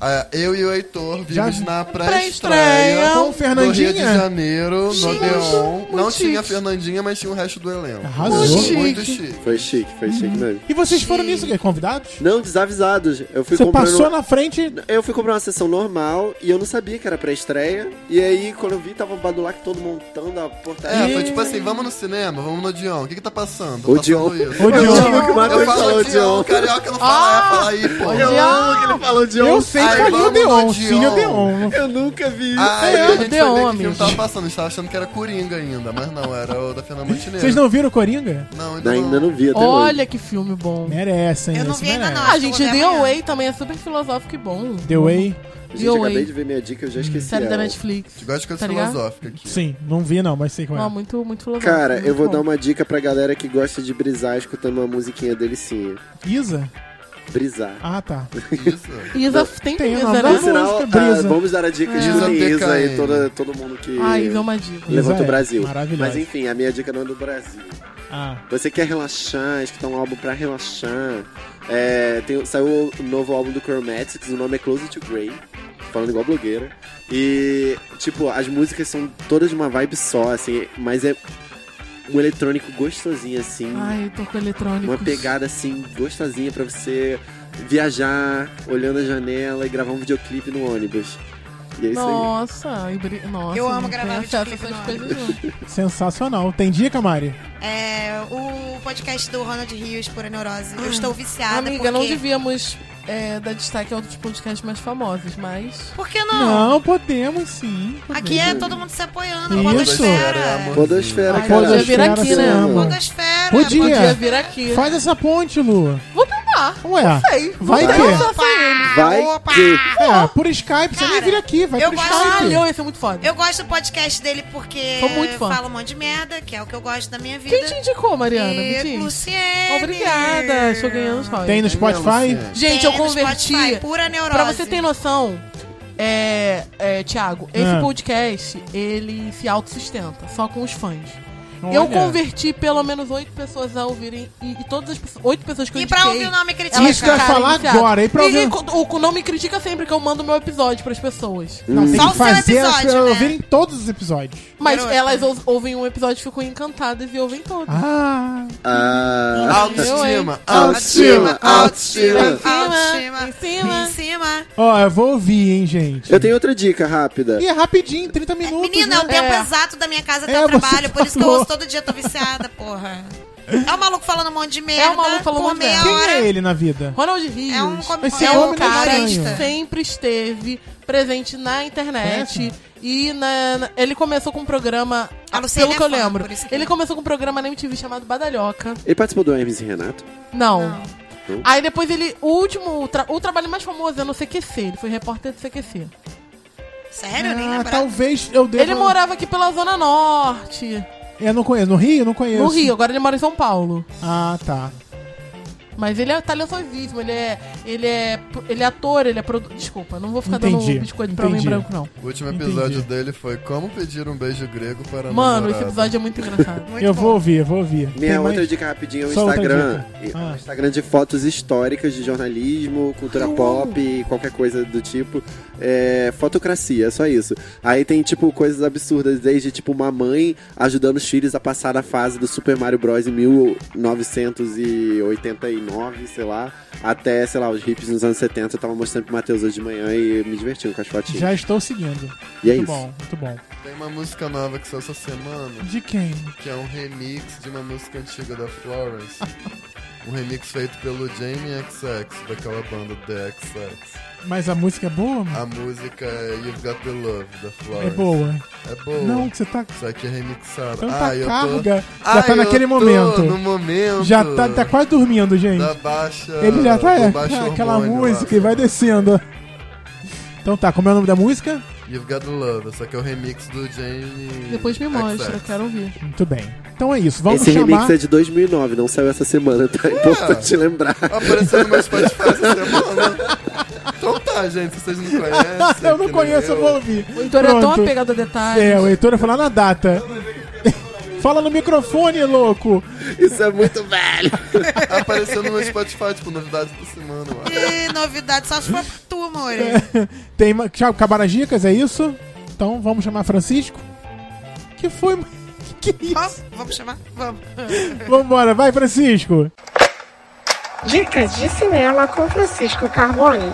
Ah, eu e o Heitor vimos
Já-
na
pré-estreia.
pré-estreia.
Com
Do Rio de
Fernandinha?
Janeiro, no
Chique.
Odeon.
Muito
Não
chique.
tinha a Fernandinha, mas tinha o resto do elenco.
Arrasou.
Muito
Muito
chique.
chique.
Foi chique, foi chique mesmo.
E vocês foram nisso, quê? convidados?
Não, desavisados. Eu fui
Você
comprando...
passou na frente.
Eu fui comprar uma sessão normal e eu não sabia que era pré-estreia. E aí, quando eu vi, tava o Badulac todo montando a
É,
portaria.
foi tipo assim, vamos no cinema, vamos no Odeon. O que que tá passando? Tá
Odeon.
passando isso.
Odeon.
Eu digo que o Marcos
Eu falo
falou de
Odeon,
ontem.
carioca não fala, é, fala aí, pô.
Eu amo que ele falou de
Eu
ontem.
sempre
Aí
ali o
vamos no
Deon,
Dion.
Cine Odeon. não-
Eu nunca vi isso.
Ah, é, a gente
deu
vai ver que
homens.
filme tava passando. A gente tava achando que era Coringa ainda, mas não, era o da Fernanda Montenegro.
Vocês não viram o Coringa?
Não, ainda
Não, ainda não vi até hoje.
Olha que filme bom.
Merecem.
Eu não
esse
vi ainda
merece.
não.
Ah,
acho que
gente,
eu vou ver
The
amanhã.
Away também é super filosófico e bom.
The Way?
Gente,
The
eu acabei
Way.
de ver minha dica, eu já esqueci
Série da
ela.
Netflix.
Eu gosto de coisa
Tá ligado?
filosófica aqui.
Sim, não vi não, mas sei qual é.
Ah, muito, muito filosófico.
Cara,
muito
eu vou
bom.
dar uma dica pra galera que gosta de brisar escutando uma musiquinha delicinha.
Isa?
Brisar.
Ah, tá.
Isso.
Isa, tem,
Tem o
Isa,
nome
né?
da
Por sinal,
música, Brisa.
ah, vamos dar a dica de
Isa
Isa
PKM.
e toda, todo mundo que
Ah, Isa é uma diva.
levanta
Isa é
o Brasil.
maravilhosa.
Mas enfim, a minha dica não é do Brasil.
Ah,
Você quer relaxar, escutar um álbum pra relaxar. É, tem- saiu o novo álbum do Chromatics, o nome é Close to Grey, falando igual blogueira. E, tipo, as músicas são todas de uma vibe só, assim, mas é um eletrônico gostosinho, assim.
Ai, eu tô com eletrônicos.
uma pegada, assim, gostosinha pra você viajar, olhando a janela e gravar um videoclipe no ônibus. E é isso aí.
Nossa, e bri- nossa.
Eu amo
não
gravar
tenho acesso a
videoclipe
essas
no
coisas não.
sensacional. Tem dica, Mari?
É, o podcast do Ronald Rios, Pura Neurose. Eu estou viciada
Ah, Amiga,
porque...
não devíamos é, dar destaque a outros podcasts mais famosos, mas...
Por que não?
Não, podemos sim.
Aqui é todo mundo se apoiando.
Isso.
Podosfera.
Era amor.
Podosfera,
Ai,
cara.
podia vir aqui, né?
Podosfera.
Podia.
Podia um vir aqui.
Faz essa ponte, Lu.
Vou tentar.
Ué,
Sei.
vai
Não
ter.
sei se eu sei ele.
Vai
Opa!
que...
É, por Skype, você nem
Cara,
vira aqui, vai
eu
por
gosto-
Skype.
Caralho, esse é muito foda.
Eu gosto do podcast dele porque
Sou muito fã.
fala um monte de merda, que é o que eu gosto da minha vida.
Quem te indicou, Mariana? Me
E
diz.
Luciene.
Obrigada, estou ganhando os
Tem no Spotify?
Luciano?
Gente,
Tem
eu
no
converti.
Spotify, pura neurose.
Pra você ter noção, é, é, Thiago, esse
Ah.
podcast, ele se autossustenta, só com os fãs.
Olha.
Eu converti pelo menos oito pessoas a ouvirem, e, e todas as pessoas- oito pessoas que eu
E
indiquei...
pra ouvir o nome critica.
elas
Isso que eu ia
ficaram
falar
viciadas.
agora, e pra ouvir-
o, o Não Me Critica sempre que eu mando meu episódio pras pessoas.
Não, tem
Só o
que
seu
fazer as
episódio,
pessoas
né?
ouvirem todos os episódios.
Mas
Garoto.
elas ou- ouvem um episódio, ficam encantadas e ouvem todos.
Ah,
Ah,
Autoestima,
Autoestima,
autoestima,
autoestima.
autoestima.
Autoestima.
Em cima.
Em cima.
ó, eu vou ouvir, hein, gente.
Eu tenho outra dica rápida.
E é rapidinho, 30 minutos.
Menina, é o
né?
tempo
É.
exato da minha casa até
É,
o
você
trabalho, por isso que eu
falou.
ouço todo dia, tô viciada, porra. É o maluco falando um monte de merda.
É o maluco falando um
por
monte de
meia
merda.
Quem
hora.
é ele na vida?
Ronald Rios
É um com-
Esse
é
é
um
um
homem não
cara que
estranho.
comentarista.
sempre esteve presente na internet. E na, na- ele começou com um programa.
A Luciene
pelo que eu
é fã,
lembro.
por isso que-
Ele começou com um programa na MTV chamado Badalhoca.
Ele participou do Hermes e Renato?
Não.
Não.
Aí depois ele. O último. tra- o trabalho mais famoso é no CQC. Ele foi repórter do CQC.
Sério? Eu nem
ah,
lembrava.
talvez eu deva... É,
Ele morava aqui pela Zona Norte.
Eu não conheço. No Rio? Não conheço.
No Rio, agora ele mora em São Paulo.
Ah, tá.
Mas ele é talentosíssimo, ele é. Ele é. Ele é ator, ele é produ... Desculpa, não vou ficar
Entendi,
dando biscoito pra homem
entendi.
branco, não.
O último
Entendi.
episódio dele foi Como Pedir um Beijo Grego para a
Mano, esse
Namorada.
episódio é muito engraçado.
Muito
eu
bom.
vou ouvir, eu vou ouvir.
Minha
Tem mais?
outra dica rapidinha é o
Só outra
Instagram.
dica.
É,
Ah.
um Instagram de fotos históricas de jornalismo, cultura pop, e qualquer coisa do tipo. É, fotocracia, é só isso. Aí tem, tipo, coisas absurdas, desde, tipo, uma mãe ajudando os filhos a passar da fase do Super Mario Bros. em 1989, sei lá, até, sei lá, os hips nos anos 70. Eu tava mostrando pro Matheus hoje de manhã e me divertindo com as fotinhas.
Já estou seguindo.
e é
muito
isso.
bom, muito bom.
Tem uma música nova que saiu essa semana,
De quem?
que é um remix de uma música antiga da Florence. um remix feito pelo Jamie XX, daquela banda The XX.
Mas a música é boa? mano?
A música é You've Got The Love, da Florence.
é boa.
É boa.
Não, que você tá com
Só que é remixada.
tanta
ah, eu tô...
carga. Já
Ah,
tá
eu
naquele
tô
momento.
no momento.
Já tá, tá quase dormindo, gente.
Da baixa...
Ele já tá
do
é,
baixo
aquela
hormônio lá.
música e vai descendo. Então tá, como é o nome da música?
You've Got The Love, só que é o remix do Jamie...
Depois me mostra, eu
XX.
quero ouvir.
Muito bem. Então é isso, vamos
Esse
chamar.
remix é de 2009, não saiu essa semana, tá? É importante lembrar.
Apareceu no meu Spotify essa semana. Então tá, gente, se vocês não conhecem...
Ah, eu
que
não
né?
nem
conheço, eu vou ouvir.
O Heitor é tão
Pronto.
apegado a detalhes.
É, o Heitor ia falar na data. Fala no microfone, louco!
Isso é muito velho.
Apareceu no meu Spotify, tipo, novidades da semana. lá.
Ih, novidade só se for tu, amor.
Tem. ma- Tchau, acabaram as dicas, é isso? Então vamos chamar Francisco? Que foi. Que, que é isso?
Vamos, vamos chamar? Vamos.
Vambora, vai, Francisco!
Dicas de cinema com Francisco Carbone.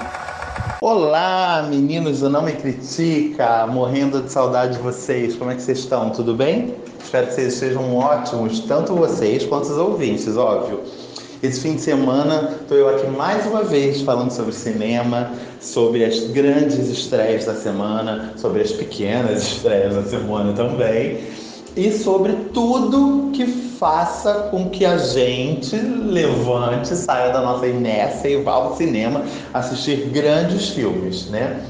Olá, meninos do Não Me Critica, morrendo de saudade de vocês. Como é que vocês estão? Tudo bem? Espero que vocês sejam ótimos, tanto vocês quanto os ouvintes, óbvio. Esse fim de semana estou eu aqui mais uma vez falando sobre cinema, sobre as grandes estreias da semana, sobre as pequenas estreias da semana também e sobre tudo que faça com que a gente levante, saia da nossa inércia e vá ao cinema assistir grandes filmes, né?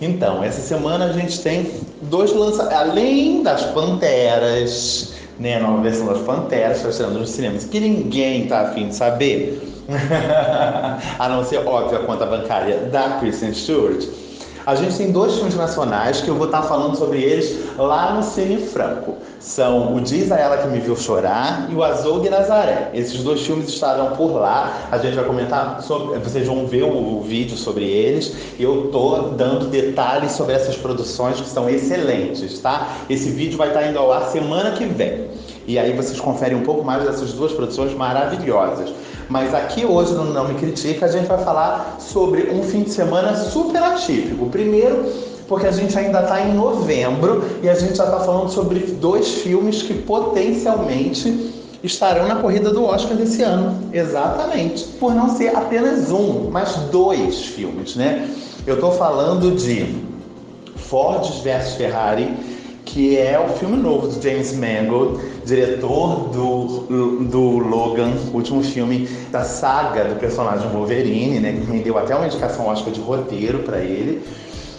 Então, essa semana a gente tem dois lançamentos, além das Panteras, né? A nova versão das Panteras, que está estreando nos cinemas, que ninguém tá afim de saber, a não ser, óbvio, a conta bancária da Kristen Stewart. A gente tem dois filmes nacionais que eu vou estar falando sobre eles lá no Cine Franco. São o Diz a é Ela Que Me Viu Chorar e o Azul de Nazaré. Esses dois filmes estarão por lá. A gente vai comentar sobre. Vocês vão ver o, o vídeo sobre eles. Eu tô dando detalhes sobre essas produções que são excelentes, tá? Esse vídeo vai estar indo ao ar semana que vem. E aí vocês conferem um pouco mais dessas duas produções maravilhosas. Mas aqui hoje no Não Me Critica a gente vai falar sobre um fim de semana super atípico. Primeiro, porque a gente ainda está em novembro e a gente já está falando sobre dois filmes que potencialmente estarão na corrida do Oscar desse ano. Exatamente. Por não ser apenas um, mas dois filmes, né? Eu estou falando de Ford vs Ferrari, que é o filme novo do James Mangold, diretor do, do Logan, o último filme da saga do personagem Wolverine, né, que rendeu até uma indicação Oscar de roteiro para ele.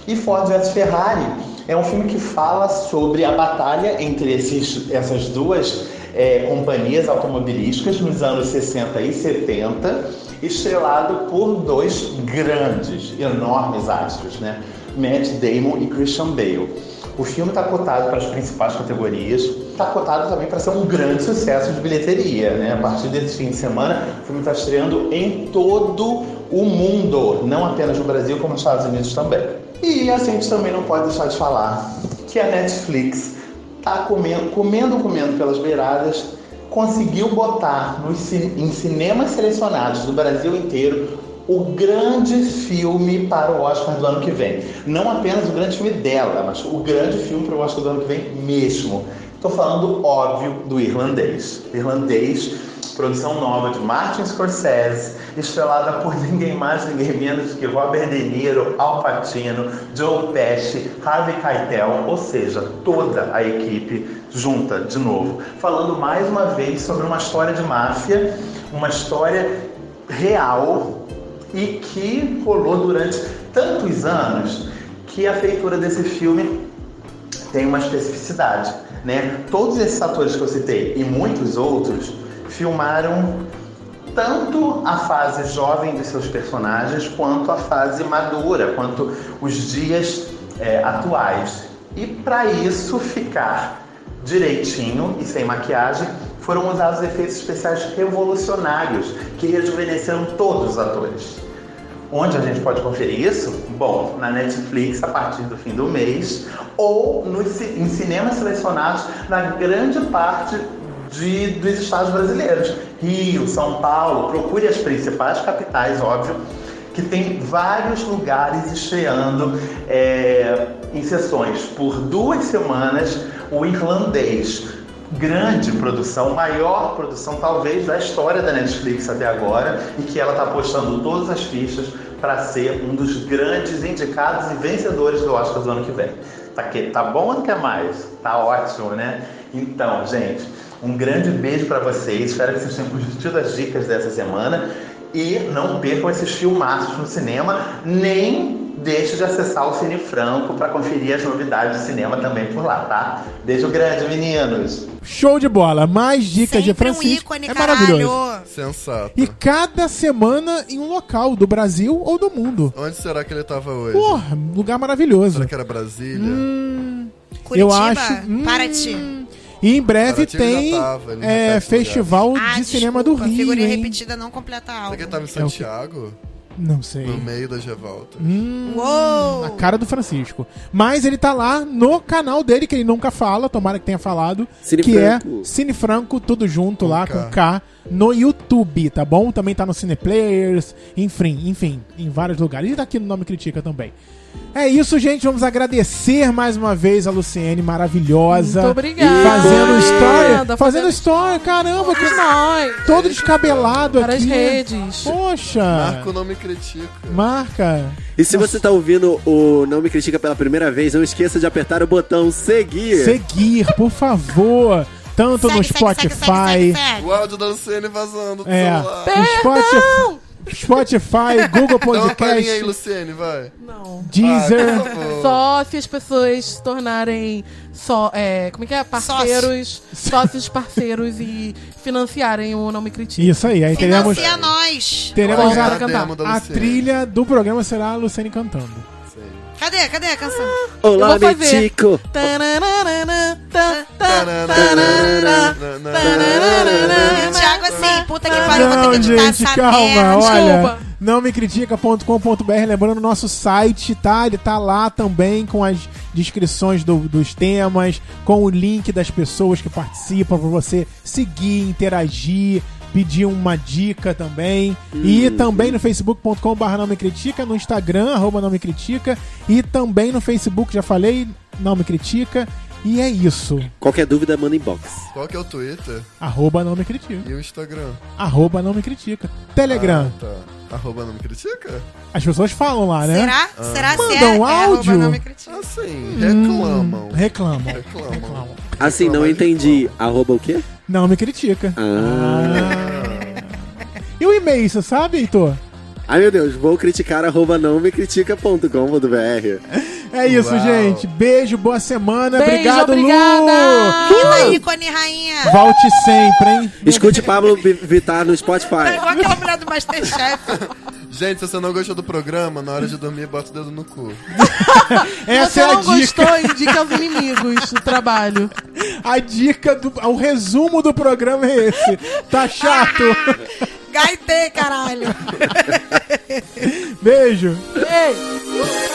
E Ford vs Ferrari é um filme que fala sobre a batalha entre esses, essas duas é, companhias automobilísticas nos anos 60 e 70, estrelado por dois grandes, enormes astros, né? Matt Damon e Christian Bale. O filme está cotado para as principais categorias, está cotado também para ser um grande sucesso de bilheteria. Né? A partir desse fim de semana, o filme está estreando em todo o mundo, não apenas no Brasil, como nos Estados Unidos também. E a gente também não pode deixar de falar que a Netflix está comendo, comendo, comendo pelas beiradas, conseguiu botar nos, ci- em cinemas selecionados do Brasil inteiro o grande filme para o Oscar do ano que vem. Não apenas o grande filme dela, mas o grande filme para o Oscar do ano que vem mesmo. Estou falando, óbvio, do irlandês. Irlandês, produção nova de Martin Scorsese, estrelada por ninguém mais, ninguém menos que Robert De Niro, Al Pacino, Joe Pesci, Harvey Keitel, ou seja, toda a equipe junta de novo, falando mais uma vez sobre uma história de máfia, uma história real e que rolou durante tantos anos que a feitura desse filme tem uma especificidade, né? Todos esses atores que eu citei e muitos outros filmaram tanto a fase jovem dos seus personagens quanto a fase madura, quanto os dias é, atuais. E para isso ficar direitinho e sem maquiagem, foram usados efeitos especiais revolucionários que rejuvenesceram todos os atores. Onde a gente pode conferir isso? Bom, na Netflix a partir do fim do mês ou nos ci- em cinemas selecionados na grande parte de- dos estados brasileiros. Rio, São Paulo, procure as principais capitais, óbvio, que tem vários lugares estreando é, em sessões por duas semanas o irlandês grande produção, maior produção talvez da história da Netflix até agora, e que ela está postando todas as fichas para ser um dos grandes indicados e vencedores do Oscar do ano que vem. Tá, que, tá bom ou quer mais? Tá ótimo, né? Então, gente, um grande beijo para vocês. Espero que vocês tenham curtido as dicas dessa semana e não percam esses filmaços no cinema, nem deixe de acessar o Cine Franco para conferir as novidades de cinema também por lá, tá? Beijo grande, meninos!
Show de bola. Mais dicas de
Sempre um
Francisco.
ícone,
é maravilhoso.
caralho.
Sensato.
E cada semana em um local, do Brasil ou do mundo.
Onde será que ele tava hoje?
Porra, lugar maravilhoso.
Será que era Brasília?
Hum,
Curitiba,
acho- hum,
Paraty.
E em breve
Paraty ele já
tem
tava, ele já
é,
tá em outro
Festival
Ah,
de Cinema do
desculpa,
Rio.
Figurinha
hein?
repetida não completa a
Será que
aula.
ele tava
É
em
o quê? Hum,
Santiago?
Não sei.
No meio das revoltas.
A
Uou!
cara do Francisco. Mas ele tá lá no canal dele, que ele nunca fala, tomara que tenha falado.
Cine
que é
Franco.
Cine Franco, tudo junto lá
K.
com K no YouTube, tá bom? Também tá no Cine Players, enfim, enfim, em vários lugares. E tá aqui no Nome Critica também. É isso, gente. Vamos agradecer mais uma vez a Luciene, maravilhosa.
Muito obrigada.
Fazendo história.
Obrigada,
Fazendo
fazendo-
história, caramba.
Que
Que...
nóis.
Todo descabelado
Para as
aqui.
redes.
Poxa.
Marco não me critica.
Marca.
E se você tá ouvindo o Não Me Critica pela primeira vez, não esqueça de apertar o botão seguir.
Seguir, por favor. Tanto no
Segue, segue,
Spotify.
segue, segue, segue, segue.
O áudio da Luciene vazando do
É.
celular.
no Spotify, Spotify, Google
Dá uma palhinha aí,
Podcast,
Luciene, vai.
Não.
Deezer.
Ah, por favor.
Só se as pessoas se tornarem só, é, como é que é? Parceiros, sócios parceiros e financiarem o Não Me Critique.
Isso aí, aí teremos,
Financia nós.
teremos
Bora
a,
cantar.
demo da
a
Luciene.
trilha do programa será a Luciane cantando.
Cadê? Cadê a canção?
Olá,
Eu vou fazer.
Mitico.
Tananana, tan, tan, tananana,
Tananana.
E o Thiago assim, puta que pariu, vou
Não,
ter que editar
gente,
essa
calma,
merda.
olha.
desculpa.
Não me critica.com.br, lembrando o nosso site, tá? Ele tá lá também com as descrições do- dos temas, com o link das pessoas que participam pra você seguir, interagir, pedir uma dica também. E também no facebook.com.br não me critica, no Instagram, arroba não me critica, e também no Facebook, já falei, não me critica. E é isso.
Qualquer dúvida, manda inbox.
Qual que é o Twitter
Arroba não me critica.
e o Instagram?
Arroba não me critica. Telegram.
Ah, tá. Arroba não me critica?
As pessoas falam lá, né?
Será? Será?
Manda
Será?
um
É, arroba,
áudio.
não me critica.
Assim, reclamam.
Reclamam.
Reclamam.
Reclamam.
Assim, não
Reclamar,
entendi. Arroba o quê?
Não me critica.
Ah.
E o e-mail, você sabe, Heitor?
Ai, meu Deus, vou criticar arroba não me critica.com.br.
É isso,
Uau.
gente. Beijo, boa semana.
Beijo,
obrigado, Lu.
obrigada.
Pula, ícone, rainha.
Volte sempre, hein?
Escute Pablo Vi- Vittar no Spotify.
Igual aquela mulher do Masterchef.
Gente, se você não gostou do programa, na hora de dormir, bota o dedo no cu.
Essa
Você
é a
não
dica.
gostou, indica aos inimigos do trabalho.
A dica do. O resumo do programa é esse. Tá chato.
Gaitei, caralho.
Beijo.
Ei.